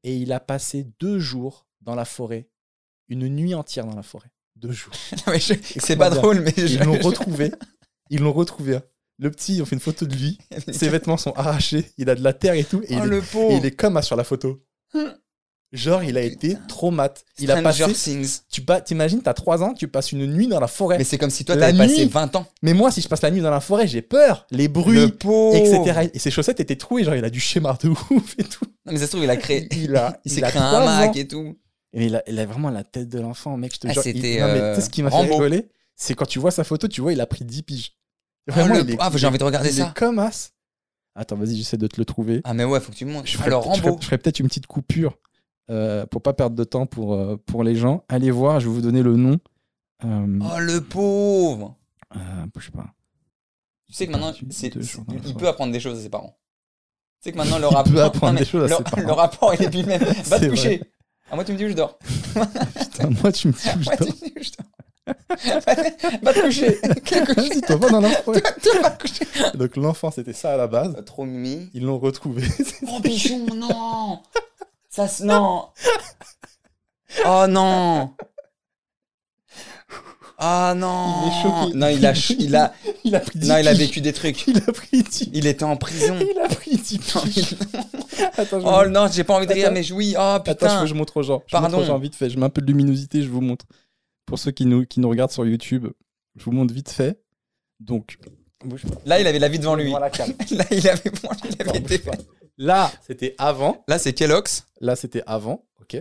S1: Et il a passé deux jours dans la forêt, une nuit entière dans la forêt. Deux jours.
S2: Non, mais je- C'est pas
S1: dire
S2: drôle, mais je-
S1: Ils l'ont retrouvé. Ils l'ont retrouvé. hein. Le petit, ils ont fait une photo de lui. Ses vêtements sont arrachés. Il a de la terre et tout. Et il,
S2: Oh,
S1: est,
S2: le
S1: et
S2: pauvre.
S1: il est comme ah, sur la photo.
S2: Hmm.
S1: Genre, il a été traumatisé. Il a
S2: Stranger
S1: passé.
S2: Things.
S1: Tu pas, t'imagines, t'as 3 ans, tu passes une nuit dans la forêt.
S2: Mais
S1: Mais,
S2: c'est comme si toi
S1: La
S2: t'avais passé
S1: nuit.
S2: 20 ans.
S1: moi, si je passe la nuit dans la forêt, j'ai peur. Les
S2: Le
S1: bruits,
S2: pauvre.
S1: etc. Et ses chaussettes étaient trouées. Genre, il a du schéma de ouf et tout.
S2: Non, mais ça se trouve, il a créé.
S1: Il a,
S2: Il s'est
S1: a
S2: créé un
S1: trois
S2: hamac
S1: ans. Ah,
S2: et tout.
S1: Mais il a, il a vraiment la tête de l'enfant, mec. Je te
S2: Ah,
S1: jure. Il-
S2: c'était,
S1: non, mais
S2: euh,
S1: tu sais ce qui m'a fait
S2: Rambo.
S1: rigoler, c'est quand tu vois sa photo, tu vois, il a pris 10 piges.
S2: Ah,
S1: Vraiment,
S2: le-
S1: il est-
S2: ah,
S1: il
S2: j'ai
S1: est-
S2: envie de regarder
S1: il
S2: ça.
S1: est comme as. Attends, vas-y, j'essaie de te le trouver.
S2: Ah, mais ouais, faut que tu me montres.
S1: Je ferai,
S2: Alors,
S1: peut-être- je ferai-
S2: Rambo.
S1: je ferai peut-être une petite coupure euh, pour pas perdre de temps pour, euh, pour les gens. Allez voir, je vais vous donner le nom. Euh,
S2: Oh, le pauvre.
S1: euh, je sais pas.
S2: Tu sais que maintenant,
S1: Perdu
S2: c'est-
S1: deux
S2: c'est-
S1: jours dans la
S2: il
S1: forêt.
S2: peut apprendre des choses à ses parents. Tu sais que maintenant, le
S1: Il
S2: rapport.
S1: peut apprendre
S2: Non, mais
S1: des choses à
S2: le-
S1: ses parents.
S2: Le rapport, il est plus le même. Va te
S1: C'est
S2: coucher. Ah, moi, tu me dis où je dors.
S1: Putain, moi, tu me dis où
S2: Moi,
S1: je
S2: tu
S1: dors.
S2: me dis où je dors. Va te coucher. Quel coucher
S1: Vas-y, t'en vas dans la forêt.
S2: Toi, va te coucher.
S1: Donc, l'enfant, c'était ça à la base.
S2: Euh, Trop mimi.
S1: Ils l'ont retrouvé.
S2: Oh, bichon, non Ça se... Non Oh non Ah non
S1: Il est choqué.
S2: Non, il a, ch- il a...
S1: il a pris 10
S2: Non, il a
S1: piges.
S2: vécu des trucs.
S1: Il a pris 10
S2: Il était en prison.
S1: Il a pris 10 piges. Attends, je
S2: Oh
S1: vous-
S2: non, j'ai pas envie de rire,
S1: Attends.
S2: mais je- oui, oh
S1: Attends, je,
S2: putain
S1: veux- je montre aux gens. Je
S2: Pardon.
S1: montre aux gens vite fait. Je mets un peu de luminosité, je vous montre. Pour ceux qui nous, qui nous regardent sur YouTube, je vous montre vite fait. Donc,
S2: Là, il avait la vie devant lui. Là, il avait... il avait été-
S1: là, c'était avant.
S2: Là, c'est Kellogg's.
S1: Là, c'était avant. OK.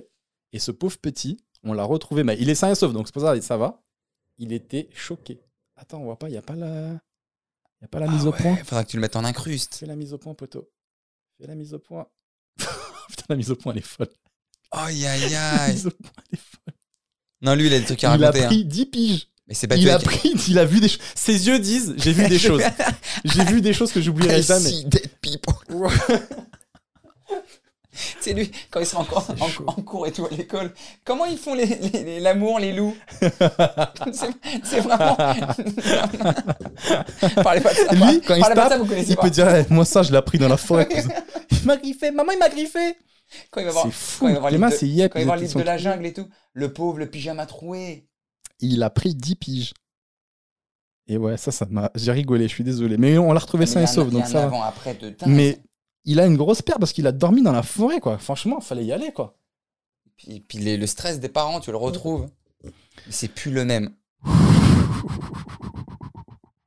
S1: Et ce pauvre petit, on l'a retrouvé. mais il est sain et sauf, donc c'est pour ça, ça va. Il était choqué. Attends, on voit pas, il n'y a pas la, y a pas la mise
S2: Ah
S1: au point.
S2: ouais, faudra que tu le mettes en incruste.
S1: Fais la mise au point, poteau. Fais la mise au point. Putain, la mise au point, elle est folle.
S2: Aïe, aïe,
S1: La
S2: aïe.
S1: mise au point, elle est folle.
S2: Non, lui, il a des trucs à
S1: Il a
S2: raconter. hein.
S1: pris 10 piges.
S2: Mais c'est pas
S1: il
S2: du-
S1: a pris, il a vu des choses. Ses yeux disent, j'ai vu des choses. J'ai vu des choses que j'oublierai
S2: I
S1: jamais.
S2: see dead people. C'est lui, quand il sera encore
S1: C'est chaud.
S2: en, en cours et tout à l'école, comment ils font les- les- les- l'amour, les, loups C'est c'est vraiment. Parlez pas de ça.
S1: Lui, quand il
S2: parlez
S1: se
S2: pas de ça,
S1: tape,
S2: vous connaissez
S1: Il
S2: pas.
S1: peut dire, eh, moi ça, je l'ai pris dans la forêt. il m'a griffé, maman, il m'a griffé.
S2: Quand il va voir,
S1: C'est fou.
S2: il va voir
S1: Clément,
S2: les deux-
S1: c'est yep.
S2: quand il
S1: ils
S2: va voir
S1: étaient-
S2: l'île de la jungle et tout, le pauvre, le pyjama troué.
S1: Il a pris 10 piges. Et ouais, ça, ça m'a. J'ai rigolé, je suis désolé. Mais on l'a
S2: Ah,
S1: retrouvé sain et sauf, donc ça. va.
S2: avant, après, de dingue.
S1: Mais il a une grosse paire parce qu'il a dormi dans la forêt, quoi. Franchement, fallait y aller, quoi.
S2: Puis, puis les- le stress des parents, tu le retrouves. Mais c'est plus le même.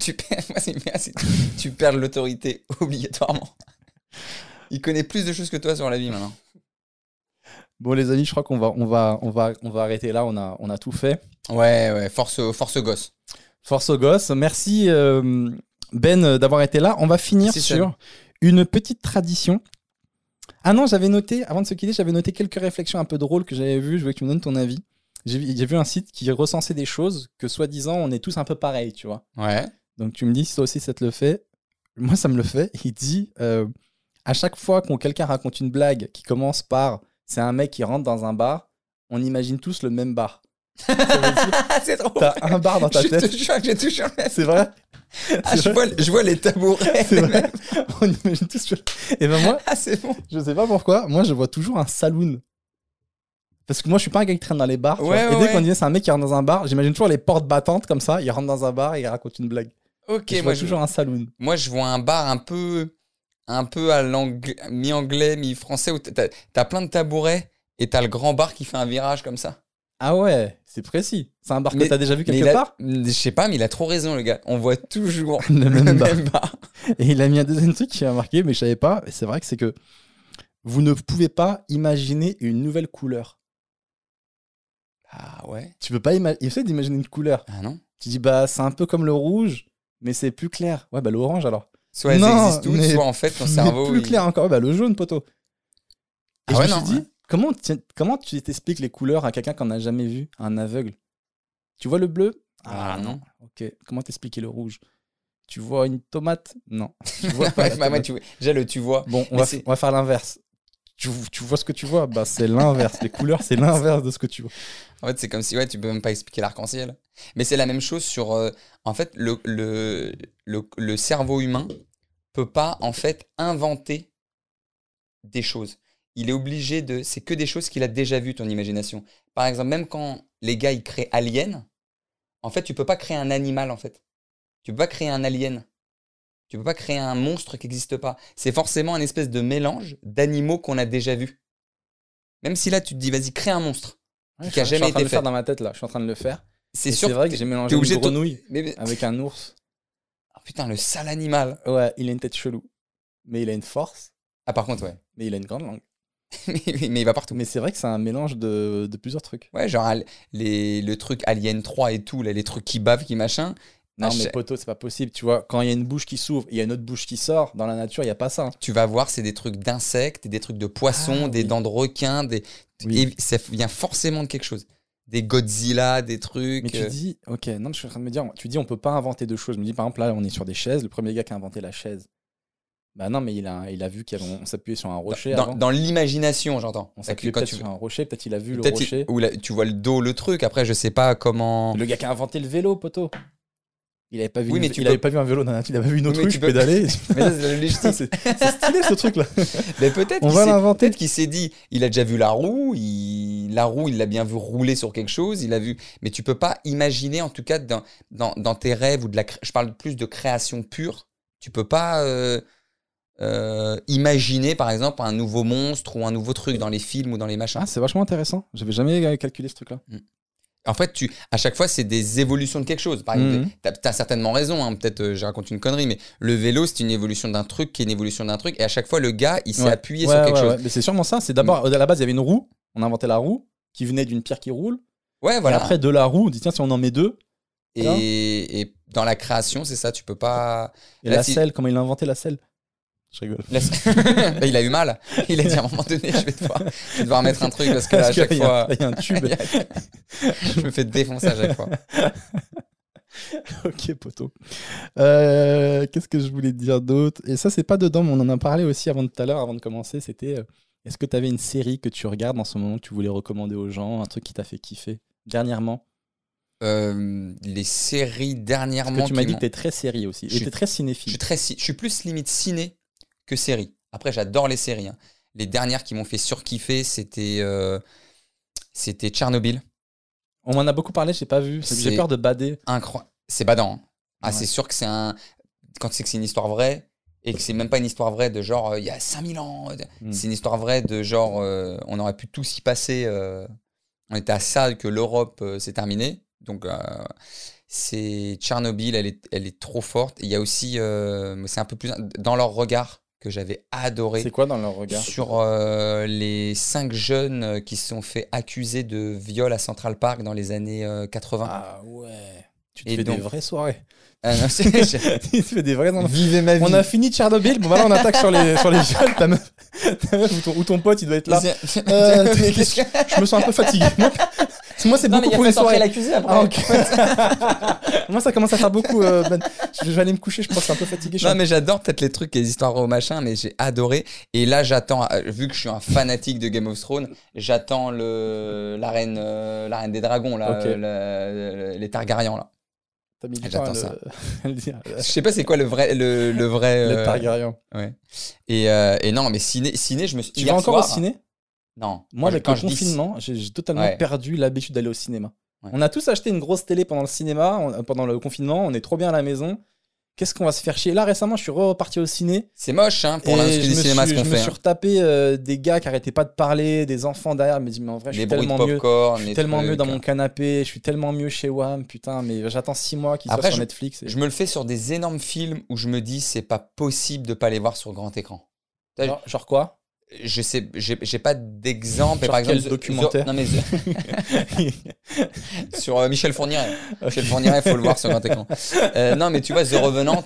S2: tu perds, moi, c'est bien, c'est- tu perds l'autorité obligatoirement. Il connaît plus de choses que toi sur la vie maintenant.
S1: Bon, les amis, je crois qu'on va, on va, on va, on va arrêter là. On a, on a tout fait.
S2: Ouais, ouais, force, au- force au gosse.
S1: Force aux gosses. Merci euh, Ben euh, d'avoir été là. On va finir
S2: Merci,
S1: sur une petite tradition. Ah non, j'avais noté, avant de se quitter, j'avais noté quelques réflexions un peu drôles que j'avais vues. Je voulais que tu me donnes ton avis. J'ai vu j'ai vu un site qui recensait des choses que soi-disant on est tous un peu pareils, tu vois.
S2: Ouais.
S1: Donc tu me dis si toi aussi ça te le fait. Moi ça me le fait. Il dit euh, à chaque fois qu'on quelqu'un raconte une blague qui commence par c'est un mec qui rentre dans un bar, on imagine tous le même bar. Ça veut dire-
S2: Ah, c'est trop.
S1: T'as un bar dans ta
S2: je
S1: tête.
S2: te jure que j'ai tout changé.
S1: C'est vrai
S2: Ah, je,
S1: vrai.
S2: vois, je vois les tabourets.
S1: C'est vrai. On imagine tous. que- Et ben moi,
S2: Ah, c'est bon.
S1: je sais pas pourquoi, moi je vois toujours un saloon. Parce que moi je suis pas un gars qui traîne dans les bars. tu
S2: Ouais,
S1: vois.
S2: ouais,
S1: et dès
S2: ouais.
S1: qu'on dit c'est un mec qui rentre dans un bar, j'imagine toujours les portes battantes comme ça, il rentre dans un bar et il raconte une blague.
S2: Ok,
S1: Et je
S2: moi
S1: vois
S2: je,
S1: toujours un saloon.
S2: moi je vois un bar un peu, un peu à l'ang- mi-anglais, mi-français où t'as t'as plein de tabourets et t'as le grand bar qui fait un virage comme ça.
S1: Ah ouais, c'est précis. C'est un bar que
S2: Mais-
S1: t'as déjà vu
S2: Mais
S1: quelque
S2: il a-
S1: part
S2: Je sais pas, mais il a trop raison, le gars. On voit toujours
S1: Le
S2: le
S1: même bar.
S2: même bar.
S1: Et il a mis un deuxième truc qui m'a marqué, mais je savais pas. Et c'est vrai que c'est que vous ne pouvez pas imaginer une nouvelle couleur.
S2: Ah ouais
S1: Tu peux pas imaginer. Essaye d'imaginer une couleur.
S2: Ah non
S1: Tu dis bah c'est un peu comme le rouge, mais c'est plus clair. Ouais bah l'orange alors.
S2: Soit elles
S1: Non,
S2: existent toutes,
S1: mais-
S2: soit en fait ton
S1: Mais
S2: cerveau.
S1: plus
S2: il-
S1: clair encore. Bah, le jaune, poteau. Et
S2: Ah
S1: je
S2: ouais,
S1: me suis
S2: non,
S1: dit,
S2: ouais.
S1: comment, tu, comment tu t'expliques les couleurs à quelqu'un qu'on n'a jamais vu, à un aveugle Tu vois le bleu
S2: Ah non.
S1: Ok, comment t'expliquer le rouge Tu vois une tomate Non. Tu vois
S2: Ouais,
S1: pas la
S2: bah, moi,
S1: tomate.
S2: tu... Déjà, le tu vois.
S1: Bon, on
S2: Mais
S1: va,
S2: c'est-
S1: on va faire l'inverse. Tu, tu vois ce que tu vois Bah, c'est l'inverse. les couleurs, c'est l'inverse de ce que tu vois.
S2: En fait, c'est comme si ouais, tu peux même pas expliquer l'arc-en-ciel. Mais c'est la même chose sur. euh, en fait, le, le, le, le cerveau humain peut pas en fait inventer des choses. Il est obligé de. C'est que des choses qu'il a déjà vues, ton imagination. Par exemple, même quand les gars ils créent Alien, en fait, tu peux pas créer un animal en fait. Tu peux pas créer un alien. Tu peux pas créer un monstre qui n'existe pas. C'est forcément un espèce de mélange d'animaux qu'on a déjà vus. Même si là, tu te dis, vas-y, crée un monstre.
S1: Ouais,
S2: Qui a
S1: je suis- je suis en train
S2: jamais
S1: de
S2: été
S1: le
S2: fait.
S1: faire dans ma tête là. Je suis en train de le faire.
S2: C'est
S1: Et
S2: sûr.
S1: C'est vrai
S2: que
S1: que
S2: t'es-
S1: j'ai mélangé
S2: t'es
S1: une
S2: obligé de-
S1: grenouille
S2: mais- mais-
S1: avec un ours.
S2: Ah, putain, le sale animal.
S1: Ouais, il a une tête chelou, mais il a une force,
S2: Ah, par contre, ouais.
S1: mais il a une grande langue.
S2: mais, mais- mais il va partout.
S1: Mais c'est vrai que c'est un mélange de, de plusieurs trucs.
S2: Ouais, genre al- les, le truc Alien 3 et tout, là, les trucs qui bavent, qui machin.
S1: Non,
S2: Ah,
S1: mais
S2: je-
S1: poteau, c'est pas possible. Tu vois, quand il y a une bouche qui s'ouvre, il y a une autre bouche qui sort. Dans la nature, il n'y a pas ça. hein.
S2: Tu vas voir, c'est des trucs d'insectes, des trucs de poissons,
S1: Ah,
S2: des
S1: oui.
S2: dents de requins, des...
S1: Oui.
S2: et ça vient forcément de quelque chose. Des Godzilla, des trucs.
S1: Mais tu
S2: euh,
S1: dis, ok, non, mais je suis en train de me dire, tu dis, on peut pas inventer deux choses. Je me dis, par exemple, là, on est sur des chaises. Le premier gars qui a inventé la chaise, bah non, mais il a, il a vu qu'on s'appuyait sur un rocher.
S2: dans
S1: avant.
S2: dans l'imagination, j'entends.
S1: on
S2: Fait que
S1: s'appuyait
S2: quand
S1: peut-être
S2: tu
S1: sur un rocher. Peut-être il a vu le
S2: peut-être il-
S1: rocher.
S2: ou là, tu vois le dos, le truc. Après, je sais pas comment.
S1: Le gars qui a inventé le vélo, poteau. Il avait pas vu,
S2: Oui,
S1: une-
S2: mais tu
S1: il
S2: peux-
S1: avait pas vu un vélo dans la nature, il avait vu une
S2: Oui,
S1: autre
S2: mais tu
S1: ruche
S2: peux-
S1: pédaler.
S2: Mais ça, c'est
S1: Putain,
S2: logistique.
S1: c'est c'est stylé ce truc là.
S2: Mais peut-être
S1: On
S2: qu'il
S1: va
S2: s'est-
S1: l'inventer.
S2: peut-être qu'il s'est dit, il a déjà vu la roue, il, la roue, il l'a bien vu rouler sur quelque chose, il a vu. Mais tu peux pas imaginer, en tout cas, dans, dans, dans tes rêves ou de la. cré- Je parle plus de création pure. Tu peux pas euh, euh, imaginer, par exemple, un nouveau monstre ou un nouveau truc dans les films ou dans les machins.
S1: Ah, c'est vachement intéressant. J'avais jamais euh, calculé ce truc là.
S2: En fait, tu, à chaque fois, c'est des évolutions de quelque chose. Par exemple,
S1: Mhm.
S2: t'as- t'as certainement raison. hein, Peut-être, euh, je raconte une connerie, mais le vélo, c'est une évolution d'un truc qui est une évolution d'un truc. Et à chaque fois, le gars, il s'est
S1: Ouais.
S2: appuyé
S1: Ouais,
S2: sur quelque
S1: ouais,
S2: chose. Hmm.
S1: ouais. Mais c'est sûrement ça. C'est d'abord, à la base, il y avait une roue. On a inventé la roue qui venait d'une pierre qui roule.
S2: Ouais,
S1: Et
S2: voilà.
S1: après, de la roue, on dit tiens, si on en met deux. Hein
S2: Et, et dans la création, c'est ça, tu peux pas.
S1: Et
S2: Là,
S1: la
S2: si-
S1: selle, comment il a inventé la selle Je rigole.
S2: Là, c'est- Là, Bah, il a eu mal. Il a dit à un moment donné, je vais devoir, je vais devoir mettre un truc parce que là, à
S1: Parce
S2: chaque
S1: qu'il y a-
S2: fois,
S1: il y a un tube.
S2: je me fais défoncer à chaque fois.
S1: ok, poteau. Euh, Qu'est-ce que je voulais te dire d'autre Et ça, c'est pas dedans, mais on en a parlé aussi avant tout à l'heure, avant de commencer. C'était euh, est-ce que tu avais une série que tu regardes en ce moment que tu voulais recommander aux gens Un truc qui t'a fait kiffer dernièrement
S2: Euh, les séries
S1: Parce
S2: dernièrement.
S1: que tu m'as
S2: qui
S1: dit
S2: m'ont-
S1: que t'es très série aussi.
S2: Je
S1: Et
S2: suis-
S1: t'es très
S2: je suis,
S1: cinéphile.
S2: très, ci- je suis plus limite ciné que série. Après, j'adore les séries. hein. Les dernières qui m'ont fait surkiffer, c'était euh, c'était Tchernobyl.
S1: On m'en a beaucoup parlé, j'ai pas vu.
S2: C'est-
S1: J'ai peur de bader.
S2: Incroyable. C'est badant. hein. Ah,
S1: Ouais.
S2: c'est sûr que c'est un. Quand tu sais que c'est une histoire vraie et que c'est même pas une histoire vraie de genre euh, il y a 5000 ans, euh,
S1: Mm.
S2: c'est une histoire vraie de genre euh, on aurait pu tous y passer. euh, on était à ça que l'Europe euh, s'est terminée. Donc euh, c'est Tchernobyl, elle est, elle est trop forte. Il y a aussi, euh, mais c'est un peu plus dans leur regard que j'avais adoré
S1: C'est quoi dans leur regard
S2: sur euh, les cinq jeunes euh, qui se sont fait accuser de viol à Central Park dans les années euh, 80.
S1: Ah ouais. Tu te
S2: Et
S1: fais
S2: donc-
S1: des vraies soirées.
S2: Ah, non, c'est- j'ai-
S1: tu te fais des vraies
S2: Vivez ma vie.
S1: On a fini Tchernobyl. Bon, voilà, on attaque sur les, sur les jeunes. Ta meuf, ta meuf ou, ton, ou ton pote, il doit être là.
S2: C'est-
S1: Euh,
S2: Mais qu'est-ce que-
S1: Je me sens un peu fatigué. Moi, Parce que Moi, c'est
S2: Non,
S1: beaucoup
S2: mais il
S1: pour
S2: y a
S1: une
S2: fait entrer
S1: soirée.
S2: l'accusé après.
S1: Ah, ok. Moi, ça commence à faire beaucoup. euh, Ben. Je vais aller me coucher, je pense, que je suis un peu fatigué. je suis
S2: Non, mais j'adore peut-être les trucs, les histoires au machin, mais j'ai adoré. Et là, j'attends, euh, vu que je suis un fanatique de Game of Thrones, j'attends le la reine, euh, la reine des dragons là,
S1: Ok.
S2: euh, la- la- les Targaryens là.
S1: T'as mis du
S2: J'attends
S1: temps à
S2: ça.
S1: le- à le dire.
S2: Je sais pas c'est quoi le vrai, le, le vrai.
S1: Le
S2: euh,
S1: Targaryen.
S2: et, euh, et non, mais ciné, ciné, je me suis.
S1: Tu
S2: hier
S1: vas encore au
S2: soir-
S1: ciné
S2: Non.
S1: Moi,
S2: je-
S1: avec le
S2: je dis-
S1: confinement, j'ai j'ai totalement
S2: Ouais.
S1: perdu l'habitude d'aller au cinéma.
S2: Ouais.
S1: On a tous acheté une grosse télé pendant le cinéma, on- pendant le confinement, on est trop bien à la maison. Qu'est-ce qu'on va se faire chier Là, récemment, je suis reparti au ciné.
S2: C'est moche hein, pour
S1: et
S2: l'industrie
S1: je
S2: du
S1: me
S2: cinéma
S1: suis,
S2: ce qu'on
S1: je me
S2: fait.
S1: suis
S2: hein.
S1: retapé euh, des gars qui arrêtaient pas de parler, des enfants derrière. Je me dis, mais en vrai, je suis
S2: Les bruits de
S1: tellement mieux.
S2: popcorn.
S1: Je suis
S2: les
S1: tellement mieux
S2: trucs,
S1: dans
S2: hein.
S1: mon canapé, je suis tellement mieux chez WAM, putain, mais j'attends 6 mois qu'ils soient
S2: Après,
S1: sur
S2: je-
S1: Netflix. et-
S2: Je me le fais sur des énormes films où je me dis c'est pas possible de pas les voir sur grand écran. je-
S1: Genre, genre quoi
S2: Je sais, j'ai j'ai pas d'exemple. mais
S1: Genre
S2: par exemple,
S1: quel
S2: The- The-
S1: documentaire
S2: non, mais The- sur euh, Michel Fourniret. Michel Fourniret, faut le voir sur grand écran. Euh, non, mais tu vois, The Revenant,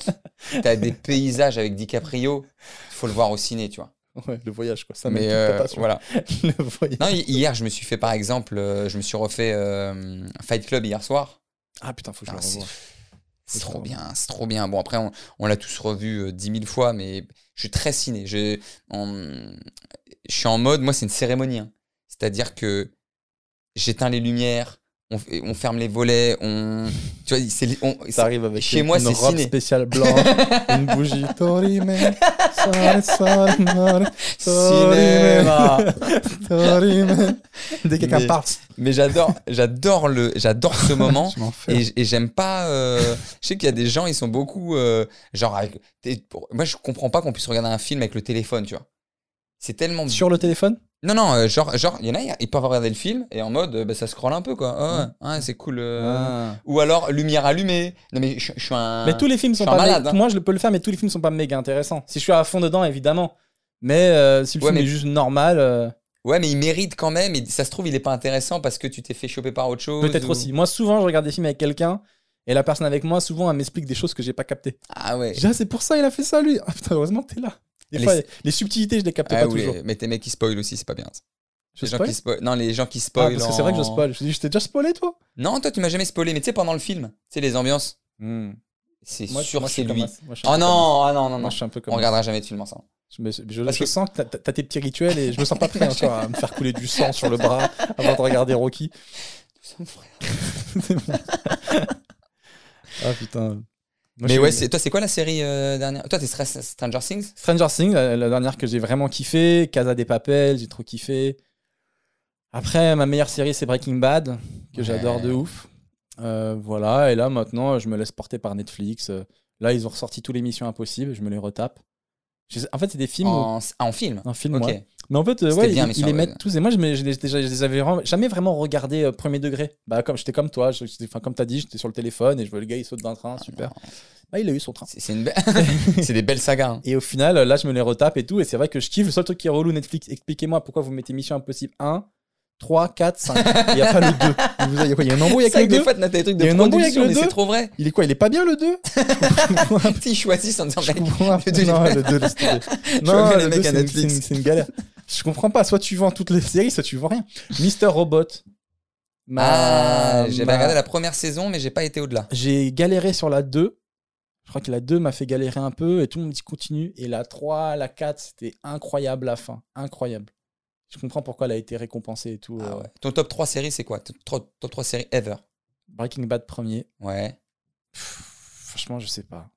S2: t'as des paysages avec DiCaprio, faut le voir au ciné, tu vois.
S1: Ouais, le voyage, quoi. Ça
S2: mais
S1: m'étonne
S2: euh,
S1: pas, tu vois.
S2: voilà.
S1: Le voyage.
S2: Non, hi- hier, je me suis fait par exemple, euh, je me suis refait euh, Fight Club hier soir.
S1: Ah putain, faut que je
S2: Ah,
S1: le
S2: c'est
S1: revoie.
S2: c'est
S1: Faut
S2: trop
S1: savoir.
S2: bien, c'est trop bien. Bon, après, on, on l'a tous revu euh, dix mille fois, mais je suis très ciné. Je, en- je suis en mode, moi, c'est une cérémonie. hein. C'est-à-dire que j'éteins les lumières, on, f- on ferme les volets, on. Tu vois, c'est. on-
S1: Ça arrive avec
S2: chez
S1: une
S2: moi, c'est
S1: robe
S2: ciné.
S1: spéciale blanche, une bougie Torime, sale, sale, mare,
S2: c'est
S1: Cinéma.
S2: cinéma.
S1: Torime. Dès que quelqu'un
S2: Mais-
S1: parle,
S2: Mais j'adore, j'adore le, j'adore ce moment.
S1: je m'en fais.
S2: Et, j- et j'aime pas. euh, je sais qu'il y a des gens, ils sont beaucoup. euh, genre, avec- t'es- pour- moi, je comprends pas qu'on puisse regarder un film avec le téléphone, tu vois. C'est tellement.
S1: Sur le téléphone
S2: Non, non, euh, genre, genre, il y en a, ils peuvent regarder le film et en mode, euh, bah, ça scrolle un peu, quoi. Ah ouais,
S1: Mm.
S2: ah, c'est cool. euh. Ou alors, lumière allumée. Non, mais je je suis un.
S1: Mais tous les films
S2: Je
S1: sont
S2: suis un
S1: pas.
S2: malade,
S1: mé-
S2: hein.
S1: Moi, je le peux le faire, mais tous les films sont pas méga intéressants. Si je suis à fond dedans, évidemment. Mais euh, si le
S2: Ouais,
S1: film
S2: mais-
S1: est juste normal, euh,
S2: Ouais, mais il mérite quand même. Et ça se trouve, il est pas intéressant parce que tu t'es fait choper par autre chose.
S1: peut-être
S2: ou-
S1: aussi. Moi, souvent, je regarde des films avec quelqu'un. Et la personne avec moi, souvent, elle m'explique des choses que j'ai pas captées.
S2: Ah ouais.
S1: Je dis, Ah, c'est pour ça, il a fait ça, lui. Ah putain, heureusement que t'es là. Des
S2: Les-
S1: fois, les subtilités, je les capte
S2: Ah
S1: pas
S2: ouais,
S1: toujours.
S2: mais tes mecs qui spoilent aussi, c'est pas bien. ça.
S1: Je
S2: les gens
S1: spoil
S2: qui spoilent. Non, les gens qui
S1: Ah,
S2: spoilent.
S1: parce que c'est vrai que je
S2: en-
S1: spoil. Je dis, je t'ai déjà spoilé, toi
S2: Non, toi, tu m'as jamais spoilé, mais tu sais, pendant le film, tu sais, les ambiances, c'est
S1: Moi,
S2: sûr,
S1: moi, je
S2: c'est
S1: suis comme
S2: lui.
S1: ça. Moi, je suis un
S2: Oh
S1: peu
S2: non, ah
S1: comme
S2: non, non,
S1: ça.
S2: non.
S1: Moi, je suis un peu comme
S2: On regardera jamais de film ensemble.
S1: ça. Mais je, je-
S2: Parce
S1: je
S2: que-
S1: sens que t'as- t'as t'as tes petits rituels et je me sens pas prêt encore à me faire couler du sang sur le bras avant de regarder Rocky. C'est bon. ah putain. Moi, je
S2: mais
S1: suis-
S2: ouais, c'est- toi, c'est quoi la série euh, dernière Toi, t'es Stra- Stranger Things
S1: Stranger Things, la, la dernière que j'ai vraiment kiffé, Casa des Papel, j'ai trop kiffé. Après, ma meilleure série, c'est Breaking Bad, que
S2: Ouais.
S1: j'adore de ouf. Euh, voilà, et là maintenant, je me laisse porter par Netflix. Euh, Là, ils ont ressorti tous les Missions Impossibles, je me les retape. Je sais- En fait, c'est des films. où-
S2: en, ah, en film.
S1: Un film,
S2: Ok.
S1: ouais. Mais en fait, euh,
S2: C'était
S1: ouais,
S2: bien,
S1: ils,
S2: mais
S1: ils
S2: sur-
S1: les
S2: ouais.
S1: mettent tous. Et moi, je, me- je les, déjà, je les avais vraiment- jamais vraiment regardé euh, premier degré. Bah, comme j'étais comme toi, je- j'étais- enfin, comme t'as dit, j'étais sur le téléphone et je vois le gars, il saute d'un train, super. Ah, il a eu son train.
S2: C'est c'est une be- c'est des belles sagas. hein.
S1: Et au final, là, je me les retape et tout. Et c'est vrai que je kiffe. Le seul truc qui est relou, Netflix, expliquez-moi pourquoi vous mettez Mission Impossible 1, 3, 4, 5. Il n'y a pas le 2. Il vous a- il y a quoi Il y a un embrouille avec
S2: C'est vrai
S1: le
S2: que des
S1: 2
S2: fois, t'as des trucs
S1: Il y
S2: de
S1: a une embrouille
S2: production,
S1: avec
S2: mais
S1: le
S2: c'est
S1: deux.
S2: trop vrai.
S1: Il est quoi Il est pas bien le 2 Je
S2: Ils choisissent en disant, mec,
S1: comprends pas.
S2: Le deux, il est
S1: Non,
S2: pas-
S1: le 2, laisse tomber.
S2: vois
S1: Non,
S2: bien
S1: le
S2: les
S1: deux,
S2: mecs à
S1: c'est une-
S2: Netflix.
S1: c'est une- C'est une galère. Je comprends pas. Soit tu vends toutes les séries, soit tu vends rien. Mister Robot. Ma-
S2: ah, j'avais
S1: ma-
S2: regardé la première saison, mais j'ai pas été au-delà.
S1: J'ai galéré sur la 2. Je crois que la 2 m'a fait galérer un peu et tout le monde dit continue. Et la 3, la 4, c'était incroyable la fin. Incroyable. Je comprends pourquoi elle a été récompensée et tout.
S2: Ah
S1: euh,
S2: ouais. Ton top 3 séries, c'est quoi Ton tro- Top 3 séries ever
S1: Breaking Bad premier.
S2: Ouais.
S1: Pff, franchement, je sais pas.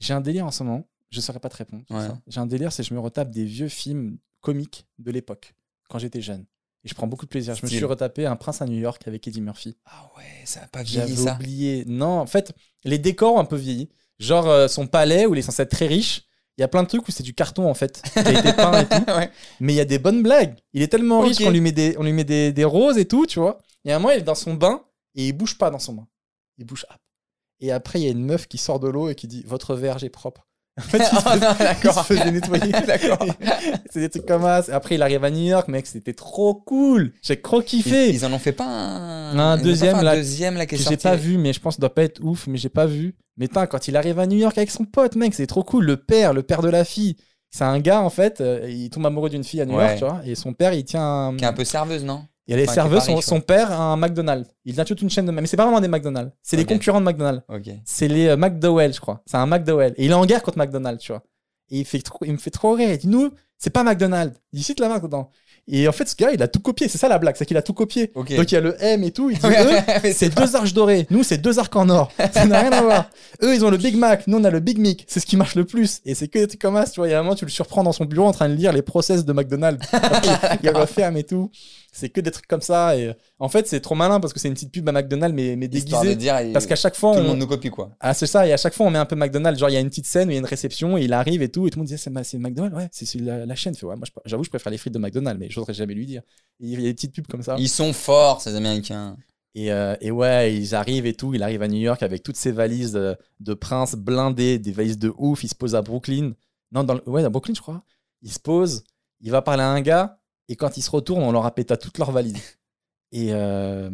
S1: J'ai un délire en ce moment. Je saurais pas te répondre. sur
S2: Ouais.
S1: ça. J'ai un délire, c'est que je me retape des vieux films comiques de l'époque, quand j'étais jeune. Et je prends beaucoup de plaisir. Je me
S2: Style.
S1: suis retapé Un Prince à New York avec Eddie Murphy.
S2: Ah ouais, ça a pas vieilli,
S1: J'avais
S2: ça.
S1: oublié. Non, en fait, les décors ont un peu vieilli. Genre euh, son palais où il est censé être très riche. Il y a plein de trucs où c'est du carton en fait, qui a été peint et tout.
S2: Ouais.
S1: Mais il y a des bonnes blagues. Il est tellement riche
S2: Ok.
S1: qu'on lui met des, on lui met des, des roses et tout, tu vois. Il y a un moment, il est dans son bain et il bouge pas dans son bain. Il bouge. hop. Et après, il y a une meuf qui sort de l'eau et qui dit Votre verge est propre. En fait, il se
S2: Oh non,
S1: il se
S2: d'accord.
S1: faisait nettoyer.
S2: D'accord.
S1: c'est des trucs comme ça. Après, il arrive à New York, mec, c'était trop cool. J'ai trop
S2: Ils,
S1: kiffé.
S2: ils en ont fait pas
S1: Un
S2: un, ils ont pas fait
S1: deuxième,
S2: un
S1: là,
S2: deuxième là, qui est
S1: que j'ai
S2: sorti.
S1: pas vu, mais je pense que ça doit pas être ouf, mais j'ai pas vu. Mais tain, quand il arrive à New York avec son pote, mec, c'est trop cool. Le père, le père de la fille, c'est un gars en fait, euh, il tombe amoureux d'une fille à New York,
S2: Ouais.
S1: tu vois, et son père, il tient un...
S2: Qui est un peu serveuse, non
S1: Il y a les
S2: Enfin, qui
S1: serveuses, son,
S2: varie,
S1: son père a un McDonald's. Il a toute une chaîne de. Mais c'est pas vraiment des McDonald's. C'est
S2: Ok.
S1: les concurrents de McDonald's.
S2: Ok.
S1: C'est les euh, McDowell, je crois. C'est un McDowell. Et il est en guerre contre McDonald's, tu vois. Et il, fait trop, il me fait trop rire. Il dit Nous, c'est pas McDonald's. Il cite la marque dedans. Et en fait, ce gars, il a tout copié. C'est ça la blague, c'est qu'il a tout copié.
S2: Ok.
S1: Donc il y a le M et tout. Il dit Eux,
S2: Mais
S1: c'est deux arches dorées. Nous, c'est deux arcs en or. Ça n'a rien à voir. Eux, ils ont le Big Mac. Nous, on a le Big Mic. C'est ce qui marche le plus. Et c'est que des trucs comme ça. Tu vois, il y a un moment, tu le surprends dans son bureau en train de lire les process de McDonald's. Après, il referme et tout. C'est que des trucs comme ça. Et euh, en fait, c'est trop malin parce que c'est une petite pub à McDonald's, mais, mais
S2: Histoire de
S1: déguisée.
S2: dire, il-
S1: Parce qu'à chaque fois,
S2: tout le
S1: on-
S2: monde nous copie quoi.
S1: ah, c'est ça, et à chaque fois on met un peu McDonald's. Genre, il y a une petite scène où il y a une réception, et il arrive et tout, et tout le monde dit Ah, c'est ma- c'est McDonald's, ouais, c'est c'est la, la chaîne. Il Fait, ouais, moi, je- j'avoue, je préfère les frites de McDonald's, mais j'oserais jamais lui dire. Et Il y a des petites pubs comme ça.
S2: Ils sont forts, ces Américains.
S1: Et, euh, et ouais, ils arrivent et tout. Il arrive à New York avec toutes ses valises euh, de prince blindées, des valises de ouf. Il se pose à Brooklyn. Non, dans le- ouais, à Brooklyn, je crois. Il se pose, il va parler à un gars, et quand il se retourne, on leur a pété à toutes leurs valises. Et, euh,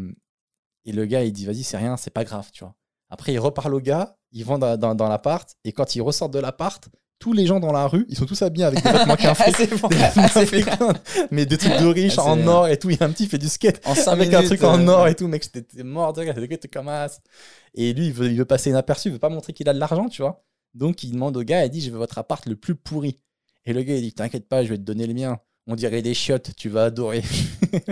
S1: et le gars, il dit Vas-y, c'est rien, c'est pas grave, tu vois. Après, il reparle au gars, il vont dans, dans, dans l'appart, et quand ils ressortent de l'appart, tous les gens dans la rue, ils sont tous habillés avec des vêtements qu'un
S2: Ah,
S1: fric.
S2: c'est bon.
S1: Des
S2: Ah,
S1: vêtements
S2: c'est bien.
S1: africains, mais des trucs de riches
S2: Ah, c'est
S1: en
S2: bien.
S1: or et tout. Il y a un petit, il fait du skate
S2: En 5
S1: avec
S2: minutes.
S1: un truc en
S2: euh,
S1: or et tout, mec, j'étais t'es mort de rire, j'étais que t'es comme un as. Et lui, il veut, il veut passer inaperçu, il veut pas montrer qu'il a de l'argent, tu vois. Donc il demande au gars, il dit, je veux votre appart le plus pourri. Et le gars, il dit, t'inquiète pas, je vais te donner le mien. On dirait des chiottes, tu vas adorer.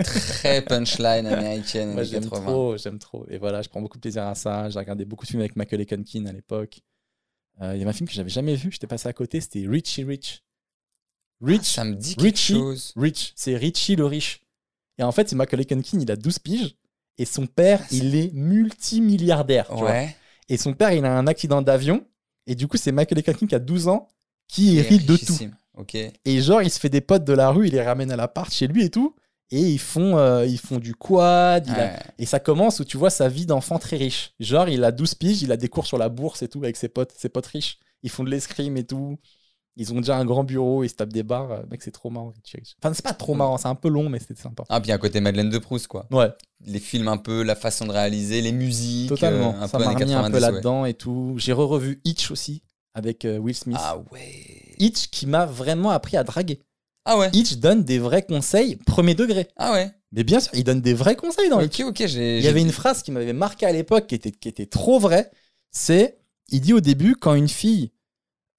S2: Très punchline américaine.
S1: Moi,
S2: années
S1: j'aime
S2: 80.
S1: trop, j'aime trop. Et voilà, je prends beaucoup de plaisir à ça. J'ai regardé beaucoup de films avec Michael Conkin à l'époque. Euh, Il y avait un film que j'avais jamais vu, j'étais passé à côté, c'était Richie Rich.
S2: Ah,
S1: Rich,
S2: Ça me dit quelque
S1: Richie.
S2: chose.
S1: Rich, c'est Richie le riche. Et en fait, c'est Macaulay Culkin, il a 12 piges. Et son père, il est multimilliardaire. tu vois.
S2: Ah, Ouais.
S1: Et son père, il a un accident d'avion. Et du coup, c'est Macaulay Culkin qui a 12 ans, qui hérite de tout.
S2: Richissime. Ok.
S1: Et genre, il se fait des potes de la rue, il les ramène à l'appart chez lui et tout. Et ils font, euh, ils font du quad. il a-
S2: Ouais.
S1: Et ça commence où tu vois sa vie d'enfant très riche. Genre, il a 12 piges, il a des cours sur la bourse et tout avec ses potes, ses potes riches. Ils font de l'escrime et tout. Ils ont déjà un grand bureau, ils se tapent des bars. Euh, Mec, c'est trop marrant. Richie Rich. Enfin, c'est pas trop marrant, c'est un peu long, mais c'était sympa.
S2: Ah, puis à côté Madeleine de Proust, quoi.
S1: Ouais,
S2: Les films un peu, la façon de réaliser, les musiques.
S1: totalement.
S2: euh, un
S1: ça
S2: peu
S1: m'a
S2: années
S1: remis un
S2: 90,
S1: peu
S2: ouais.
S1: là-dedans et tout. J'ai re-revu Hitch aussi avec euh, Will Smith.
S2: Ah ouais.
S1: Hitch qui m'a vraiment appris à draguer.
S2: Ah ouais.
S1: Hitch donne des vrais conseils premier degré.
S2: Ah ouais.
S1: Mais bien sûr, il donne des vrais conseils dans Hitch.
S2: Ok, ok. j'ai-
S1: Il y avait
S2: j'ai-
S1: une phrase qui m'avait marqué à l'époque qui était, qui était trop vraie. C'est, il dit au début, quand une fille.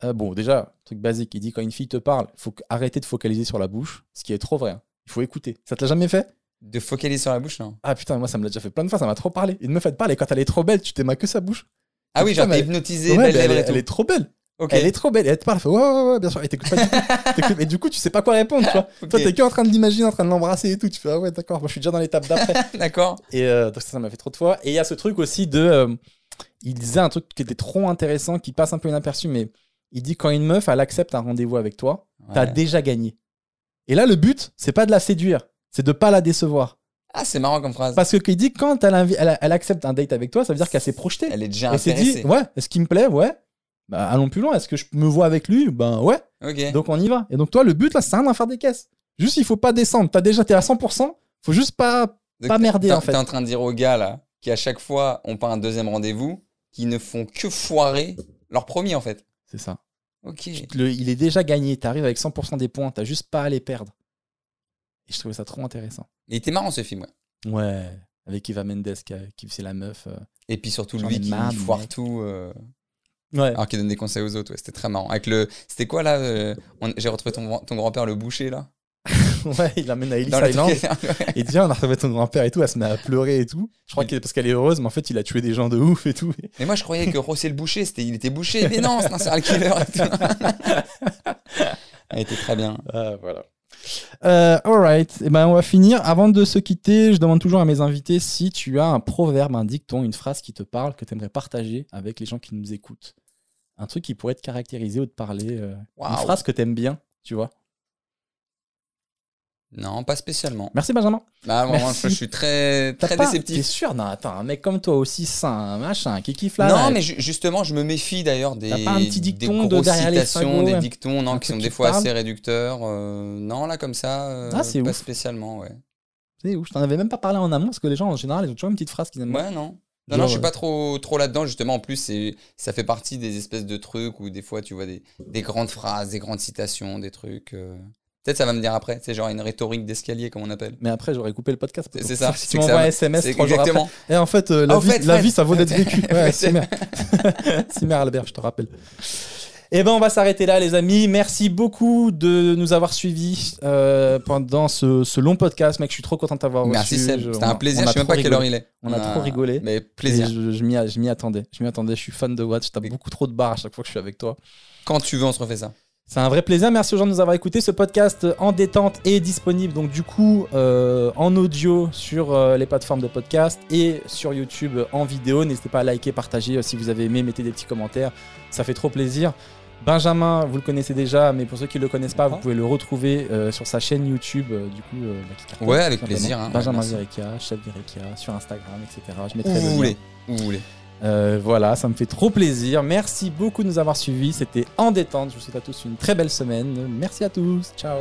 S1: euh, bon, déjà, truc basique, il dit quand une fille te parle, faut que- arrêter de focaliser sur la bouche, ce qui est trop vrai. hein. Il faut écouter. Ça te l'a jamais fait
S2: De focaliser sur la bouche, non
S1: Ah putain, moi ça me l'a déjà fait plein de fois, ça m'a trop parlé. Une meuf elle te parle et quand elle est trop belle, tu t'aimes à que sa bouche.
S2: Ah oui,
S1: Putain,
S2: genre t'es
S1: mais-
S2: hypnotisé,
S1: Ouais,
S2: belle
S1: mais elle,
S2: lèvre
S1: est,
S2: et tout.
S1: elle est trop belle.
S2: Ok.
S1: Elle est trop belle. Et elle te parle, elle fait, ouais, ouais, ouais, bien sûr. Et t'écoutes pas du tout. T'écoutes- et du coup, tu sais pas quoi répondre, tu vois.
S2: Ok,
S1: Toi, t'es que en train de l'imaginer, en train de l'embrasser et tout. Tu fais, ah ouais, d'accord, moi je suis déjà dans l'étape d'après.
S2: D'accord.
S1: Et euh, donc ça, ça m'a fait trop de fois. Et il y a ce truc aussi de. euh, il disait un truc qui était trop intéressant, qui passe un peu inaperçu, mais il dit quand une meuf, elle accepte un rendez-vous avec toi, t'as
S2: Ouais.
S1: déjà gagné. Et là, le but, c'est pas de la séduire, c'est de pas la décevoir.
S2: Ah, c'est marrant comme phrase.
S1: Parce que qu'il dit quand elle, invi- elle- elle accepte un date avec toi, ça veut dire qu'elle s'est projetée.
S2: Elle est déjà
S1: Elle s'est dit
S2: intéressée.
S1: ouais, est-ce qu'il me plaît Ouais. Bah, allons plus loin. Est-ce que je me vois avec lui Ben ouais.
S2: Ok.
S1: Donc on y va. Et donc toi, le but là, c'est rien d'en faire des caisses. Juste, il faut pas descendre. T'as déjà, t'es à 100%. Faut juste pas,
S2: Donc,
S1: pas merder
S2: T'es
S1: en fait.
S2: t'es en train de dire aux gars là, qui à chaque fois ont pas un deuxième rendez-vous, qui ne font que foirer leur premier en fait.
S1: C'est ça.
S2: Ok.
S1: Tu te le- il est déjà gagné. T'arrives avec 100% des points. T'as juste pas à les perdre. Et je trouvais ça trop intéressant.
S2: Il était marrant ce film, ouais.
S1: Ouais. Avec Eva Mendes qui, a- qui c'est la meuf. euh.
S2: Et puis surtout
S1: J'en ai
S2: lui qui
S1: marre,
S2: foire
S1: mec.
S2: tout, euh,
S1: Ouais.
S2: alors qu'il donne des conseils aux autres. ouais, c'était très marrant. Avec le, c'était quoi là euh, on- J'ai retrouvé ton, ton grand-père le boucher là.
S1: ouais. Il l'amène à Ellis
S2: Dans la
S1: Island.
S2: Ouais.
S1: Et déjà, on a retrouvé ton grand-père et tout, elle se met à pleurer et tout. Je crois que c'est parce qu'elle est heureuse, mais en fait, il a tué des gens de ouf et tout.
S2: Mais moi je croyais que Rossé le boucher, c'était, il était bouché. Mais non, c'est un serial killer. et tout. Il était très bien.
S1: Ah, voilà. alright, et ben on va finir. Avant de se quitter, je demande toujours à mes invités si tu as un proverbe, un dicton, une phrase qui te parle, que tu aimerais partager avec les gens qui nous écoutent. Un truc qui pourrait te caractériser ou te parler. euh, Une
S2: Waouh.
S1: phrase que t'aimes bien, tu vois.
S2: Non, pas spécialement.
S1: Merci Benjamin.
S2: Bah, vraiment,
S1: Merci.
S2: je suis très,
S1: T'as
S2: très
S1: pas-
S2: déceptif.
S1: T'es sûr Non, attends, un mec comme toi aussi sain, un machin, qui kiffe la
S2: Non,
S1: life.
S2: mais ju- justement, je me méfie d'ailleurs des,
S1: T'as pas un petit
S2: des
S1: dicton de
S2: grosses
S1: derrière les
S2: citations,
S1: fagots,
S2: des
S1: ouais.
S2: dictons non,
S1: Un
S2: qui
S1: truc
S2: sont
S1: qui
S2: des
S1: te
S2: fois
S1: parle
S2: assez réducteurs. euh, non, là, comme ça, euh,
S1: Ah, c'est
S2: pas
S1: ouf.
S2: spécialement, ouais.
S1: C'est ouf, je t'en avais même pas parlé en amont, parce que les gens en général, ils ont toujours une petite phrase qu'ils aiment bien.
S2: Ouais, non. Non,
S1: Mm. Genre,
S2: non, je suis
S1: euh,
S2: pas trop, trop là-dedans, justement. En plus, c'est- ça fait partie des espèces de trucs où des fois, tu vois des, des grandes phrases, des grandes citations, des trucs. euh, Peut-être ça va me dire après. C'est genre une rhétorique d'escalier, comme on appelle.
S1: Mais après, j'aurais coupé le podcast.
S2: C'est- c'est ça.
S1: Si
S2: C'est
S1: tu
S2: que ça
S1: m'envoies un
S2: va-
S1: SMS
S2: C'est
S1: trois jours après.
S2: exactement.
S1: Et en fait, euh, la,
S2: En
S1: vie,
S2: fait,
S1: la
S2: ouais.
S1: vie, ça vaut d'être vécu. Ouais,
S2: Ouais,
S1: c'est merde. Simer Albert, je te rappelle. Eh ben, on va s'arrêter là, les amis. Merci beaucoup de nous avoir suivis euh, pendant ce, ce long podcast, mec. Je suis trop content de t'avoir reçu.
S2: Merci Seb,
S1: Je-
S2: c'était
S1: on
S2: un
S1: a-
S2: plaisir.
S1: on a
S2: Je sais même
S1: trop
S2: pas quelle heure
S1: rigolé.
S2: il est.
S1: On a trop rigolé.
S2: Mais
S1: Et
S2: plaisir.
S1: Je, je m'y je m'y attendais. Je m'y attendais. Je suis fan de Watt. Je tape
S2: Et-
S1: beaucoup trop de barres à chaque fois que je suis avec toi.
S2: Quand tu veux, on se refait ça.
S1: C'est un vrai plaisir. Merci aux gens de nous avoir écoutés. Ce podcast euh, en détente est disponible donc du coup euh, en audio sur euh, les plateformes de podcast et sur YouTube euh, en vidéo. N'hésitez pas à liker, partager euh, si vous avez aimé, mettez des petits commentaires. Ça fait trop plaisir. Benjamin, vous le connaissez déjà, mais pour ceux qui ne le connaissent pas, vous pouvez le retrouver euh, sur sa chaîne YouTube, euh, du coup, euh, bah, qui cartonne,
S2: Ouais, avec
S1: tout simplement.
S2: plaisir, hein.
S1: Benjamin
S2: Merci.
S1: Virecchia, chef Virecchia, sur Instagram, etc. Je
S2: Où
S1: mettrai
S2: vous
S1: le lien.
S2: voulez. Où vous voulez.
S1: Euh, voilà, ça me fait trop plaisir. Merci beaucoup de nous avoir suivis. C'était en détente. Je vous souhaite à tous une très belle semaine. Merci à tous. Ciao.